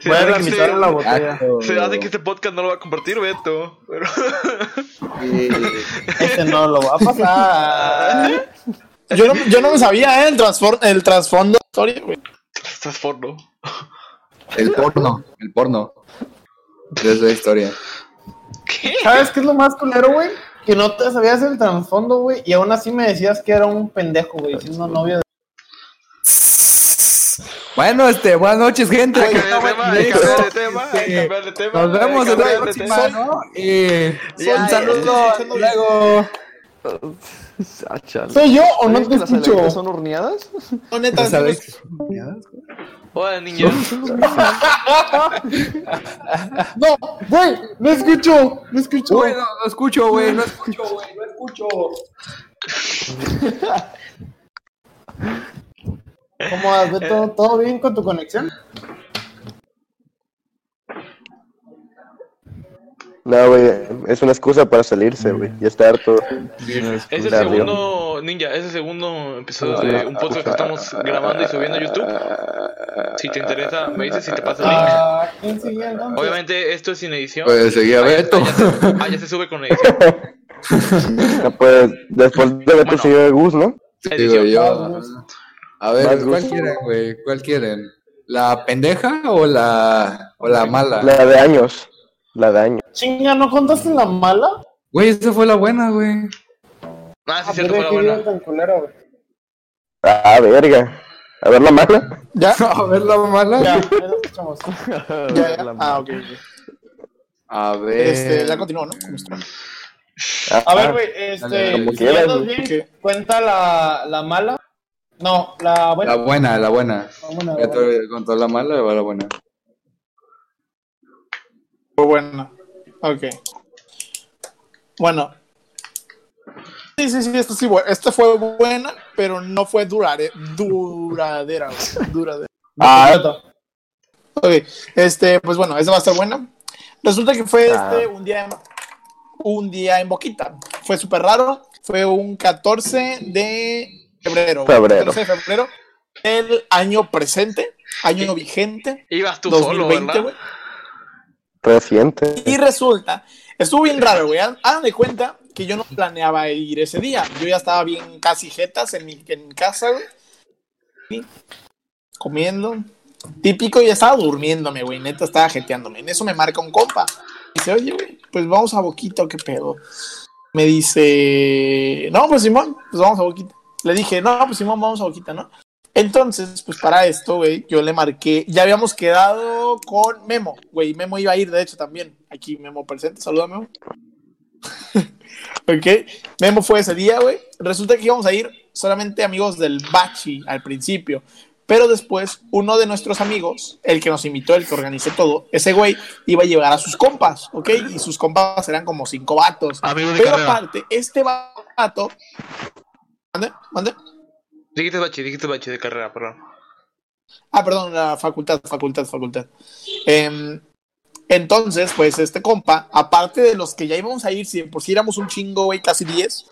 Speaker 5: Se
Speaker 1: Voy a
Speaker 5: hace que
Speaker 1: registrar
Speaker 5: se-
Speaker 1: la
Speaker 2: Ah,
Speaker 1: botella.
Speaker 5: Se hace que este podcast no lo va a compartir, Beto. Pero...
Speaker 2: Sí.
Speaker 1: Este no lo va a
Speaker 5: Ah.
Speaker 1: pasar.
Speaker 4: Yo no, yo no me sabía, ¿eh? El, transfor- el trasfondo de la historia, güey.
Speaker 5: Estás forno.
Speaker 2: El porno, el porno. Es la historia.
Speaker 1: ¿Sabes qué es lo más culero, güey? Que no te sabías el trasfondo, güey, y aún así me decías que era un pendejo, güey, siendo novio de...
Speaker 2: Bueno, este, buenas noches, gente.
Speaker 5: Hay que cambiar de tema, hay que cambiar de tema, hay que
Speaker 2: Este,
Speaker 5: cambiar de tema.
Speaker 2: Nos vemos
Speaker 5: hay
Speaker 2: en
Speaker 5: que
Speaker 2: la
Speaker 5: cambiar de tema.
Speaker 2: próxima, ¿no? Y
Speaker 5: Ya,
Speaker 2: un
Speaker 5: ya,
Speaker 2: saludo.
Speaker 4: estoy escuchando
Speaker 2: Luego.
Speaker 8: Ah, chale.
Speaker 1: ¿Soy yo o no
Speaker 8: ¿Sabes
Speaker 1: te
Speaker 8: que las
Speaker 1: escucho?
Speaker 8: alegrías son horneadas?
Speaker 4: No, neta,
Speaker 2: Ya sabes.
Speaker 4: sí,
Speaker 5: Hola, niños.
Speaker 1: No, güey, no escucho, no escucho.
Speaker 2: Güey, no, no escucho, güey, no escucho, güey, no escucho.
Speaker 1: ¿Cómo vas, Beto? ¿Todo bien con tu conexión?
Speaker 7: No, güey, es una excusa para salirse, güey. Ya está harto.
Speaker 5: Es el
Speaker 7: La abrió.
Speaker 5: segundo, ninja, es el segundo episodio de un podcast que estamos grabando y subiendo a YouTube. Si te interesa, me dices si te paso el link.
Speaker 1: Ah, ¿quién sigue entonces?
Speaker 5: Obviamente, esto es sin edición.
Speaker 2: Pues seguía Beto.
Speaker 5: Ah, ya se sube con la edición.
Speaker 7: No, pues después de Beto
Speaker 5: Bueno.
Speaker 7: sigue Gus, ¿no?
Speaker 2: Digo
Speaker 5: edición.
Speaker 2: yo. A
Speaker 7: Más
Speaker 2: ver,
Speaker 7: gusto.
Speaker 2: ¿cuál quieren, güey? ¿Cuál quieren? ¿La pendeja o la, o la mala?
Speaker 7: La de años. La de años.
Speaker 1: Chinga, ¿no contaste la mala?
Speaker 2: Güey, esa fue la buena, güey.
Speaker 5: Ah, sí,
Speaker 1: Ah,
Speaker 5: cierto, fue la
Speaker 1: qué
Speaker 5: buena.
Speaker 1: bien tan culero, güey.
Speaker 7: Ah, verga. A ver la mala.
Speaker 2: A ver, la
Speaker 1: Ya,
Speaker 2: mala.
Speaker 1: ya lo escuchamos.
Speaker 4: ya, ya. Ah, ok. ok.
Speaker 2: A ver.
Speaker 4: Este, ya continuó, ¿no? Como está.
Speaker 1: Eh, A
Speaker 4: Ah,
Speaker 1: ver, güey, este,
Speaker 7: como
Speaker 1: si
Speaker 7: quieras,
Speaker 1: andas
Speaker 7: güey.
Speaker 1: bien,
Speaker 4: ¿Qué?
Speaker 1: cuenta la, la mala. No, la buena.
Speaker 2: La buena, la buena.
Speaker 1: La buena, la
Speaker 2: Ya
Speaker 1: buena.
Speaker 2: te contó la mala o la buena.
Speaker 4: Fue buena. Ok. Bueno. Sí, sí, sí, esta, sí, bu- esta fue buena, pero no fue durare- duradera. güey, duradera.
Speaker 7: Ah,
Speaker 1: Beto.
Speaker 4: Ok, este, pues bueno, esta va a estar buena. Resulta que fue
Speaker 7: Ah.
Speaker 4: este, un, día en, un día en Boquita. Fue súper raro. Fue un 14 de febrero. güey,
Speaker 7: Febrero.
Speaker 4: 14 de febrero. El año presente, año vigente,
Speaker 5: Ibas tú solo,
Speaker 4: 2020,
Speaker 5: ¿verdad?
Speaker 4: güey.
Speaker 7: reciente.
Speaker 4: Y resulta, estuvo bien raro, güey. Hagan de cuenta que yo no planeaba ir ese día. Yo ya estaba bien casi jetas en mi en mi casa, güey. Y Comiendo. Típico, ya estaba durmiéndome, güey. Neta, estaba jeteándome. En eso me marca un compa. Dice, oye, güey, pues vamos a Boquito, qué pedo. Me dice, no, pues Simón, pues vamos a Boquita. Le dije, no, pues Simón, vamos a Boquita, ¿no? Entonces, pues para esto, güey, yo le marqué. Ya habíamos quedado con Memo, güey. Memo iba a ir, de hecho, también. Aquí Memo presente. Saluda, Memo. ok. Memo fue ese día, güey. Resulta que íbamos a ir solamente amigos del Bachi al principio. Pero después, uno de nuestros amigos, el que nos invitó, el que organizó todo, ese güey iba a llevar a sus compas, ¿ok? Y sus compas eran como cinco vatos.
Speaker 5: Amigo de
Speaker 4: Pero
Speaker 5: carrera.
Speaker 4: aparte, este vato. ¿Mande? ¿Mande?
Speaker 5: Dijiste bache, dijiste bache de carrera, perdón.
Speaker 4: Ah, perdón, la facultad, facultad, facultad. Em, entonces, pues este compa, aparte de los que ya íbamos a ir, si de por si éramos un chingo, güey, casi 10,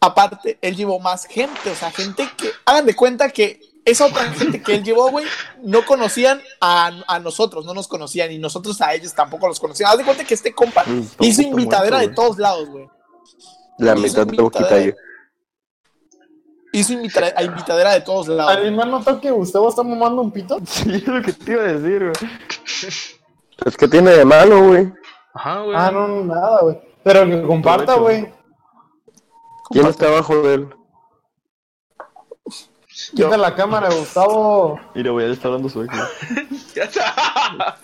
Speaker 4: aparte, él llevó más gente, o sea, gente que, hagan de cuenta que esa otra gente que él llevó, güey, no conocían a, a nosotros, no nos conocían y nosotros a ellos tampoco los conocían. Haz de cuenta que este compa
Speaker 7: Mm,
Speaker 4: hizo
Speaker 7: puto
Speaker 4: invitadera
Speaker 7: muerto,
Speaker 4: de
Speaker 7: güey.
Speaker 4: todos lados, güey.
Speaker 7: La
Speaker 4: hizo
Speaker 7: mitad de boquita
Speaker 4: invitadera.
Speaker 7: yo.
Speaker 4: Hizo invitadera, a invitadera de todos lados.
Speaker 1: ¿Alguien notó que Gustavo está mamando un pito?
Speaker 8: Sí, es lo que te iba a decir, güey.
Speaker 7: Es que tiene de malo, güey.
Speaker 5: Ajá, güey.
Speaker 1: Ah, no, no, nada, güey. Pero que comparta,
Speaker 8: Aprovecho.
Speaker 1: güey.
Speaker 7: ¿Quién está abajo de él?
Speaker 4: Yo.
Speaker 1: Quita la cámara, Gustavo.
Speaker 8: Mira, güey, él está hablando su ex, güey.
Speaker 5: Ya está.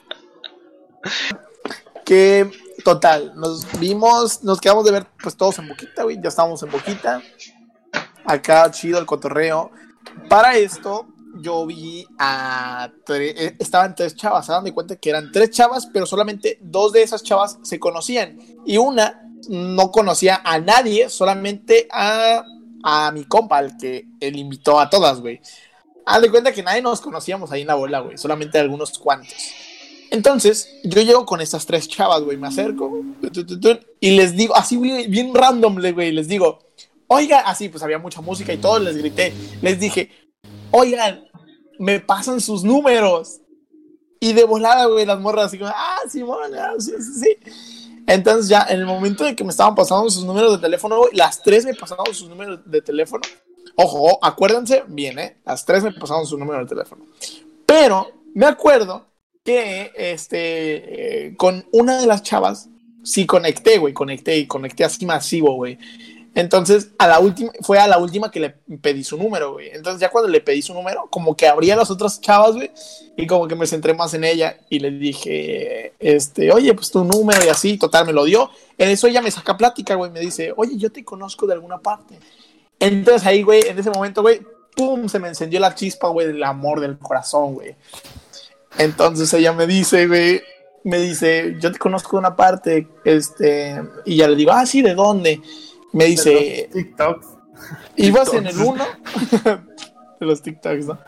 Speaker 4: Que total, nos vimos, nos quedamos de ver pues todos en Boquita, güey, ya estábamos en Boquita. Acá chido el cotorreo. Para esto, yo vi a tre- eh, estaban tres chavas, se dan de cuenta que eran tres chavas, pero solamente dos de esas chavas se conocían y una no conocía a nadie, solamente a, a mi compa, al que él invitó a todas, güey. Haz de cuenta que nadie nos conocíamos ahí en la bola, güey, solamente algunos cuantos. Entonces, yo llego con estas tres chavas, güey, me acerco tu, tu, tu, tu, y les digo, así güey, bien randomly, güey, les digo, oigan, así pues había mucha música y todo, les grité, les dije, oigan, me pasan sus números. Y de volada, güey, las morras así como, ah, Simón, ah, sí, sí, sí. Entonces ya, en el momento de que me estaban pasando sus números de teléfono, güey, las tres me pasaron sus números de teléfono. Ojo, acuérdense bien, ¿eh? Las tres me pasaron su número de teléfono. Pero me acuerdo que, este, eh, con una de las chavas, sí conecté, güey, conecté y conecté así masivo, güey. Entonces, a la última, fue a la última que le pedí su número, güey. Entonces, ya cuando le pedí su número, como que abrí a las otras chavas, güey, y como que me centré más en ella y le dije, este, oye, pues tu número y así, total, me lo dio. En eso ella me saca plática, güey, me dice, oye, yo te conozco de alguna parte. Entonces ahí, güey, en ese momento, güey, pum, se me encendió la chispa, güey, del amor del corazón, güey. Entonces ella me dice, güey, me dice, yo te conozco de una parte, este, y ya le digo, ah, sí, ¿de dónde? Me dice,
Speaker 1: TikToks.
Speaker 4: ibas en el 1, de los TikToks, ¿no?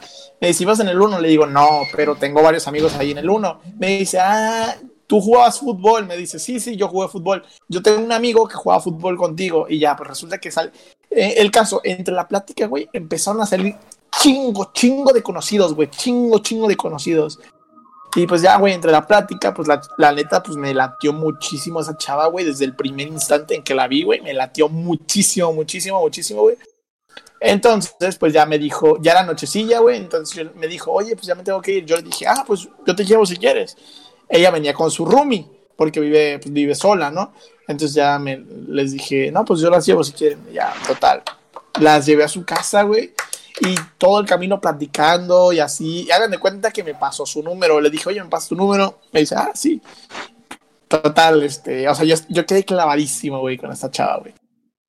Speaker 4: Me dice, ibas en el 1, le digo, no, pero tengo varios amigos ahí en el 1. Me dice, ah, tú jugabas fútbol, me dice, sí, sí, yo jugué fútbol. Yo tengo un amigo que jugaba fútbol contigo y ya, pues resulta que sale, eh, el caso, entre la plática, güey, empezaron a salir chingo, chingo de conocidos, güey, chingo, chingo de conocidos. Y pues ya, güey, entre la plática, pues la, la neta, pues me latió muchísimo esa chava, güey, desde el primer instante en que la vi, güey, me latió muchísimo, muchísimo, muchísimo, güey. Entonces, pues ya me dijo, ya era nochecilla, güey, entonces yo- me dijo, oye, pues ya me tengo que ir. Yo le dije, ah, pues yo te llevo si quieres. Ella venía con su roomie, porque vive, pues, vive sola, ¿no? Entonces ya me, les dije, no, pues yo las llevo si quieren. Ya, total. Las llevé a su casa, güey. Y todo el camino platicando y así. Y hagan de cuenta que me pasó su número. Le dije, oye, me pasas tu número. Me dice, ah, sí. Total, este. O sea, yo, yo quedé clavadísimo, güey, con esta chava, güey.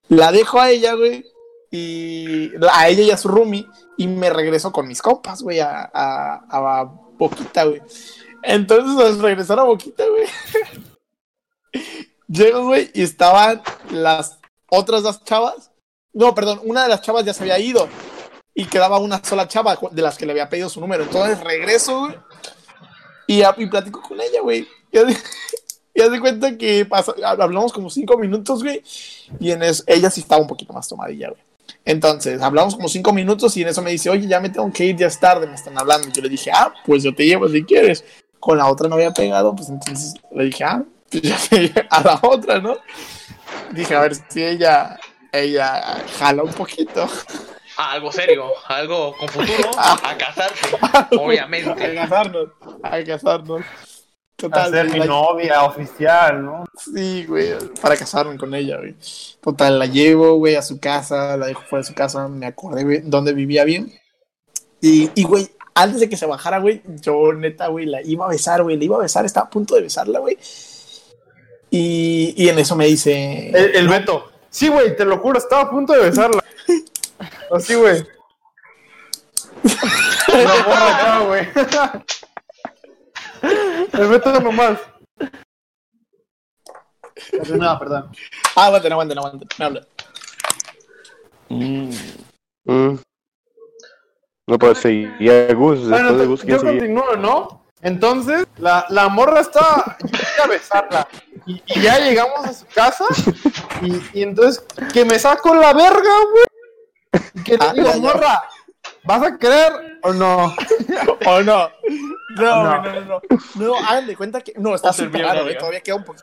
Speaker 4: La dejo a ella, güey. Y a ella y a su roomie. Y me regreso con mis compas, güey, a, a, a Boquita, güey. Entonces, al regresar a Boquita, güey. Llego, güey, y estaban las otras dos chavas. No, perdón, una de las chavas ya se había ido. Y quedaba una sola chava cu- de las que le había pedido su número. Entonces regreso, güey. Y, a- y platico con ella, güey. Y hace, y haz de cuenta que pasa- hablamos como cinco minutos, güey. Y en eso, ella sí estaba un poquito más tomadilla, güey. Entonces, hablamos como cinco minutos y en eso me dice, oye, ya me tengo que ir, ya es tarde, me están hablando. Y yo le dije, ah, pues yo te llevo si quieres. Con la otra no había pegado, pues entonces le dije, ah, pues ya pegué a la otra, ¿no? Dije, a ver si ella, ella jala un poquito.
Speaker 5: A Ah, algo serio, a algo con futuro, a casarse,
Speaker 4: A
Speaker 5: obviamente.
Speaker 4: casarnos, a casarnos.
Speaker 1: A
Speaker 4: Total,
Speaker 1: ser mi
Speaker 4: la-
Speaker 1: novia oficial, ¿no?
Speaker 4: sí, güey, para casarme con ella, güey. Total, la llevo, güey, a su casa, la dejo fuera de su casa, me acordé güey, dónde vivía bien. Y, y, güey, antes de que se bajara, güey, yo neta, güey, la iba a besar, güey, la iba a besar, estaba a punto de besarla, güey. Y, y en eso me dice...
Speaker 1: El, el Beto. Sí, güey, te lo juro, estaba a punto de besarla. Así, güey. La morra acá, güey. El Beto nomás. Perdón, perdón.
Speaker 4: Ah, aguanten, aguanten, aguanten, me habla.
Speaker 7: Mm. No, pero seguía Gus.
Speaker 1: Bueno,
Speaker 7: Después de Gus,
Speaker 1: yo
Speaker 7: ¿quién seguía?
Speaker 1: continúo, ¿no? Entonces, la, la morra estaba. Yo quería besarla. Y, y ya llegamos a su casa. Y, y entonces, que me saco la verga, güey. Y Que le
Speaker 4: Ah,
Speaker 1: digo,
Speaker 4: ya, ya.
Speaker 1: morra, ¿vas a querer o no?
Speaker 4: ¿O no?
Speaker 1: No.
Speaker 4: No, no, no, no. No, hagan de cuenta que. No, está
Speaker 5: Ser
Speaker 4: súper
Speaker 5: bien
Speaker 4: raro,
Speaker 5: verga.
Speaker 4: güey. Todavía queda, un po-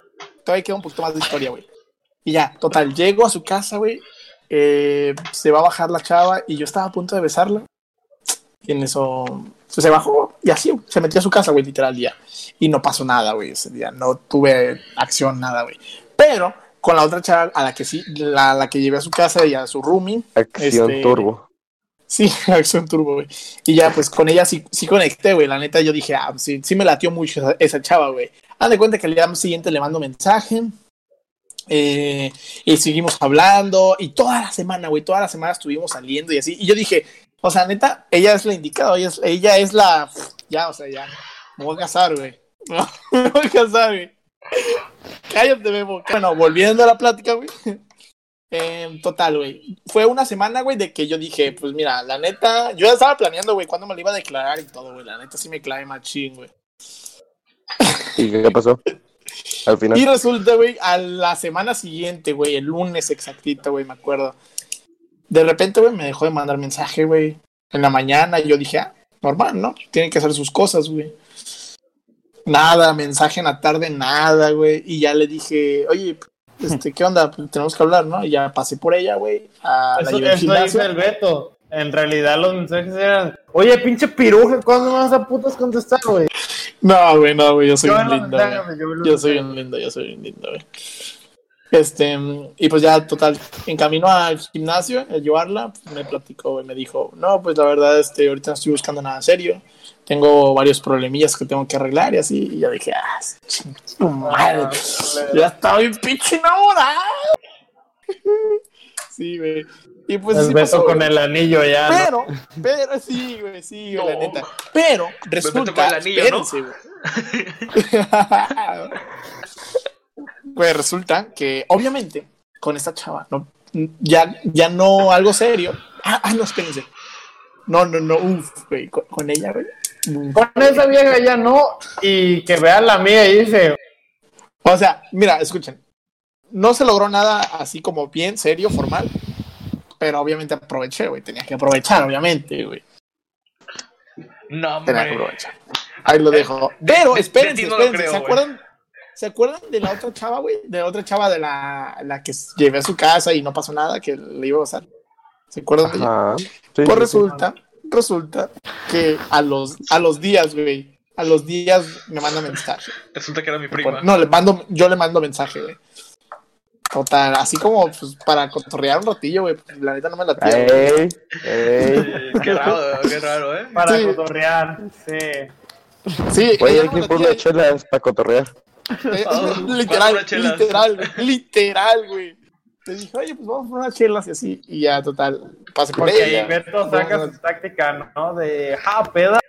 Speaker 4: todavía queda un poquito más de historia, güey. Y ya, total, llego a su casa, güey. eh, se va a bajar la chava y yo estaba a punto de besarla. Y en eso pues, se bajó y así güey, se metió a su casa, güey, literal, ya. Y no pasó nada, güey, ese día. No tuve acción, nada, güey. Pero con la otra chava a la que sí, la, la que llevé a su casa y a su roomie,
Speaker 7: Acción
Speaker 4: Este-
Speaker 7: Turbo.
Speaker 4: Sí, Acción Turbo, güey. Y ya, pues con ella sí, sí conecté, güey. La neta, yo dije, ah, sí, sí me latió mucho esa, esa chava, güey. Haz de cuenta que al día siguiente le mando mensaje. eh, y seguimos hablando. Y toda la semana, güey, toda la semana estuvimos saliendo y así. Y yo dije, O sea, neta, ella es la indicada, ella es, ella es la. Ya, o sea, ya. Me voy a casar, güey. Me voy a casar, güey. Cállate, Memo. Bueno, volviendo a la plática, güey. Em, total, güey. Fue una semana, güey, de que yo dije, pues mira, la neta, yo ya estaba planeando, güey, cuándo me lo iba a declarar y todo, güey. La neta sí me clavé machín, güey.
Speaker 7: ¿Y qué pasó? Al final.
Speaker 4: Y resulta, güey, a la semana siguiente, güey, el lunes exactito, güey, me acuerdo. De repente, güey, me dejó de mandar mensaje, güey, en la mañana. Y yo dije, ah, normal, ¿no? Tienen que hacer sus cosas, güey. Nada, mensaje en la tarde, nada, güey. Y ya le dije, oye, este, ¿qué onda? Pues tenemos que hablar, ¿no? Y ya pasé por ella, güey, a la
Speaker 1: Eso,
Speaker 4: llevé al
Speaker 1: eso
Speaker 4: gimnasio.
Speaker 1: dice el Beto. En realidad los mensajes eran, oye, pinche piruja, ¿cuándo me vas a putas contestar, güey?
Speaker 4: No, güey, no, güey, yo soy
Speaker 1: Yo
Speaker 4: un
Speaker 1: en los
Speaker 4: lindo, güey.
Speaker 1: mensajes, yo en los
Speaker 4: Yo soy
Speaker 1: mensajes.
Speaker 4: un lindo, yo soy un lindo, güey. Este, mm, y pues ya, total, en camino al gimnasio, a llevarla, pues, me platicó, güey, me dijo, no, pues la verdad, este, ahorita no estoy buscando nada serio, tengo varios problemillas que tengo que arreglar y así, y yo dije, ah, ching, tu madre, ya estaba bien pinche enamorado. Sí, güey, y pues
Speaker 1: El
Speaker 4: sí
Speaker 1: Beto
Speaker 4: pasó,
Speaker 1: con
Speaker 4: güey.
Speaker 1: el anillo ya, ¿no?
Speaker 4: Pero, pero sí, güey, sí, güey, la
Speaker 5: No.
Speaker 4: neta. Pero resulta,
Speaker 5: tocó el anillo,
Speaker 4: espérense, güey. Güey, resulta que obviamente con esta chava no ya ya no algo serio. Ah, ah, no, espérense. No, no, no, uf, güey, con, con ella, güey.
Speaker 1: Con esa vieja ya no, y que vea la mía y dice,
Speaker 4: O sea, mira, escuchen. No se logró nada así como bien, serio, formal. Pero obviamente aproveché, güey. Tenía que aprovechar, obviamente, güey.
Speaker 5: No, hombre.
Speaker 4: Tenía que aprovechar. Ahí lo dejo. Eh, Pero espérense,
Speaker 5: de ti no lo
Speaker 4: espérense.
Speaker 5: creo,
Speaker 4: ¿Se
Speaker 5: güey.
Speaker 4: acuerdan? ¿Se acuerdan de la otra chava, güey? De la otra chava de la, la que llevé a su casa y no pasó nada, que le iba a pasar. ¿Se acuerdan de ella?
Speaker 7: Ajá. Ah, Sí,
Speaker 4: Pues
Speaker 7: sí, sí.
Speaker 4: resulta, resulta que a los, a los días, güey. A los días me manda mensaje.
Speaker 5: Resulta que era mi
Speaker 4: Bueno,
Speaker 5: prima.
Speaker 4: no, le mando, yo le mando mensaje, güey. Total, así como pues, para cotorrear un ratillo, güey. pues, La neta no me la tía.
Speaker 7: Ey, ey.
Speaker 5: Eh, Qué raro, qué raro, ¿eh?
Speaker 1: para
Speaker 4: Sí.
Speaker 1: cotorrear, sí.
Speaker 4: Sí,
Speaker 7: Voy
Speaker 4: ella
Speaker 7: a ir
Speaker 4: no me
Speaker 7: aquí
Speaker 4: la
Speaker 7: por
Speaker 4: tía,
Speaker 7: unas chelas para cotorrear.
Speaker 4: Eh,
Speaker 5: Vamos,
Speaker 4: literal,
Speaker 5: unas chelas.
Speaker 4: literal, güey, literal, güey. Te dije, oye, pues vamos por unas chelas y así. Y ya, total, pasé por
Speaker 1: Porque
Speaker 4: ella.
Speaker 1: ahí Beto saca su táctica, ¿no? De, ja, peda.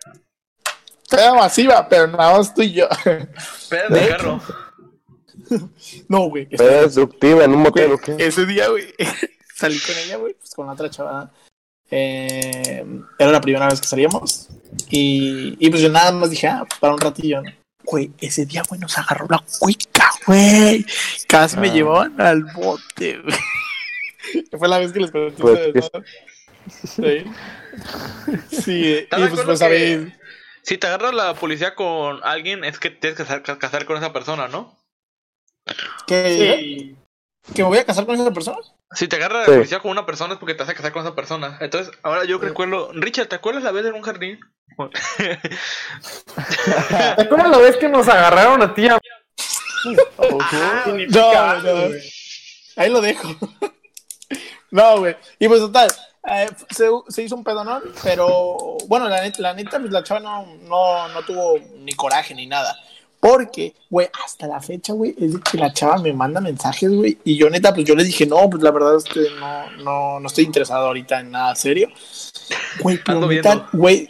Speaker 4: Era masiva, pero nada más tú y yo.
Speaker 5: Espera de carro.
Speaker 4: No, güey. ese-
Speaker 7: Fue destructiva en un motel, ¿o
Speaker 4: Este, güey,
Speaker 7: qué?
Speaker 4: Ese día, güey, salí con ella, güey, pues con la otra chavada. Eh, era la primera vez que salíamos. Y, y pues yo nada más dije, ah, para un ratillo, ¿no? Güey, ese día, güey, nos agarró la cuica, güey. Casi me
Speaker 7: Ah.
Speaker 4: llevaban al bote, güey. Fue la vez que les conté a
Speaker 7: Pues,
Speaker 4: ustedes, ¿no? Sí. Sí, eh, y
Speaker 5: ¿Estás de
Speaker 4: pues,
Speaker 5: acuerdo
Speaker 4: pues
Speaker 5: que-
Speaker 4: sabéis.
Speaker 5: Si te agarra la policía con alguien, es que tienes que casar, ca- casar con esa persona, ¿no?
Speaker 4: Que,
Speaker 1: Sí.
Speaker 4: que me voy a casar con esa persona.
Speaker 5: Si te agarra la
Speaker 7: Sí.
Speaker 5: policía con una persona es porque te vas a casar con esa persona. Entonces, ahora yo recuerdo. Richard, ¿te acuerdas la vez en un jardín?
Speaker 1: ¿Te acuerdas la vez que nos agarraron a ti? a-
Speaker 4: No, no. Ahí lo dejo. No, güey. Y pues total, eh, se, se hizo un pedonón, pero bueno, la neta, la, neta, pues, la chava no, no, no tuvo ni coraje ni nada. Porque, güey, hasta la fecha, güey, es de que la chava me manda mensajes, güey. Y yo neta, pues yo le dije, no, pues la verdad es que no, no, no estoy interesado ahorita en nada serio. Güey, pero
Speaker 5: Ando
Speaker 4: neta,
Speaker 5: viendo.
Speaker 4: güey,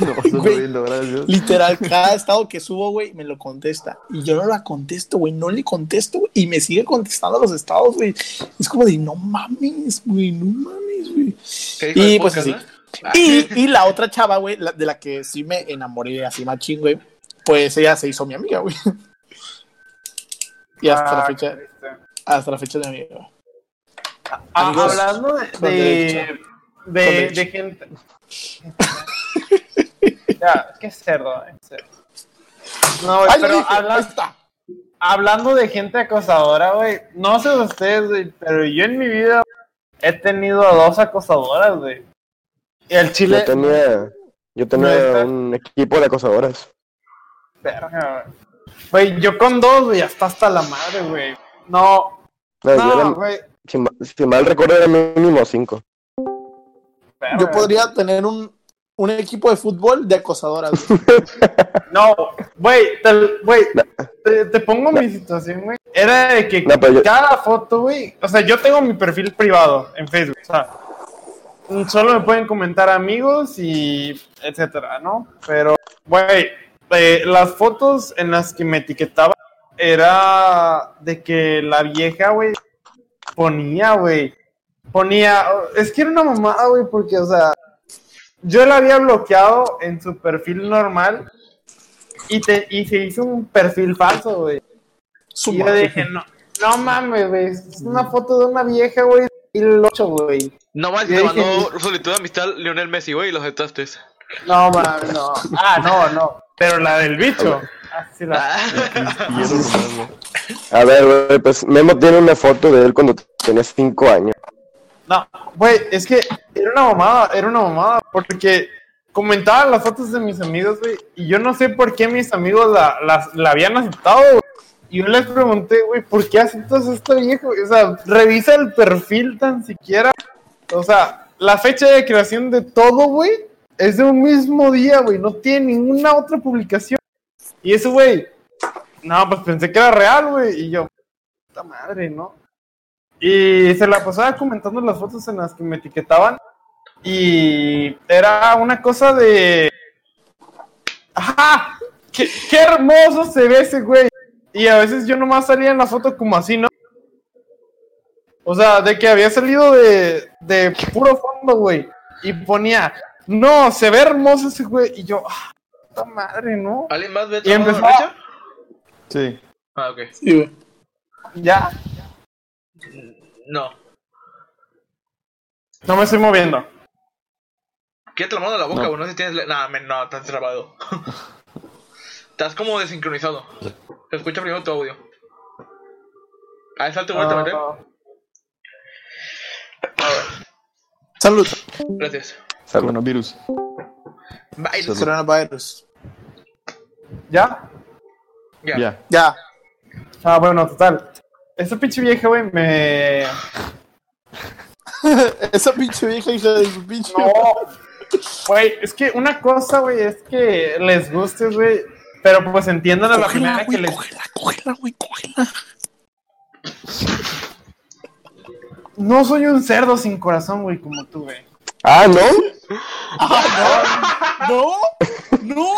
Speaker 8: No, estoy
Speaker 4: Güey.
Speaker 8: jodiendo, gracias.
Speaker 4: Literal, cada estado que subo, güey, me lo contesta. Y yo no la contesto, güey, no le contesto, güey, y me sigue contestando los estados, güey. Es como de, no mames, güey, no mames, güey. Y pues así. Y, y la otra chava, güey, la- de la que sí me enamoré así machín, güey, pues ella se hizo mi amiga, güey. Y hasta la
Speaker 1: Ah,
Speaker 4: fecha,
Speaker 1: Cristo.
Speaker 4: hasta la fecha es mi amiga. güey.
Speaker 1: Ah,
Speaker 4: Amigos,
Speaker 1: hablando de-
Speaker 4: con
Speaker 1: de,
Speaker 4: derecho.
Speaker 1: de,
Speaker 4: Con
Speaker 1: de,
Speaker 4: derecho.
Speaker 1: gente. ya, qué cerdo, eh, cerdo. No, güey,
Speaker 4: Ay,
Speaker 1: Pues, pero
Speaker 4: pero
Speaker 1: habla- hablando de gente acosadora, güey. No sé de ustedes, güey, pero yo en mi vida he tenido a dos acosadoras, güey. Y el chile.
Speaker 7: Yo tenía, yo tenía
Speaker 1: Neta.
Speaker 7: un equipo de acosadoras.
Speaker 1: Verga, güey. Güey, yo con dos, güey, hasta hasta la madre, güey. No,
Speaker 7: No, yo era-
Speaker 1: no, güey.
Speaker 7: si, ma- si mal recuerdo, era mínimo cinco.
Speaker 1: verga.
Speaker 4: Yo podría tener un, un equipo de fútbol de acosadoras. güey.
Speaker 1: No, güey, te, güey, te, te pongo mi situación, güey. Era de que
Speaker 7: No, pero yo-
Speaker 1: cada foto, güey. O sea, yo tengo mi perfil privado en Facebook. O sea, solo me pueden comentar amigos y etcétera, ¿no? Pero, güey, eh, las fotos en las que me etiquetaba era de que la vieja, güey, ponía, güey, ponía, es que era una mamada, güey, porque, o sea, yo la había bloqueado en su perfil normal y, te, y se hizo un perfil falso, güey.
Speaker 4: Su
Speaker 1: Y yo
Speaker 4: madre.
Speaker 1: dije, no, no mames, güey, es una foto de una vieja, güey, y el 8, güey.
Speaker 5: No
Speaker 1: Yo
Speaker 5: más, te
Speaker 1: dije-
Speaker 5: mandó solicitud de amistad Lionel Messi, güey, y los aceptaste.
Speaker 1: No, mames, no. Ah, no, no. Pero la del bicho. Ah, sí, la-
Speaker 6: Y eso es mamá.
Speaker 7: A ver, güey, pues Memo tiene una foto de él cuando tenía 5 años.
Speaker 1: No, güey, es que era una mamada, era una mamada, porque comentaba las fotos de mis amigos, güey, y yo no sé por qué mis amigos la, las- la habían aceptado, güey. Y yo les pregunté, güey, ¿por qué aceptas a este viejo? O sea, revisa el perfil tan siquiera. O sea, la fecha de creación de todo, güey, es de un mismo día, güey, no tiene ninguna otra publicación. Y eso, güey, no, pues pensé que era real, güey, y yo, puta madre, ¿no? Y se la pasaba comentando las fotos en las que me etiquetaban. Y era una cosa de. ¡Ajá! ¡Qué, qué hermoso se ve ese güey! Y a veces yo nomás salía en la foto como así, ¿no? O sea, de que había salido de, de puro fondo, güey. Y ponía, no, se ve hermoso ese güey. Y yo, ¡ah! ¡Puta madre, no!
Speaker 5: ¿Alguien más ve
Speaker 1: Y empezó-
Speaker 5: tomado derecho?
Speaker 8: Sí.
Speaker 5: Ah, ok.
Speaker 4: Sí, güey.
Speaker 1: Ya,
Speaker 5: No.
Speaker 1: no me estoy moviendo.
Speaker 5: Quédate la mano de la boca, güey. No sé si tienes. le- Nah, men, no, estás trabado. estás como desincronizado. Se escucha primero tu audio. Ahí salte, güey, Ah, te
Speaker 1: No,
Speaker 5: maté.
Speaker 1: no.
Speaker 4: Salud.
Speaker 5: Gracias.
Speaker 8: Coronavirus.
Speaker 5: Bye.
Speaker 8: Salud.
Speaker 4: Coronavirus.
Speaker 1: ¿Ya?
Speaker 5: Ya.
Speaker 8: Ya.
Speaker 4: Ya.
Speaker 1: Ah, bueno, total. Esa pinche vieja, güey, me.
Speaker 4: Esa pinche vieja hija de su pinche.
Speaker 1: No. Güey, es que una cosa, güey, es que les guste, güey. Pero pues entiendan a la primera
Speaker 4: Cógela,
Speaker 1: que
Speaker 4: güey,
Speaker 1: les.
Speaker 4: cógela, cógela, güey, cógela.
Speaker 1: No soy un cerdo sin corazón, güey, como tú, güey.
Speaker 7: Ah, ¿no?
Speaker 4: No, no.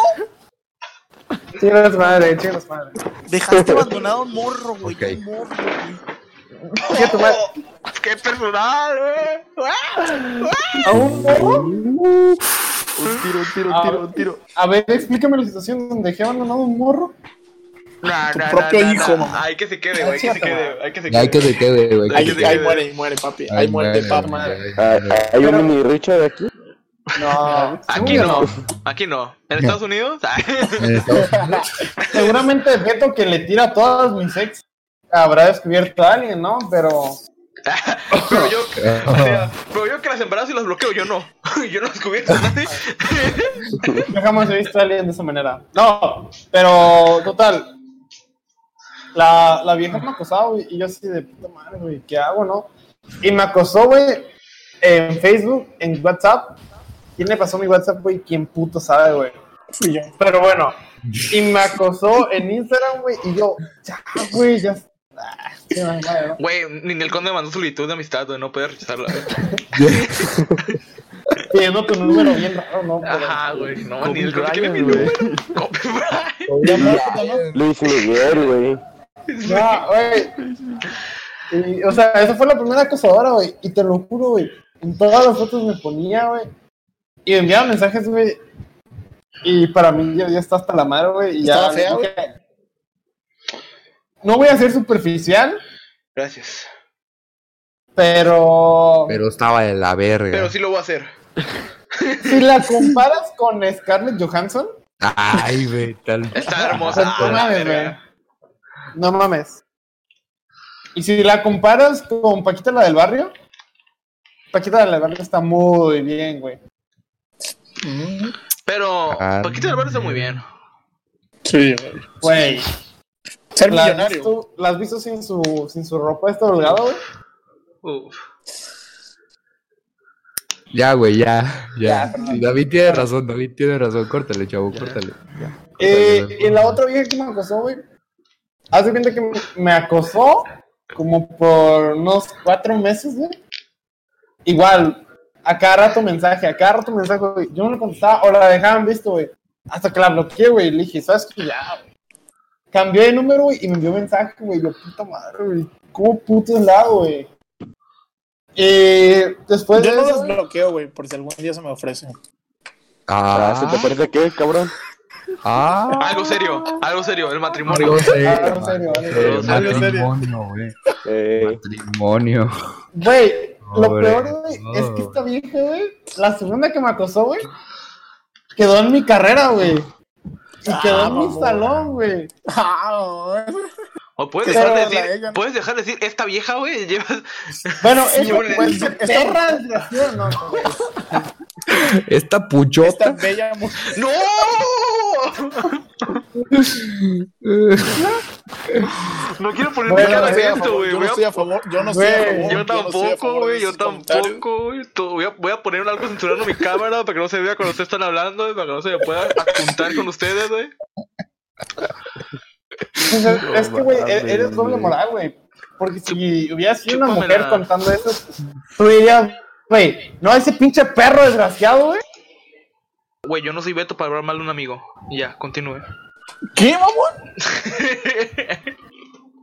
Speaker 1: Chicas madre, chicas madre.
Speaker 4: Dejaste abandonado un morro, güey.
Speaker 2: Ok.
Speaker 4: Un morro, güey.
Speaker 1: Chica tu madre.
Speaker 5: ¡Qué personal, güey!
Speaker 1: ¿A un morro?
Speaker 8: Un tiro, un tiro,
Speaker 1: Ah,
Speaker 8: un tiro, un tiro.
Speaker 1: A ver, explícame la situación donde dejé abandonado un morro.
Speaker 5: Nah,
Speaker 4: Tu propio hijo, mamá.
Speaker 5: Hay que se quede, güey. Hay que se quede, güey. Hay que se
Speaker 2: Hay que
Speaker 5: quede.
Speaker 2: se quede, güey.
Speaker 5: Ay,
Speaker 4: Ahí,
Speaker 2: que se
Speaker 5: ay,
Speaker 4: ahí
Speaker 2: quede.
Speaker 4: muere, ahí muere, papi. Ahí
Speaker 2: Ay,
Speaker 4: muere,
Speaker 2: muere,
Speaker 4: papi.
Speaker 2: güey.
Speaker 7: Ah, ¿Hay
Speaker 1: Pero-
Speaker 7: un mini Richard aquí?
Speaker 1: No,
Speaker 5: Aquí no. Aquí no. ¿En Estados Unidos?
Speaker 2: En Estados Unidos.
Speaker 1: Seguramente Beto que le tira a todas mis ex habrá descubierto a alguien, ¿no? Pero.
Speaker 5: Pero yo, o sea, pero yo que las embarazo y las bloqueo, yo no. Yo no las cubierto a nadie.
Speaker 1: Yo jamás he visto a alguien de esa manera. No, pero total. La, la vieja me acosaba, güey. Y yo así de puta madre, güey, ¿qué hago, no? Y me acosó, güey, en Facebook, en WhatsApp. ¿Quién le pasó mi WhatsApp, güey? ¿Quién puto sabe, güey?
Speaker 4: Fui yo.
Speaker 1: Pero bueno. Y me acosó en Instagram, güey. Y yo, ya, güey, ya. Ah, qué mamada, ¿no?
Speaker 5: Güey, ni el conde mandó solicitud de amistad, güey. No puede rechazarla. güey.
Speaker 1: Pidiendo tu número bien raro, ¿no? Pero-
Speaker 5: Ajá, güey. No, ni
Speaker 8: Kobe
Speaker 5: el conde quiere mi
Speaker 8: Bryant,
Speaker 5: número.
Speaker 8: güey.
Speaker 5: Kobe Bryant.
Speaker 1: Ya, muérete, ¿no?
Speaker 7: Luis Miguel, güey.
Speaker 1: No, güey. Y, O sea, esa fue la primera acosadora, güey. Y te lo juro, güey. En todas las fotos me ponía, güey. Y me enviaba mensajes, güey. Y para mí ya, ya está hasta la madre, güey. Y ya.
Speaker 4: Estaba fea, güey.
Speaker 1: No voy a ser superficial,
Speaker 5: Gracias.
Speaker 1: pero.
Speaker 2: Pero estaba de la verga.
Speaker 5: Pero sí lo voy a hacer.
Speaker 1: Si la comparas con Scarlett Johansson,
Speaker 2: Ay, güey, tal.
Speaker 5: Está hermosa.
Speaker 1: No
Speaker 5: la
Speaker 1: mames,
Speaker 5: verga.
Speaker 1: no mames. Y si la comparas con Paquita la del barrio, Paquita la del barrio está muy bien, güey.
Speaker 5: Pero
Speaker 2: Ah.
Speaker 5: Paquito del Barrio está muy bien.
Speaker 4: Sí, güey.
Speaker 1: Güey.
Speaker 4: Ser
Speaker 1: ¿La has
Speaker 4: millonario.
Speaker 1: visto- ¿La has visto sin su, sin su ropa esta holgada, güey?
Speaker 5: Uf.
Speaker 2: Ya, güey, ya. Ya. David tiene razón, David tiene razón. Córtale, chavo, córtale. Ya.
Speaker 1: Eh,
Speaker 2: Córtale,
Speaker 1: y la otra vieja que me acosó, güey. Haz de cuenta que me- me acosó como por unos cuatro meses, güey. Igual, a cada rato mensaje, a cada rato mensaje, güey. Yo no le contestaba o la dejaban visto, güey. Hasta que la bloqueé, güey. Le dije, ¿sabes qué? Ya, güey. Cambié de número, güey, y me envió mensaje, güey. Yo, puta madre, güey. ¿Cómo puto es la, güey? Y después
Speaker 4: Yo
Speaker 1: de
Speaker 4: lo
Speaker 1: eso, güey,
Speaker 4: desbloqueo, güey, por si algún día se me ofrece.
Speaker 7: Ah, ¿se
Speaker 8: pues.
Speaker 7: te parece qué, cabrón?
Speaker 2: Ah,
Speaker 5: Algo serio, algo serio, el matrimonio.
Speaker 2: algo serio,
Speaker 1: algo serio, algo serio,
Speaker 2: eh,
Speaker 4: algo serio.
Speaker 2: matrimonio, güey.
Speaker 7: Eh,
Speaker 2: Matrimonio.
Speaker 1: güey, lo
Speaker 2: Pobre,
Speaker 1: peor, güey, es que
Speaker 2: pobre.
Speaker 1: esta vieja, güey, la segunda que me acosó, güey, quedó en mi carrera, güey. Y quedó
Speaker 4: Ah,
Speaker 1: en mi
Speaker 4: mamón.
Speaker 1: salón, güey.
Speaker 4: Ah, güey.
Speaker 5: O puedes
Speaker 4: Que
Speaker 5: dejar de
Speaker 4: solo la
Speaker 5: decir,
Speaker 4: ella, ¿no?
Speaker 5: puedes dejar de decir, esta vieja, güey, llevas.
Speaker 1: Bueno,
Speaker 5: Sí,
Speaker 1: esta,
Speaker 5: güey.
Speaker 1: pues, perra desgraciada, no, no, güey.
Speaker 2: Esta
Speaker 4: Esta
Speaker 2: puchota.
Speaker 4: bella mujer.
Speaker 5: ¡No! No quiero poner mi
Speaker 1: Bueno,
Speaker 5: cara
Speaker 1: sí,
Speaker 5: en
Speaker 1: a
Speaker 5: esto, güey.
Speaker 4: Yo no
Speaker 5: Voy a-
Speaker 4: estoy a favor. Yo no estoy a
Speaker 1: Güey,
Speaker 4: favor.
Speaker 5: Yo
Speaker 4: no estoy a
Speaker 5: tampoco,
Speaker 4: favor de
Speaker 5: güey, yo
Speaker 4: esos comentarios.
Speaker 5: tampoco, güey. To- Voy a, voy a poner un algo censurando mi cámara para que no se vea cuando ustedes están hablando, y para que no se me pueda apuntar con ustedes, güey.
Speaker 1: Pues es, es que, güey,
Speaker 8: mames,
Speaker 1: e- eres doble
Speaker 8: güey.
Speaker 1: moral, güey. Porque si hubiera sido una
Speaker 5: Chúpamela.
Speaker 1: mujer contando eso, tú dirías, güey, no, ese pinche perro desgraciado, güey.
Speaker 5: Güey, yo no soy Beto para hablar mal de un amigo. Y Ya, continúe.
Speaker 4: ¿Qué, mamón?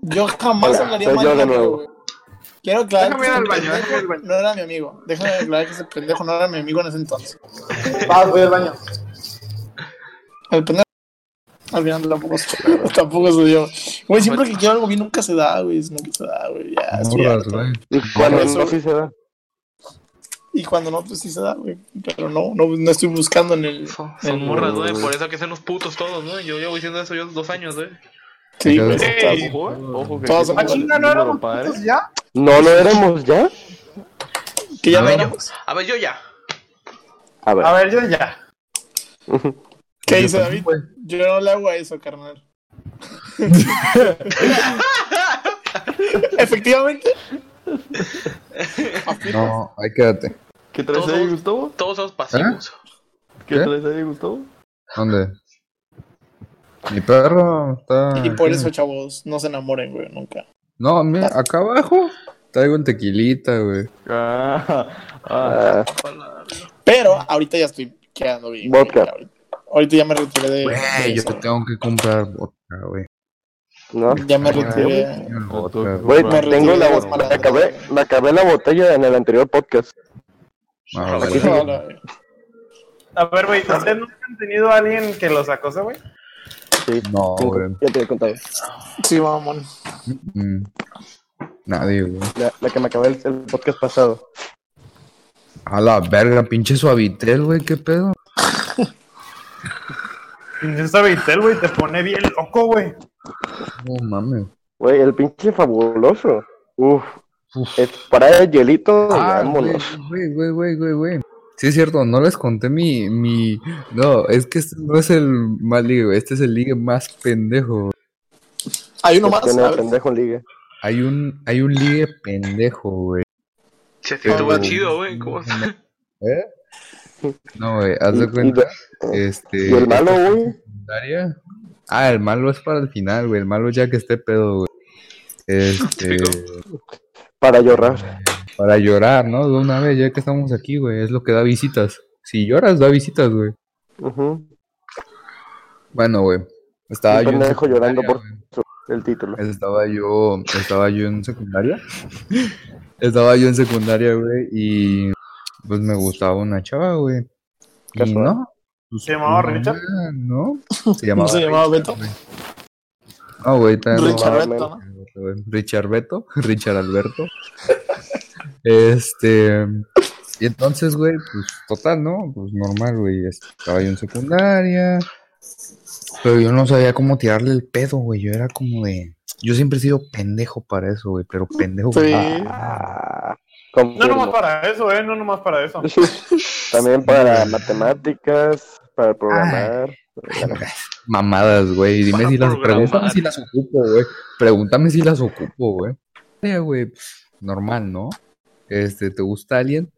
Speaker 4: Yo jamás
Speaker 7: Hola,
Speaker 4: hablaría
Speaker 7: soy
Speaker 4: mal
Speaker 7: yo
Speaker 4: de
Speaker 7: de
Speaker 4: mi amigo,
Speaker 7: nuevo.
Speaker 4: güey. Quiero aclarar
Speaker 5: Déjame
Speaker 4: que
Speaker 5: ir
Speaker 4: ese
Speaker 5: al
Speaker 4: pendejo
Speaker 5: baño, déjame ir al baño.
Speaker 4: no era mi amigo. Déjame aclarar que ese pendejo no era mi amigo en ese entonces.
Speaker 1: Va, voy al baño.
Speaker 4: El pendejo. Al final tampoco se, tampoco se dio. Güey, siempre que quiero algo bien nunca se da, güey. Nunca se da, güey. Ya, estoy
Speaker 2: Morras,
Speaker 4: harto.
Speaker 2: güey.
Speaker 7: y cuando
Speaker 4: Eso,
Speaker 7: no sí se da.
Speaker 4: Y cuando no, pues sí se da, güey. Pero no, no, no estoy buscando en el.
Speaker 5: Son,
Speaker 4: en
Speaker 5: son
Speaker 4: el-
Speaker 5: morras, güey. Por eso hay que ser unos putos todos, ¿no? Yo llevo diciendo eso yo dos años, güey.
Speaker 4: Sí, güey.
Speaker 6: Ey, ojo, eh, ojo que
Speaker 4: Todos
Speaker 6: aquí
Speaker 4: son
Speaker 1: ¿A Ah, chinga
Speaker 6: tengo el
Speaker 1: no
Speaker 6: número
Speaker 1: éramos
Speaker 6: par,
Speaker 1: putos
Speaker 6: eh.
Speaker 1: ya?
Speaker 7: ¿No lo éramos ya?
Speaker 4: Que ya
Speaker 2: No, pues,
Speaker 4: no
Speaker 2: yo-
Speaker 4: éramos.
Speaker 5: A ver, yo ya.
Speaker 7: A ver.
Speaker 1: A ver, yo ya.
Speaker 4: ¿Qué
Speaker 2: Yo
Speaker 4: dice
Speaker 2: también,
Speaker 4: David? Yo no le hago a eso, carnal. Efectivamente.
Speaker 2: güey. No, ahí quédate.
Speaker 6: ¿Qué traes ahí,
Speaker 5: Todos.
Speaker 6: Gustavo?
Speaker 5: Todos somos pasivos.
Speaker 2: ¿Ah?
Speaker 6: ¿Qué
Speaker 7: ¿Eh?
Speaker 2: ¿Qué?
Speaker 6: traes ahí, Gustavo?
Speaker 2: ¿Dónde? Mi perro está.
Speaker 4: Y por
Speaker 2: aquí.
Speaker 4: eso, chavos, no se enamoren, güey, nunca.
Speaker 2: No, mira, acá abajo traigo un tequilita, güey.
Speaker 6: Ah, ah,
Speaker 7: Ah,
Speaker 4: Pero ahorita ya estoy quedando bien. güey,
Speaker 7: Vodka.
Speaker 4: ya ahorita, ahorita ya me retiré de. de
Speaker 2: Güey, yo
Speaker 4: eso,
Speaker 2: te tengo que comprar vodka, güey.
Speaker 7: no.
Speaker 4: güey. Ya me retiré.
Speaker 2: Señor
Speaker 6: no,
Speaker 2: vodka,
Speaker 6: todo-
Speaker 2: Ah, güey.
Speaker 7: Güey,
Speaker 4: Me
Speaker 7: tengo la
Speaker 4: retiro.
Speaker 7: botella. Me acabé, me acabé la botella en el anterior podcast.
Speaker 2: Ah,
Speaker 5: Aquí
Speaker 2: vale.
Speaker 4: No, no, güey.
Speaker 1: A ver, güey, ¿ustedes nunca han tenido a alguien que los acose, güey?
Speaker 2: No,
Speaker 7: Tengo-
Speaker 2: güey.
Speaker 7: ya te he contado.
Speaker 4: Sí, mamón.
Speaker 2: Mm. Nadie, güey.
Speaker 7: La, la que me acabé el, el podcast pasado.
Speaker 2: A la verga, pinche suavitel, güey, qué pedo.
Speaker 1: Princesa Vitel, güey, te pone bien loco, güey.
Speaker 2: No mames.
Speaker 7: Güey, el pinche fabuloso. Uf. Es para el hielito. Este
Speaker 2: Ah, güey,
Speaker 7: vámonos.
Speaker 2: güey, güey, güey, güey, güey. Sí, es cierto, no les conté mi, mi. No, es que este no es el más ligue, güey. Este es el ligue más pendejo, güey.
Speaker 4: Hay uno
Speaker 7: Que
Speaker 4: más.
Speaker 7: Tiene
Speaker 4: a ver.
Speaker 7: pendejo en liga.
Speaker 2: Hay un, hay un ligue pendejo, güey.
Speaker 5: Se estuvo
Speaker 2: Pero-
Speaker 5: chido, güey. ¿Cómo está?
Speaker 2: ¿Eh? No, güey, haz de
Speaker 7: Y-
Speaker 2: cuenta.
Speaker 7: y-
Speaker 2: Este.
Speaker 7: Y el malo, güey.
Speaker 2: secundaria. Ah, el malo es para el final, güey. El malo ya que esté pedo, güey. Este,
Speaker 7: Para llorar.
Speaker 2: para llorar, ¿no? De una vez, ya que estamos aquí, güey. Es lo que da visitas. Si lloras, da visitas, güey.
Speaker 7: Ujú.
Speaker 2: Bueno, güey. Estaba
Speaker 7: Un
Speaker 2: yo en
Speaker 7: pendejo
Speaker 2: secundaria,
Speaker 7: llorando por-
Speaker 2: güey.
Speaker 7: El título.
Speaker 2: Estaba yo, estaba yo en secundaria. estaba yo en secundaria, güey, y pues me gustaba una chava, güey. Y
Speaker 7: Casual.
Speaker 2: no. pues,
Speaker 1: ¿Se llamaba
Speaker 2: no,
Speaker 1: Richard?
Speaker 2: No, se llamaba.
Speaker 4: ¿No se llamaba Beto?
Speaker 2: No, güey, todavía no
Speaker 4: Richard
Speaker 7: va,
Speaker 4: Beto, ¿no?
Speaker 2: Richard Beto, Richard Alberto. este. Y entonces, güey, pues total, ¿no? Pues normal, güey. Estaba yo en secundaria. Pero yo no sabía cómo tirarle el pedo, güey. Yo era como de. Yo siempre he sido pendejo para eso, güey. Pero pendejo.
Speaker 4: Sí.
Speaker 7: Ah,
Speaker 1: No
Speaker 7: confirmo.
Speaker 1: nomás para eso, eh, no nomás para eso.
Speaker 7: También para matemáticas, para programar.
Speaker 2: Mamadas, güey. Dime
Speaker 5: Para
Speaker 2: si las.
Speaker 5: programar.
Speaker 2: Pregúntame si las ocupo, güey. Pregúntame si las ocupo, güey. Eh, güey, pues, normal, ¿no? Este, ¿te gusta alguien?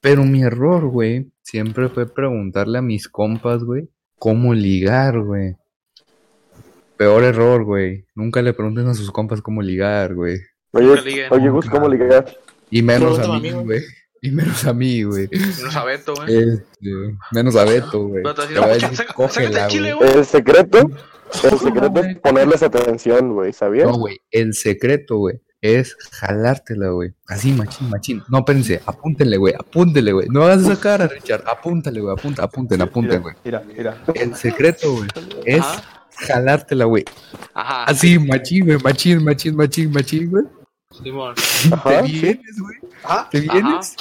Speaker 2: Pero mi error, güey, siempre fue preguntarle a mis compas, güey, cómo ligar, güey. Peor error, güey. Nunca le pregunten a sus compas cómo ligar, güey.
Speaker 7: Oye,
Speaker 5: liguen.
Speaker 7: oye, Gus, ¿cómo ligar?
Speaker 2: Y menos a
Speaker 4: Pregúntame a
Speaker 2: mí,
Speaker 4: mí, güey.
Speaker 2: güey. Y menos a mí, güey.
Speaker 5: No sabe todo, güey.
Speaker 2: Este, menos a Beto, güey.
Speaker 5: Pero te va a decir, "Saca-
Speaker 2: Te va a decir,
Speaker 5: saca- sácate
Speaker 2: cógela,
Speaker 5: el chile,
Speaker 2: güey.
Speaker 5: güey.
Speaker 7: El secreto, el secreto es ponerles atención, güey, ¿sabías?
Speaker 2: No, güey. El secreto, güey, es jalártela, güey. Así, machín, machín. No, espérense. Apúntenle, güey. Apúntenle, güey. No hagas esa cara, Richard. Apúntale, güey. Apunta, apunten, apunten, güey.
Speaker 8: Mira, mira.
Speaker 2: El secreto, güey, es
Speaker 5: Ajá.
Speaker 2: jalártela, güey.
Speaker 5: Ah, Ajá.
Speaker 2: Así, machín, güey. Machín, machín, machín, machín, güey.
Speaker 5: Simón.
Speaker 2: Te
Speaker 7: Ajá.
Speaker 2: vienes, güey.
Speaker 5: Ajá.
Speaker 2: Te vienes.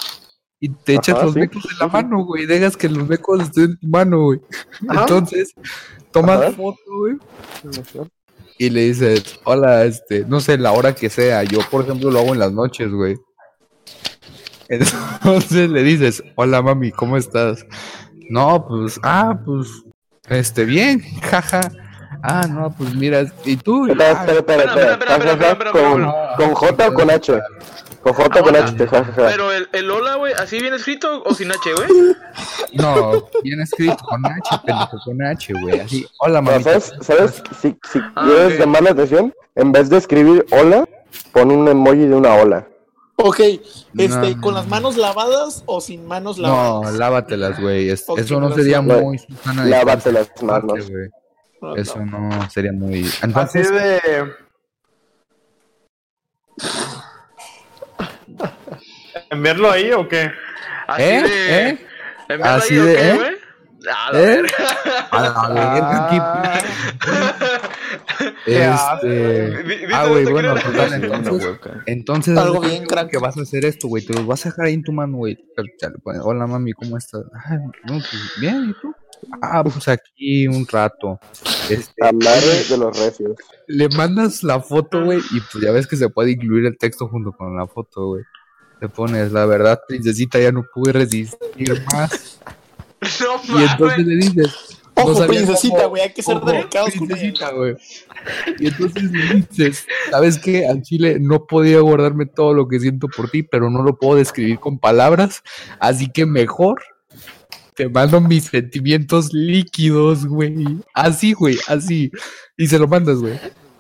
Speaker 2: Y te echas
Speaker 7: Ajá,
Speaker 2: los
Speaker 7: sí.
Speaker 2: becos de la mano, güey. Dejas que los becos estén en tu mano, güey. Entonces, tomas
Speaker 7: Ajá.
Speaker 2: foto, güey. Y le dices, hola, este, no sé, la hora que sea. Yo, por ejemplo, lo hago en las noches, güey. Entonces le dices, hola, mami, ¿cómo estás? No, pues, ah, pues, este, bien, jaja. Ah, no, pues mira, ¿y tú?
Speaker 7: Espera,
Speaker 2: Ah,
Speaker 7: espera,
Speaker 5: Espera,
Speaker 7: espera,
Speaker 5: espera,
Speaker 7: espera.
Speaker 5: espera, espera, espera,
Speaker 7: Jajaja, Con,
Speaker 2: espera.
Speaker 7: con J o con H. Con J o con H, jajaja.
Speaker 5: Pero el, el hola, güey, ¿así bien escrito o sin H, güey?
Speaker 2: No, bien escrito con H, pendejo, con H, güey. Así, hola,
Speaker 7: Pero,
Speaker 2: mami.
Speaker 7: ¿Sabes? ¿Sabes? Si, si
Speaker 5: Ah,
Speaker 7: quieres
Speaker 5: ok.
Speaker 7: llamar la atención, en vez de escribir hola, pon un emoji de una ola.
Speaker 4: Ok, este,
Speaker 2: No.
Speaker 4: ¿con las manos lavadas o sin manos
Speaker 2: No,
Speaker 4: lavadas?
Speaker 2: lávatelas, güey. Es-
Speaker 4: Ok,
Speaker 2: eso no
Speaker 4: pero
Speaker 2: sería
Speaker 4: sí.
Speaker 2: muy Susana de
Speaker 7: Lávate las
Speaker 2: Cárcel,
Speaker 7: manos.
Speaker 2: parte, güey.
Speaker 4: No,
Speaker 2: Eso no sería muy.
Speaker 1: Así
Speaker 2: Entonces,
Speaker 1: de. ¿Enviarlo ahí o qué?
Speaker 5: Así
Speaker 2: ¿eh?
Speaker 5: de.
Speaker 2: ¿Eh?
Speaker 5: ¿En verdad
Speaker 2: Así
Speaker 5: yo
Speaker 2: de,
Speaker 5: qué,
Speaker 2: ¿eh?
Speaker 5: güey? A la
Speaker 2: ¿Eh?
Speaker 5: verga.
Speaker 2: A la
Speaker 1: Ah.
Speaker 7: Ah,
Speaker 2: verga, aquí. Este.
Speaker 5: Vi-
Speaker 2: Ah,
Speaker 5: ¿viste
Speaker 2: güey,
Speaker 5: esto,
Speaker 2: bueno,
Speaker 5: Kira?
Speaker 2: total, entonces. Entonces,
Speaker 4: Algo
Speaker 2: haz de
Speaker 4: bien
Speaker 2: cuenta
Speaker 4: crack.
Speaker 2: que vas a hacer esto, güey. Te lo vas a dejar ahí en tu mano, güey. Ya le pones, Hola, mami, ¿cómo estás? Ah, no, pues bien, ¿y tú? Ah, pues aquí un rato. Este,
Speaker 7: Amarre de los recios.
Speaker 2: le mandas la foto, güey, y pues ya ves que se puede incluir el texto junto con la foto, güey. Le pones, la verdad, princesita, ya no pude resistir más.
Speaker 5: No
Speaker 2: Y entonces
Speaker 5: mames.
Speaker 2: le dices,
Speaker 4: Ojo,
Speaker 2: no sabía
Speaker 4: princesita,
Speaker 2: cómo-
Speaker 4: güey, hay que ser
Speaker 2: ojo,
Speaker 4: delicados con
Speaker 2: princesita, güey. Y entonces le dices, ¿sabes qué? Al chile no podía guardarme todo lo que siento por ti, pero no lo puedo describir con palabras, así que mejor te mando mis sentimientos líquidos, güey. Así, güey, así. Y se lo mandas, güey.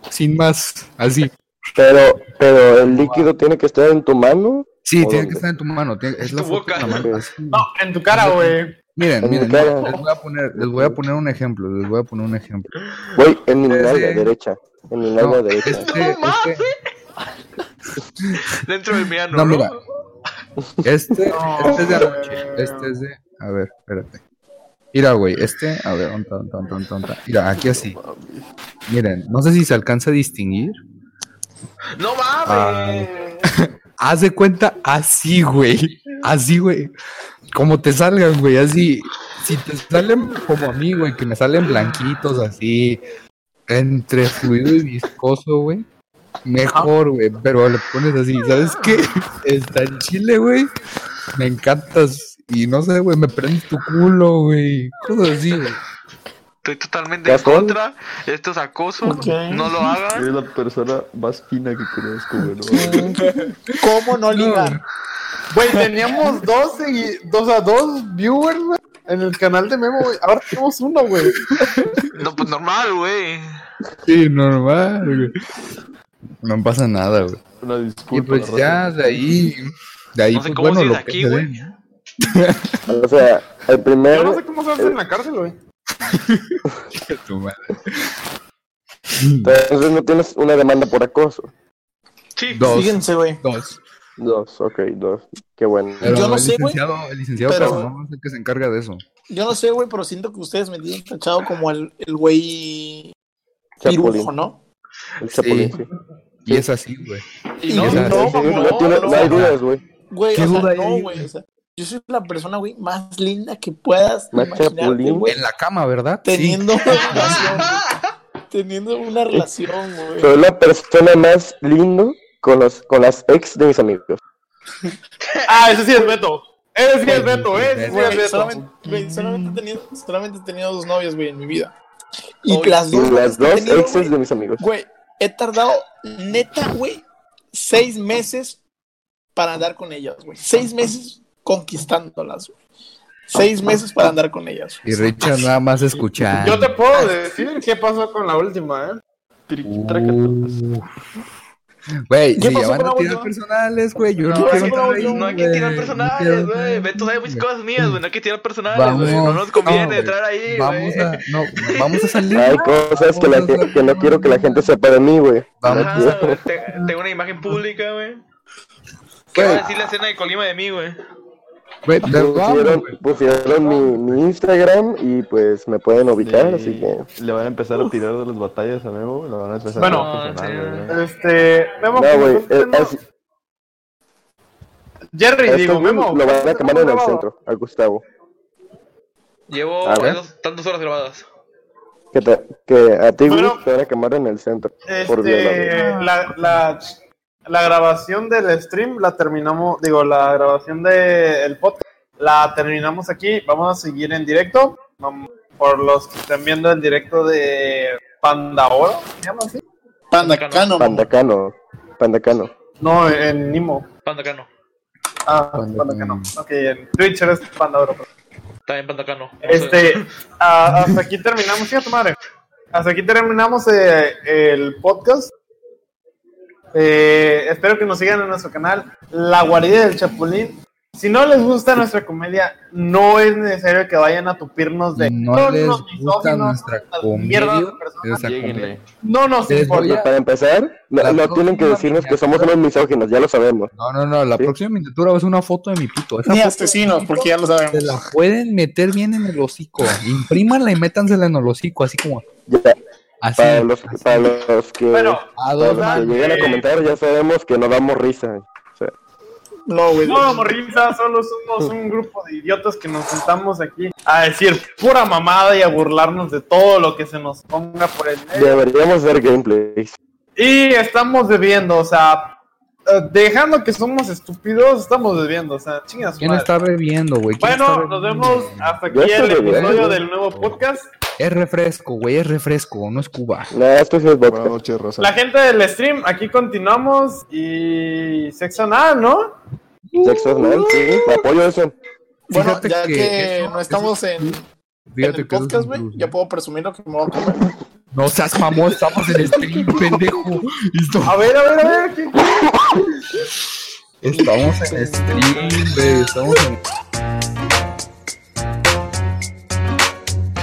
Speaker 2: Sin más, así.
Speaker 7: Pero, pero el líquido tiene que estar en tu mano.
Speaker 2: Sí,
Speaker 7: ¿O
Speaker 2: tiene
Speaker 7: dónde?
Speaker 2: que estar en tu mano. tiene- es
Speaker 5: En
Speaker 2: la
Speaker 5: tu
Speaker 2: foto
Speaker 5: boca.
Speaker 2: en la mano, así.
Speaker 1: No, en tu cara, güey.
Speaker 2: Miren,
Speaker 7: En mi
Speaker 2: miren,
Speaker 7: cara.
Speaker 2: les voy a poner, les voy a poner un ejemplo, les voy a poner un ejemplo.
Speaker 7: Güey, en mi
Speaker 2: Sí,
Speaker 7: nalga
Speaker 2: sí.
Speaker 7: derecha. En mi
Speaker 2: No,
Speaker 7: nalga derecha.
Speaker 2: este, este,
Speaker 5: Dentro del miano,
Speaker 2: No,
Speaker 5: ¿no?
Speaker 2: mira. Este,
Speaker 1: No,
Speaker 2: este es de
Speaker 1: güey.
Speaker 2: anoche. Este es de. A ver, espérate. Mira, güey, este. A ver, onta, onta, onta, onta, onta. Mira, aquí así. Miren, no sé si se alcanza a distinguir.
Speaker 5: No
Speaker 2: Ah.
Speaker 5: mames.
Speaker 2: Haz de cuenta así, güey. Así, güey. Como te salgan, güey, así. Si te salen como a mí, güey, que me salen blanquitos así, entre fluido y viscoso, güey. Mejor, güey, pero le pones así, ¿sabes qué? Está en Chile, güey. Me encantas y no sé, güey, me prendes tu culo, güey. Cosas así, güey.
Speaker 5: Estoy totalmente en
Speaker 7: ¿Gastón?
Speaker 5: contra. Esto es acoso.
Speaker 4: Ok.
Speaker 5: No lo hagan.
Speaker 8: Eres la persona más fina que conozco, güey. ¿no?
Speaker 4: ¿Cómo no ligar?
Speaker 1: Güey, teníamos dos, segui- dos a dos viewers, güey, en el canal de Memo, güey. Ahora tenemos uno, güey.
Speaker 5: No, pues normal, güey.
Speaker 2: Sí, normal, güey. No pasa nada, güey.
Speaker 8: Una
Speaker 2: Y
Speaker 8: disculpa.
Speaker 2: pues
Speaker 8: la
Speaker 2: ya de ahí, de ahí,
Speaker 5: No sé
Speaker 2: pues
Speaker 5: cómo
Speaker 2: bueno,
Speaker 5: sigues
Speaker 2: lo que
Speaker 5: aquí,
Speaker 2: se
Speaker 5: güey.
Speaker 2: dé.
Speaker 7: O sea, el primer.
Speaker 1: Yo no sé cómo se hace en la cárcel, güey.
Speaker 2: Tu madre.
Speaker 7: Entonces no tienes una demanda por acoso.
Speaker 5: Sí.
Speaker 2: Dos.
Speaker 4: Fíjense, güey.
Speaker 2: Dos.
Speaker 7: Dos, ok, dos. Qué bueno.
Speaker 2: Pero
Speaker 4: Yo no
Speaker 2: el
Speaker 4: sé, güey,
Speaker 2: licenciado, el licenciado
Speaker 4: pero-
Speaker 2: Casanova es el que se encarga de eso.
Speaker 4: Yo no sé, güey, pero siento que ustedes me tienen tachado como el el güey pirujo, ¿no?
Speaker 7: El chapulín, sí.
Speaker 2: Y es así, güey.
Speaker 4: Y
Speaker 2: no,
Speaker 4: no,
Speaker 2: no,
Speaker 4: no,
Speaker 7: Sí, sí, no, tiene- no hay dudas, güey.
Speaker 4: güey,
Speaker 2: ¿Qué
Speaker 4: o sea,
Speaker 2: duda hay
Speaker 4: no,
Speaker 2: ahí,
Speaker 4: güey, o sea, yo soy la persona, güey, más linda que puedas
Speaker 7: Más
Speaker 4: imaginarte,
Speaker 7: chapulín.
Speaker 4: güey,
Speaker 2: En la cama, ¿verdad?
Speaker 4: teniendo una relación, güey, teniendo una relación, güey.
Speaker 7: Soy la persona más lindo con, los, con las ex de mis amigos.
Speaker 1: Ah, ese sí es Beto. Ese sí es Beto, ese sí es
Speaker 4: Güey,
Speaker 1: Beto.
Speaker 4: solamente, güey, solamente he tenido, solamente he tenido dos novias, güey, en mi vida. Y
Speaker 5: Oye,
Speaker 4: las
Speaker 7: Y
Speaker 4: dos, novias
Speaker 7: las
Speaker 4: que he
Speaker 7: dos
Speaker 4: tenido,
Speaker 7: exes
Speaker 4: güey,
Speaker 7: de mis amigos.
Speaker 4: Güey, he tardado neta, güey, seis meses para andar con ellas, güey. Seis meses conquistándolas, güey. Seis meses para andar con ellas.
Speaker 2: Sí. Y Richard nada más escuchar.
Speaker 1: Yo te puedo decir qué pasó con la última, ¿eh?
Speaker 8: Triqui, traca,
Speaker 2: Uh, Güey,
Speaker 4: ¿Qué
Speaker 2: si
Speaker 4: pasó
Speaker 2: ya van
Speaker 4: con
Speaker 2: a
Speaker 4: la
Speaker 2: tirar
Speaker 4: última?
Speaker 2: personales, güey. Yo no,
Speaker 4: ¿Qué
Speaker 5: No,
Speaker 4: pasó
Speaker 5: hay
Speaker 2: quiero
Speaker 5: que-
Speaker 4: con la
Speaker 2: estar
Speaker 4: última?
Speaker 2: ahí,
Speaker 5: no hay que tirar
Speaker 2: no
Speaker 5: personales,
Speaker 2: quiero-
Speaker 5: güey. Beto sabe muchas cosas mías, güey. No hay que tirar personales,
Speaker 2: Vamos,
Speaker 5: güey. No nos conviene
Speaker 2: no,
Speaker 5: entrar ahí, güey.
Speaker 2: Vamos a, no, vamos a salir.
Speaker 7: Hay
Speaker 2: ¿no?
Speaker 7: cosas que, la
Speaker 2: Vamos a
Speaker 7: gen- que no
Speaker 2: salir,
Speaker 7: quiero que la gente sepa de mí, güey.
Speaker 2: Vamos
Speaker 5: Ajá,
Speaker 2: a
Speaker 5: güey, te- tengo una imagen pública, güey. ¿Qué va a
Speaker 2: Güey,
Speaker 5: decir la escena de Colima de mí, güey?
Speaker 2: güey, te vamos,
Speaker 7: Pusieron,
Speaker 2: güey.
Speaker 7: pusieron mi, mi Instagram y pues me pueden ubicar, así que.
Speaker 8: Le van a empezar a tirar de las batallas a Memo. Lo van a empezar
Speaker 1: Bueno,
Speaker 8: a
Speaker 5: sí,
Speaker 8: personal, güey.
Speaker 1: Este, Memo,
Speaker 7: No,
Speaker 1: que
Speaker 7: güey.
Speaker 1: nosotros
Speaker 7: eh,
Speaker 1: no-
Speaker 7: así-
Speaker 1: Jerry,
Speaker 7: a
Speaker 1: digo,
Speaker 7: estos güeyes
Speaker 1: Memo.
Speaker 7: lo van a quemar en el
Speaker 1: Gustavo.
Speaker 7: centro, a Gustavo.
Speaker 5: Llevo
Speaker 7: A ver.
Speaker 5: dos- tantas horas grabadas.
Speaker 7: Que, te- que a ti, güey,
Speaker 1: Bueno.
Speaker 7: te van a quemar en el centro. Por violador.
Speaker 1: Este, la, la, la grabación del stream la terminamos, digo, la grabación del podcast la terminamos aquí. Vamos a seguir en directo. Vam- Por los que están viendo el directo de Panda Oro, ¿se llama así?
Speaker 4: Pandacano.
Speaker 7: Pandacano. Pandacano.
Speaker 1: No, en Nimo.
Speaker 5: Pandacano.
Speaker 1: Ah,
Speaker 2: Panda
Speaker 1: Panda que no.
Speaker 2: Cano.
Speaker 1: Ok, en Twitch eres Panda Oro.
Speaker 5: También Pandacano.
Speaker 1: Este, a- hasta aquí terminamos, sí, a tu madre. Hasta aquí terminamos eh, el podcast. Eh, espero que nos sigan en nuestro canal, La Guarida del Chapulín. Si no les gusta nuestra comedia, no es necesario que vayan a tupirnos de
Speaker 2: No
Speaker 1: son
Speaker 2: les
Speaker 1: unos
Speaker 2: gusta
Speaker 1: misóginos,
Speaker 2: nuestra
Speaker 1: son unas
Speaker 2: comedia.
Speaker 1: mierdas de personas.
Speaker 2: esa comedia.
Speaker 8: Lléguenle.
Speaker 1: No nos
Speaker 2: Les voy
Speaker 1: importa.
Speaker 2: a-
Speaker 7: Para empezar,
Speaker 2: La
Speaker 7: no, no tienen que
Speaker 2: próxima
Speaker 7: decirnos que somos
Speaker 2: miniatura.
Speaker 7: unos misóginos, ya lo sabemos.
Speaker 2: No, no, no. La
Speaker 7: Sí.
Speaker 2: próxima miniatura va a ser una foto de mi pito. Esa
Speaker 4: Ni
Speaker 2: foto
Speaker 4: asesinos, porque ya lo
Speaker 2: se
Speaker 4: sabemos.
Speaker 2: la pueden meter bien en el hocico. Imprímanla y métansela en el hocico, así como.
Speaker 7: Ya,
Speaker 2: Así.
Speaker 7: para, los,
Speaker 2: así.
Speaker 7: para los que,
Speaker 1: Bueno, eh,
Speaker 2: A
Speaker 7: para
Speaker 2: dos
Speaker 7: los que
Speaker 2: manos.
Speaker 7: lleguen a comentar, ya sabemos que no damos risa.
Speaker 4: No, güey.
Speaker 1: no, morrisa, solo somos un grupo de idiotas que nos sentamos aquí a decir pura mamada y a burlarnos de todo lo que se nos ponga por el medio.
Speaker 7: Deberíamos hacer gameplays.
Speaker 1: Y estamos bebiendo, o sea, eh, dejando que somos estúpidos, estamos bebiendo, o sea, chingas.
Speaker 2: ¿Quién está bebiendo, güey? ¿Quién está
Speaker 1: Bueno, nos
Speaker 2: bebiendo?
Speaker 1: vemos hasta aquí
Speaker 7: Yo estoy
Speaker 1: el
Speaker 7: bebiendo.
Speaker 1: episodio del nuevo podcast.
Speaker 2: Es refresco, güey. Es refresco, no es Cuba.
Speaker 7: No, esto sí es vodka.
Speaker 8: Buenas noches, Rosa.
Speaker 1: La gente del stream, aquí continuamos y sexo nada, ¿no?
Speaker 7: Sexo anal, sí, apoyo eso.
Speaker 4: Bueno,
Speaker 2: Fíjate
Speaker 4: ya que,
Speaker 2: que eso-
Speaker 4: no estamos en, en
Speaker 2: Fíjate
Speaker 4: el
Speaker 2: que eso es
Speaker 4: podcast, güey,
Speaker 2: incluso.
Speaker 4: ya puedo presumir lo que me voy a comer.
Speaker 2: No seas mamón, estamos en stream, pendejo. Listo.
Speaker 1: A ver, a ver, a ver, aquí.
Speaker 2: Estamos en stream, güey. Estamos en.